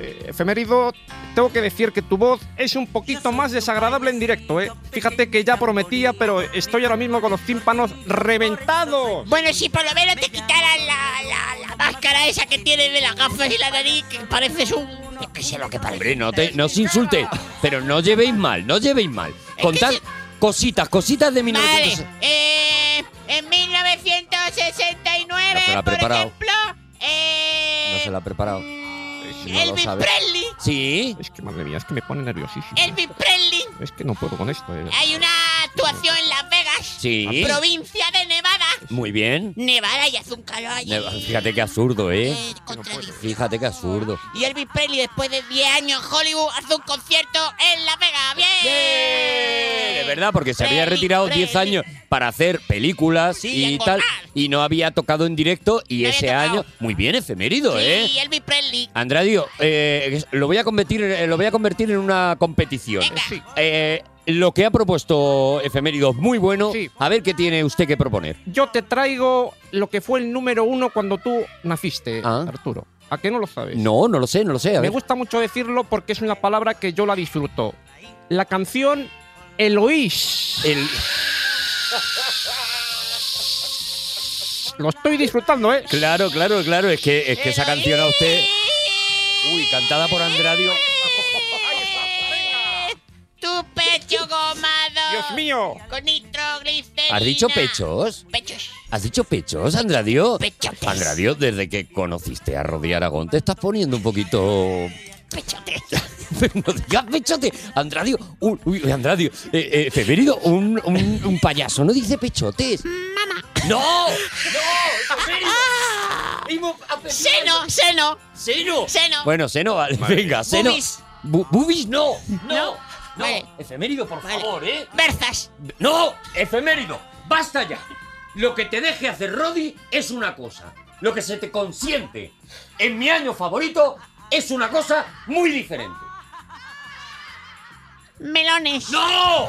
Eh, Efemérido, tengo que decir que tu voz es un poquito más desagradable en directo, ¿eh? Fíjate que ya prometía, pero estoy ahora mismo con los tímpanos reventados.
Bueno, si por lo menos te quitaran la, la- la máscara esa que tienes de las gafas y la nariz, que pareces un. Yo qué sé lo que parece.
Hombre, no, te, no os insultéis, pero no llevéis mal, no llevéis mal. Contad cositas, cositas de 1969.
Vale, eh, en 1969,
No se la ha
por
preparado.
ejemplo, eh,
No se la ha preparado.
Elvis Presley.
Sí.
Es que madre mía, es que me pone nerviosísimo.
Elvis Presley.
Es que no puedo con esto, ¿eh?
Hay una actuación en Las Vegas,
Sí.
provincia de Nevada.
Muy bien.
Nevada y hace un calor allí.
Ne- Fíjate qué absurdo, ¿eh? Fíjate qué absurdo.
Y Elvis Presley, después de 10 años en Hollywood, hace un concierto en Las Vegas. ¡Bien!
De verdad, porque se había retirado 10 años para hacer películas y tal, y no había tocado en directo, y ese año... Muy bien, efemérido, ¿eh?
Y Elvis Presley.
Andradio, eh, lo, voy a convertir, eh, lo voy a convertir en una competición. Eh, lo que ha propuesto Efemérido es muy bueno. A ver qué tiene usted que proponer.
Yo te traigo lo que fue el número uno cuando tú naciste, Arturo. ¿A qué no lo sabes?
Ah. No, no lo sé, no lo sé. A
Pues. Me
ver.
gusta mucho decirlo porque es una palabra que yo la disfruto. La canción Eloís.
El...
además lo estoy disfrutando, ¿eh?
Claro, claro, claro. Es que, es que esa canción a usted. Uy, cantada por Andradio.
Tu pecho gomado.
Dios mío.
Con nitroglicerina.
¿Has dicho pechos?
Pechos.
¿Has dicho pechos, Andradio?
Pechotes.
Andradio, desde que conociste a Rodi Aragón, te estás poniendo un poquito.
Pechotes.
no digas pechote. Andradio, un- uy, Andradio, eh, eh, Efemérido, un, un- un payaso no dice pechotes.
Mamá. Ah.
¡No!
Seno, seno.
¡Seno!
Seno.
Bueno, seno, vale, venga, seno.
Bubis.
Bu- bubis, no.
No.
No, efemérido, por favor, ¿eh?
Berzas.
¡No! ¡Efemérido! ¡Basta ya! Lo que te deje hacer Roddy es una cosa. Lo que se te consiente en mi año favorito es una cosa muy diferente.
Melones.
¡No!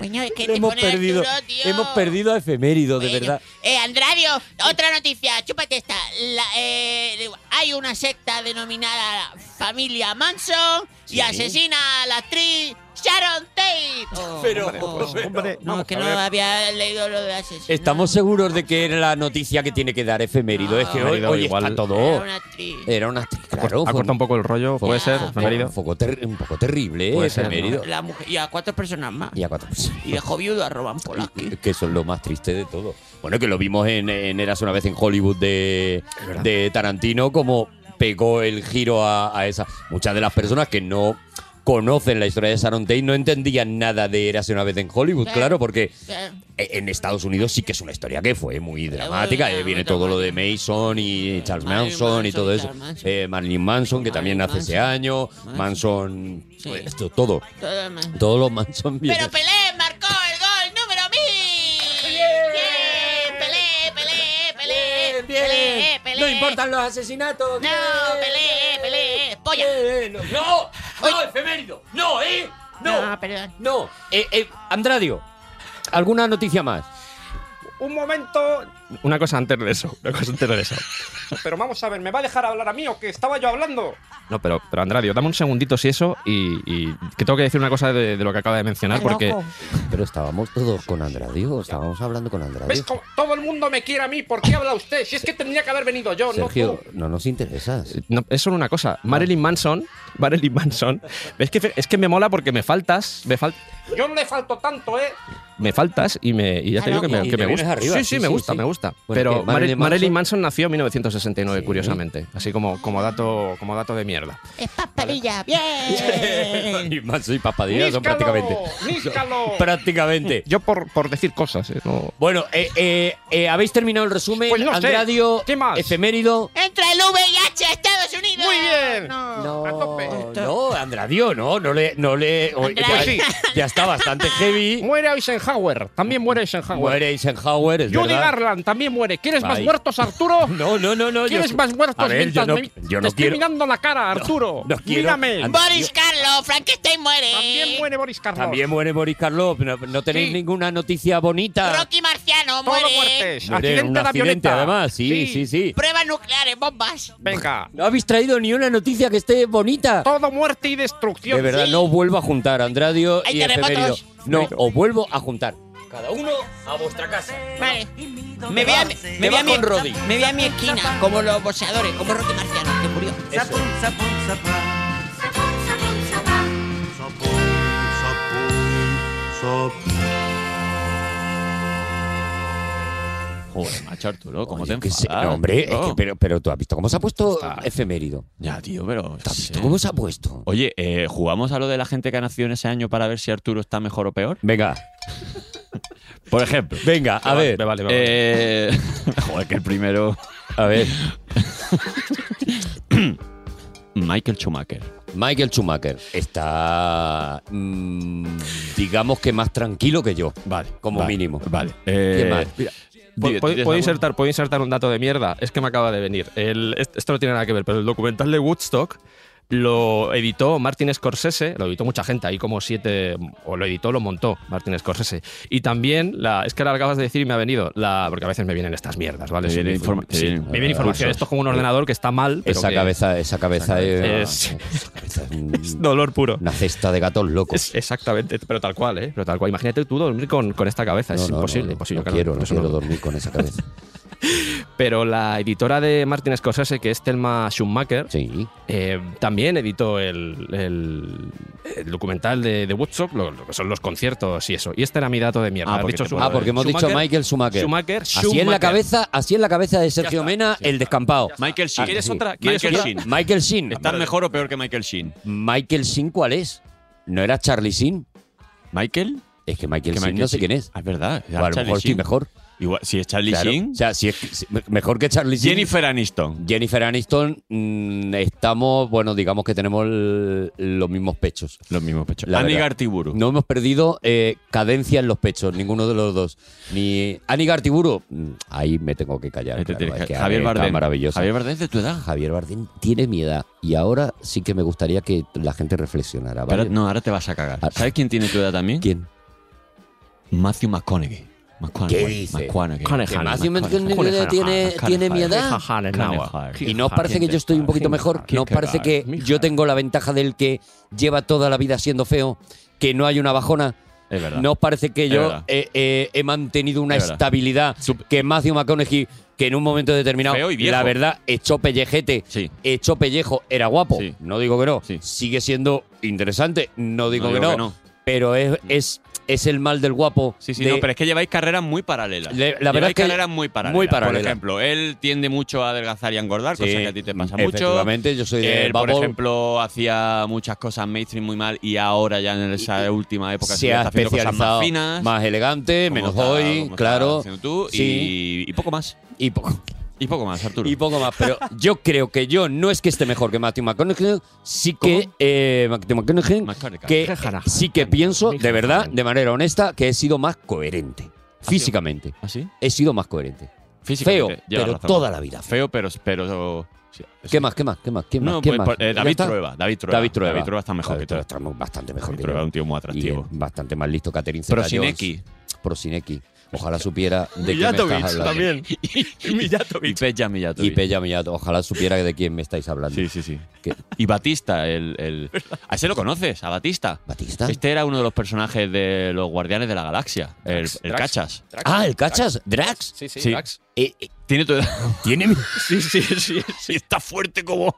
Bueno, es que te
Hemos
pone
perdido,
Arturo, tío.
hemos perdido a efemérido, de
Bueno,
verdad.
Eh, Andradio, otra noticia, chúpate esta. La, eh, hay una secta denominada Familia Manson y asesina a la actriz Sharon Tate.
Pero,
no, es que no había leído lo de asesina.
Estamos seguros de que era la noticia que tiene que dar efemérido. es que hoy,
Efemérido
hoy
igual-
está
Era
todo.
una actriz.
Era una actriz, claro.
ha
fue
cortado un poco el rollo, puede ser,
fue
efemérido.
Un poco, ter- un poco terrible, eh,
Puede ser, ¿no?
efemérido.
La mujer- y a cuatro personas más.
Y pues, a cuatro personas.
Y dejó viudo a Roman Polanski.
Que eso es lo más triste de todo. Bueno, que lo vimos en, en Eras una vez en Hollywood de, de Tarantino, como pegó el giro a, a esa. Muchas de las personas que no conocen la historia de Sharon Tate no entendían nada de Eras una vez en Hollywood,
Sí.
claro, porque e,
Eh,
en Estados Unidos sí que es una historia que fue muy dramática.
muy
eh, viene
dramática.
todo lo de Mason y Charles
Marilyn
Manson y todo
Manson,
eso.
Charles Manson.
Eh, Marilyn Manson, que también
Marilyn
nace ese
Manson.
año. Manson,
Sí.
pues, esto, todo.
todo mal.
Todos los Manson vienen.
Pero Pelé marcó el gol número 1000. Bien, Pelé, Pelé, Pelé. Pelé, Pelé.
los asesinatos.
No, Pelé, Pelé, polla.
No, no, efemérido. No, ¿eh? No,
perdón.
no. Eh, eh, Andradio, ¿alguna noticia más?
Un momento.
Una cosa antes de eso, una cosa antes de eso.
Pero vamos a ver, ¿me va a dejar hablar a mí o que estaba yo hablando?
No, pero, pero Andradio, dame un segundito si eso y, y que tengo que decir una cosa de, de lo que acaba de mencionar porque
Pero estábamos todos con Andradio, estábamos hablando con
¿Ves
Andradio.
cómo todo el mundo me quiere a mí? ¿Por qué habla usted? Si es que tendría que haber venido yo, no
Sergio,
tú.
no nos interesas.
no, es solo una cosa. Marilyn Manson, Marilyn Manson, es que, es que me mola porque me faltas, me, fal-
Yo no le falto tanto, ¿eh?
me faltas y, me, y ya te digo que me,
Ah, Y te
que me
vienes
gusta.
arriba,
sí, sí,
sí,
me
sí,
gusta,
sí.
me gusta.
Bueno,
pero
¿qué? Marilyn
Marilyn, Marilyn
Manson-
Manson nació en 1969,
Sí.
curiosamente. Así como, como, dato, como dato de mierda.
Es papadilla, bien.
Y Manso y Papadilla son prácticamente.
¡Níscalo!
Prácticamente.
Yo por, por decir cosas, ¿eh? no-
Bueno, eh, eh, eh, habéis terminado el resumen.
Pues no sé.
Andradio,
¿Qué más?
efemérido.
Entra el VIH a Estados Unidos.
Muy bien.
No,
A tope.
no, Andradio, no, no le, no le, oye, ya,
Andradio.
ya está bastante heavy.
Muere Eisenhower. También muere Eisenhower.
Muere Eisenhower, es
Judy
verdad.
Garland también muere. ¿Quieres más
Ay.
muertos, Arturo?
No, no, no, no. yo-
¿Quieres más muertos
A ver, yo
mientras
no,
me-
yo
Te
no
estoy
quiero.
mirando la cara, Arturo.
no quiero.
Mírame.
Anda.
Boris Carlos, Frankenstein muere.
También muere Boris Carlos.
También muere Boris Karloff. No, no tenéis
Sí.
ninguna noticia bonita.
Rocky Marciano
Todo
muere.
muertes.
Muere en
Accidente
un
de
accidente,
avioneta.
además. Sí, sí, sí,
Pruebas nucleares, bombas.
Venga.
No habéis traído ni una noticia que esté bonita.
Todo muerte y destrucción.
De verdad,
sí.
no os vuelvo a juntar, Andradio
Hay
y
terremotos.
Efemérido. No, os vuelvo a juntar. Cada uno a vuestra casa.
Vale. Me voy a, me
me
voy a
va
mi,
con Roddy.
me voy a mi esquina, como los boxeadores, como Rocky Marciano, que murió.
Joder, macho Arturo, ¿cómo
Oye,
te
que
enfadas?
sí. No, hombre, es
tío?
que- pero, pero tú has visto cómo se ha puesto Efemérido.
Ya, tío, pero...
¿Tú has
sí.
visto cómo se ha puesto?
Oye, eh, ¿jugamos a lo de la gente que ha nacido en ese año para ver si Arturo está mejor o peor?
Venga,
Por ejemplo.
venga, a ver.
me vale, me vale.
Eh, joder, que el primero...
A ver,
Michael Schumacher.
Michael Schumacher está, mm, digamos que más tranquilo que yo,
Vale.
como
vale,
mínimo.
Vale. Eh,
¿Qué más?
mira,
Po-
di-
po-
¿tienes
puedo,
alguna?
insertar, puedo insertar un dato de mierda. Es que me acaba de venir. El- est- esto no tiene nada que ver, pero el documental de Woodstock Lo editó Martin Scorsese, lo editó mucha gente, ahí como siete, o lo editó, lo montó Martin Scorsese. Y también, la, es que ahora acabas de decir y me ha venido, la, porque a veces me vienen estas mierdas, ¿vale?
Te
Sí,
viene
me-
informa- te
sí,
viene-
me viene información. Esto es como un ordenador que está mal. pero
Esa
que-
cabeza, esa cabeza es,
es-
esa cabeza es un-
Dolor puro.
una cesta de gatos locos.
Es- exactamente, pero tal cual, ¿eh? Pero tal cual. Imagínate tú dormir con, con esta cabeza,
No,
es
no,
imposible.
no, no,
imposible,
no
claro,
quiero, no
eso
quiero dormir con esa cabeza.
Pero la editora de Martin Scorsese, que es Thelma Schumacher, eh, también editó el, el- el documental de, de Woodstock, lo, lo que son los conciertos y eso. Y este era mi dato de mierda.
Ah,
has
porque,
dicho
ah,
solo de-
porque hemos dicho Michael Schumacher.
Schumacher,
Así en la
Schumacher.
cabeza, así en la cabeza de Sergio Mena, el descampado.
Michael Sheen.
¿Quieres otra?
Michael
¿Quieres otra?
Sheen.
Michael Sheen.
¿Está mejor o peor que Michael Sheen?
Michael Sin, ¿cuál es? ¿No era Charlie Sin?
¿Michael?
Es que Michael
Que
Sin
Michael
no sé
Sheen.
quién es.
Ah, Es verdad.
O a lo
Charlie
mejor sí,
Sheen.
mejor.
Igual, si es Charlie
Claro.
Sheen.
O sea, si es que- si- mejor que Charlie Sheen.
Jennifer Aniston.
Jennifer Aniston, mm, estamos, bueno, digamos que tenemos el- los mismos pechos.
Los mismos pechos.
La
Annie
verdad.
Gartiburu.
No hemos perdido eh, cadencia en los pechos, ninguno de los dos. Ni Ani Gartiburu, mm, ahí me tengo que callar.
Ahí te
claro,
tienes
es
que-
que
Javier
está
Bardem.
maravilloso.
Javier Bardem es de tu edad.
Javier Bardem tiene mi edad y ahora sí que me gustaría que la gente reflexionara. ¿vale?
Ahora- no, ahora te vas a
Ah.
cagar. ¿Sabes quién tiene tu edad también?
¿Quién?
Matthew McConaughey. McConaughey.
¿Qué dices?
McConaughey.
Que Matthew McConaughey tiene, tiene mi edad. Y no os parece que yo estoy un poquito mejor. No os parece que yo tengo la ventaja del que lleva toda la vida siendo feo, que no hay una bajona.
Es verdad.
No os parece que
Es
yo
verdad.
eh, eh, he mantenido una
Es verdad.
estabilidad que Matthew McConaughey, que en un momento determinado,
Feo y viejo.
la verdad, echó pellejete,
Sí.
echó pellejo, era guapo.
Sí.
No digo que no.
Sí.
Sigue siendo interesante. No digo,
No
que,
digo
no,
que no. Mm.
Pero es, es, es el mal del guapo.
Sí, sí,
de-
no, pero es que lleváis carreras muy paralelas.
Le- la verdad
lleváis
es que
carreras muy paralelas.
muy paralelas.
Por ejemplo, él tiende mucho a adelgazar y a engordar, cosa
Sí,
que a ti te pasa mucho.
efectivamente, yo soy de
Él, por
Babol.
ejemplo, hacía muchas cosas mainstream muy mal y ahora ya en esa última época sí
se ha
está haciendo cosas
especializado
más
más,
finas.
elegante,
como
menos
está-
hoy,
como estás
claro.
haciendo tú,
Sí,
y, y poco más.
y, poco,
Y poco más, Arturo.
y poco más. Pero yo creo que yo no es que esté mejor que Matthew McConaughey, sí que eh, Matthew McConaughey,
McConaughey.
que eh, sí que pienso, de verdad, de manera honesta, que he sido más coherente. Físicamente.
¿Así?
He sido más coherente. Feo,
¿Ah, Físicamente, llevas
pero
razón.
toda la vida.
Feo, pero. pero sí, sí.
¿Qué más? ¿Qué más? ¿Qué más? ¿Qué más?
No,
¿Qué
pues,
más?
por- eh,
¿Ya
David
está?
Trueba, David Trueba.
David Trueba.
David Trueba está mejor que
David
tú.
Trueba está bastante mejor
David
que
Trueba
yo.
es un tío muy atractivo.
Y es bastante más listo. Catherine
Prosinecki.
Zeta-Jones. Prosinecki. Ojalá supiera de qué me
Mijatovic
estás hablando.
y Mijatovic. Y Peja Mijatovic.
Y Pella Millato, ojalá supiera de quién me estáis hablando.
Sí, sí, sí.
Que-
Y Batista, el, el- A ese lo conoces, a Batista.
¿Batista?
Este era uno de los personajes de los Guardianes de la Galaxia, el, el
Drax.
Cachas.
ah, el cachas, Drax.
Sí, sí,
Sí.
Drax.
Eh, eh,
Tiene tu edad.
tiene mi-
Sí, sí, sí, sí.
Está fuerte como.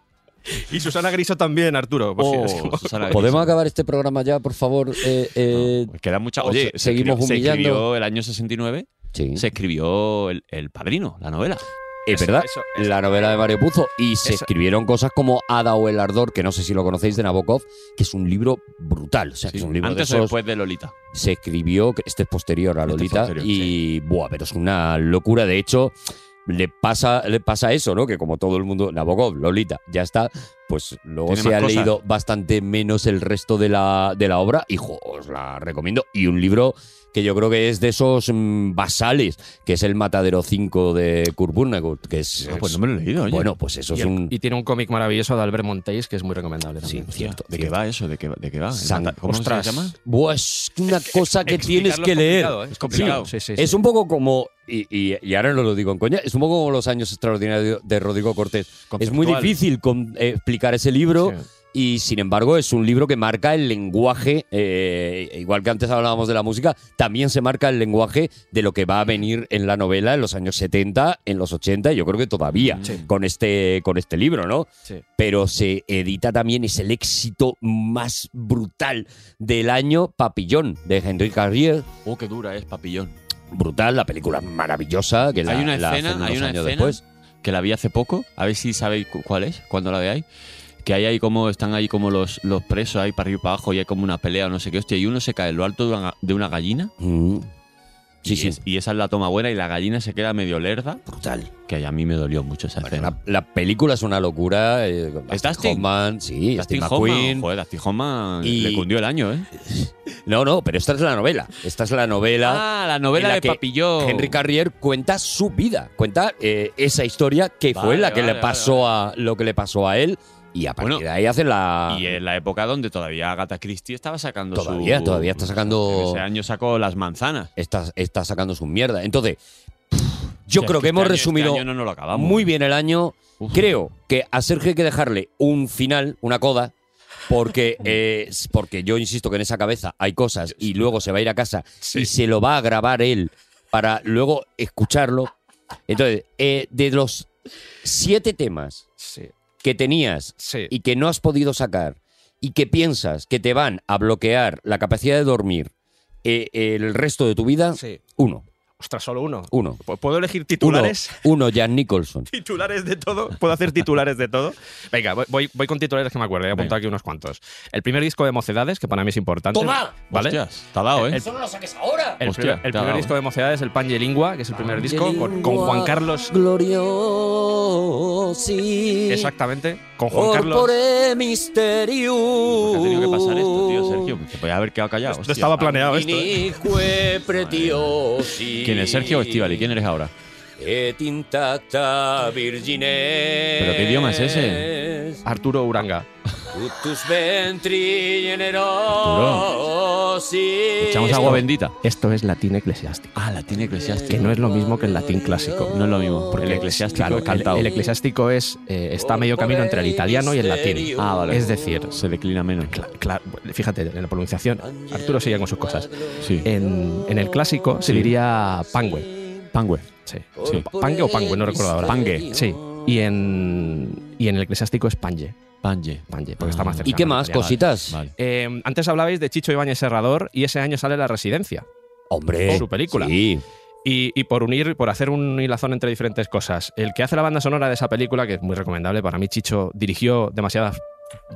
Y Susana Griso también, Arturo. por si- es como-
Oh, Susana
¿Podemos
Griso.
acabar este programa ya, por favor? Eh, eh,
Pues queda mucha.
o
Oye,
se-
se escribió-
seguimos
se escribió,
humillando.
el año 69,
sí.
se escribió el, el Padrino, la novela.
Es verdad,
eso- eso-
la novela de Mario Puzo. Y se
Eso-
escribieron cosas como Ada o el Ardor, que no sé si lo conocéis, de Nabokov, que es un libro brutal. O sea, que es un libro
Antes
de
o
esos.
después de Lolita.
se escribió, que este es posterior a
Este es
Lolita,
posterior,
y buah, pero es una locura. De hecho, le pasa, le pasa eso, ¿no? Que como todo el mundo, Nabokov, Lolita, ya está, pues luego
Tiene
se
más
ha
cosas.
leído bastante menos el resto de la, de la obra y jo, os la recomiendo. Y un libro que yo creo que es de esos mm, basales, que es El Matadero 5 de Kurt Vonnegut, que es...
Ah, pues no me lo he leído, oye.
Bueno, pues eso
Y,
es
el-
un...
y tiene un cómic maravilloso de Albert Montéis que es muy recomendable
Sí,
también.
cierto.
¿De qué
cierto.
va eso? ¿De qué, va- de qué va? ¿El
San-
mata- ¿Cómo
Ostras.
se llama?
Buah, es una cosa que Ah, tienes que leer.
complicado, ¿eh? Es complicado. Sí, sí, sí.
Es un poco como, y, y- y ahora no lo digo en coña, es un poco como los años extraordinarios de Rodrigo Cortés. Es muy
Conceptual.
difícil con- eh, explicar ese libro. Y sin embargo, es un libro que marca el lenguaje, eh, igual que antes hablábamos de la música, también se marca el lenguaje de lo que va a venir en la novela en los años 70, en los 80, y yo creo que todavía con, este, con este libro, ¿no?
Sí.
Pero se edita también, es el éxito más brutal del año, Papillón, de Henry Carrier.
Oh, qué dura es, papillón.
Brutal, la película maravillosa que la,
hay una
la hacen
escena,
unos
hay una
años
escena
después.
que la vi hace poco, a ver si sabéis cu- cuál es, cuando la veáis. Que hay ahí como, están ahí como los, los presos ahí para arriba y para abajo y hay como una pelea o no sé qué, hostia, y uno se cae en lo alto de una, ga- de una gallina.
Mm. Sí,
y,
sí.
es- y esa es la toma buena y la gallina se queda medio lerda.
Brutal.
Que a mí me dolió mucho esa
Bueno,
escena.
la, la película es una locura. eh, con
¿Es
Dustin
Dustin?
Hoffman, sí,
Dustin
Steve
Hoffman,
McQueen.
joder, Dustin Hoffman
Y-
le cundió el año, ¿eh?
No, no, pero esta es la novela. Esta es la novela.
Ah, oh. la novela
en la
de
que
Papillón.
Henry Carrier cuenta su vida, cuenta eh, esa historia que
Vale,
fue la que
vale,
le
vale,
pasó a lo que le pasó a él Y a partir bueno, de ahí hacen la.
Y en la época donde todavía Agatha Christie estaba sacando
todavía,
su.
Todavía está sacando.
En ese año sacó las manzanas.
Está, está sacando su mierda. Entonces, yo o sea, creo es que, que hemos
año,
resumido
este no nos lo
muy bien el año.
Uf.
Creo que a Sergio hay que dejarle un final, una coda, porque, eh, porque yo insisto que en esa cabeza hay cosas y luego se va a ir a casa
Sí.
y se lo va a grabar él para luego escucharlo. Entonces, eh, de los siete temas
Sí.
que tenías
Sí.
y que no has podido sacar y que piensas que te van a bloquear la capacidad de dormir eh, el resto de tu vida,
Sí.
uno.
Ostras, solo uno.
Uno.
P- ¿Puedo elegir titulares?
Uno, uno Jan Nicholson.
titulares de todo. Puedo hacer titulares de todo. Venga, voy- voy, voy con titulares que me acuerdo. He apuntado aquí unos cuantos. El primer disco de Mocedades, que para mí es importante.
¡Toma!
¿Vale?
Hostias, te ha dado, ¿eh?
El-
Eso no lo saques ahora.
El,
Hostia,
primer, el
te ha
primer
dado.
disco de Mocedades, el Pan y Lengua, que es el primer disco, con, con Juan Carlos.
Gloriosi.
Exactamente, con Juan Carlos.
corpore mysterium.
Ha tenido que pasar esto,
Uh.
tío, Sergio. Se podía haber quedado callado.
Esto
hostia.
estaba planeado esto. ¿eh?
Inique pretiosi.
¿Quién es Sergio Estivali? ¿Quién eres ahora?
Et e intacta virgine.
¿Pero qué idioma es ese?
Arturo Uranga.
Tus ventri generosi.
Echamos agua bendita.
Esto es latín eclesiástico.
Ah, latín eclesiástico.
Que no es lo mismo que el latín clásico.
No es lo mismo, porque el eclesiástico
Claro,
es
el,
cantado.
el eclesiástico es, eh, está a medio camino entre el italiano y el latín.
Ah, vale.
Es decir,
se declina menos.
cla- cla- fíjate, en la pronunciación, Arturo sigue con sus cosas.
Sí.
En, en el clásico se
Sí.
diría pangue.
Pangue.
Sí.
Sí.
Pa- Pangue o pangue, no recuerdo ahora.
Pangue.
Sí. Y en, y en el eclesiástico es pange.
Panje.
Pange, porque está más
Ah.
¿Y
cercano
qué
al
más?
italiano.
Cositas.
Vale.
Eh, antes hablabais de Chicho Ibáñez Serrador y ese año sale La Residencia.
Hombre.
Su película.
Sí.
Y, y por unir, por hacer un hilazón entre diferentes cosas. El que hace la banda sonora de esa película, que es muy recomendable, para mí Chicho dirigió demasiadas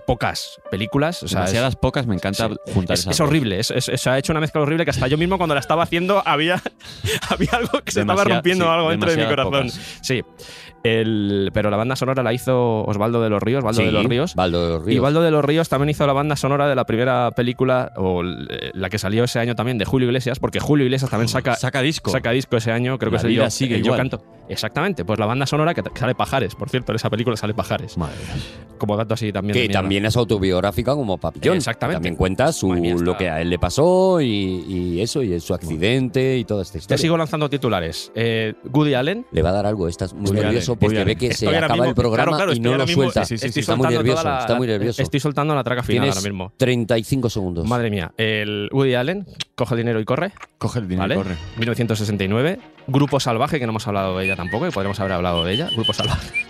pocas películas. O sea, es-
Demasiadas pocas, me encanta juntar
es,
esas
es
dos.
horrible, es- es- es- se ha hecho una mezcla horrible que hasta yo mismo cuando la estaba haciendo había, había algo que se
Demasiada-
estaba rompiendo
sí,
algo dentro de mi
demasiadas
corazón. Sí, El- pero la banda sonora la hizo Osvaldo de los Ríos, Osvaldo de los Ríos.
Valdo de los
Y
Ríos.
Valdo de los Ríos también hizo la banda sonora de la primera película, o l- eh, la que salió ese año también, de Julio Iglesias, porque Julio Iglesias también saca,
Saca disco.
saca disco ese año, creo
La
que es el
vida
yo,
sigue
el Yo
igual.
canto. Exactamente, pues la banda sonora que, que sale Pajares, por cierto, en esa película sale Pajares.
Madre mía.
Como dato así también. de
Que
mierda.
también es autobiográfica como Papillón.
Exactamente.
También cuenta su,
Madre mía, está-
lo que a él le pasó y, y eso, y su accidente y toda esta
Te
historia.
sigo lanzando titulares. Eh, Woody Allen.
Le va a dar algo, estás muy
Voy a
nervioso
leer,
porque
voy a
ve
leer.
que se
Estoy ahora
acaba el
mismo-
programa
claro, claro,
y
estoy
no
ahora
lo
mismo-
suelta.
sí, sí, sí,
está muy
soltando
nervioso,
toda la-
está muy nervioso.
Estoy soltando la traca final
Tienes
ahora mismo.
35 segundos.
Madre mía. El Woody Allen coge el dinero y corre.
Coge el dinero,
¿Vale?
y corre.
1969. Grupo Salvaje, que no hemos hablado de ella tampoco, que podríamos haber hablado de ella. Grupo Salvaje.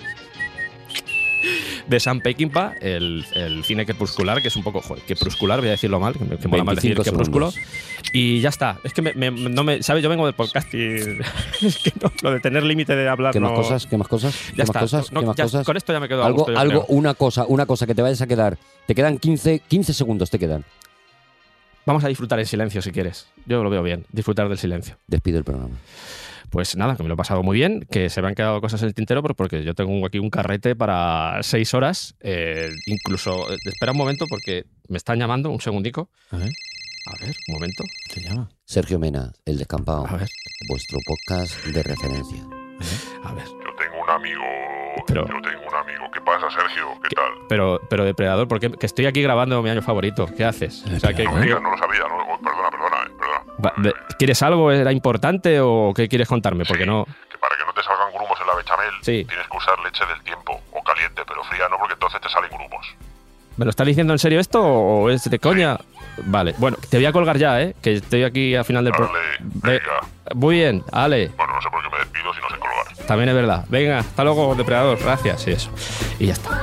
De Sam Peckinpah, el, el cine crepuscular, que es un poco. Joder, crepuscular, voy a decirlo mal, que me que mola más decir
25
crepúsculo.
segundos.
Y ya está. Es que me, me- no me. ¿Sabes? Yo vengo del podcast y. es que no, lo de tener límite de hablar.
¿Qué más
no-
cosas? ¿Qué más cosas? ¿Qué
Ya
más
está.
cosas?
No,
¿Qué más
ya-
cosas?
Con esto ya me quedo a
Algo,
gusto, yo
algo
creo.
una cosa, una cosa que te vayas a quedar. Te quedan 15, 15 segundos, te quedan.
Vamos a disfrutar en silencio si quieres. Yo lo veo bien, disfrutar del silencio.
Despido el programa.
Pues nada, que me lo he pasado muy bien, que se me han quedado cosas en el tintero pero porque yo tengo aquí un carrete para seis horas. eh, incluso, eh, espera un momento porque me están llamando, un segundico.
A ver,
A ver, un momento.
te llama.
Sergio Mena, El Descampado,
A ver,
vuestro podcast de referencia.
a ver.
Yo tengo un amigo.
Pero-
Yo tengo un amigo. ¿Qué pasa, Sergio? ¿Qué tal?
Pero, pero depredador, porque que estoy aquí grabando mi año favorito. ¿Qué haces? O sea, que-
No me digas, no lo sabía. No, oh, perdona, perdona, eh, perdona.
Va- de- ¿Quieres algo? ¿Era importante o qué quieres contarme? Porque
Sí.
no.
Que para que no te salgan grumos en la bechamel,
Sí.
tienes que usar leche del tiempo. O caliente, pero fría no, porque entonces te salen grumos.
¿Me lo estás diciendo en serio esto o es de coña? Vale, bueno, te voy a colgar ya, ¿eh? Que estoy aquí al final del pro-
Dale,
Ve-
venga.
Muy bien, Ale,
Bueno, no sé por qué me despido si no sé colgar.
también es verdad. Venga, hasta luego, depredador. Gracias, y eso. Y ya está.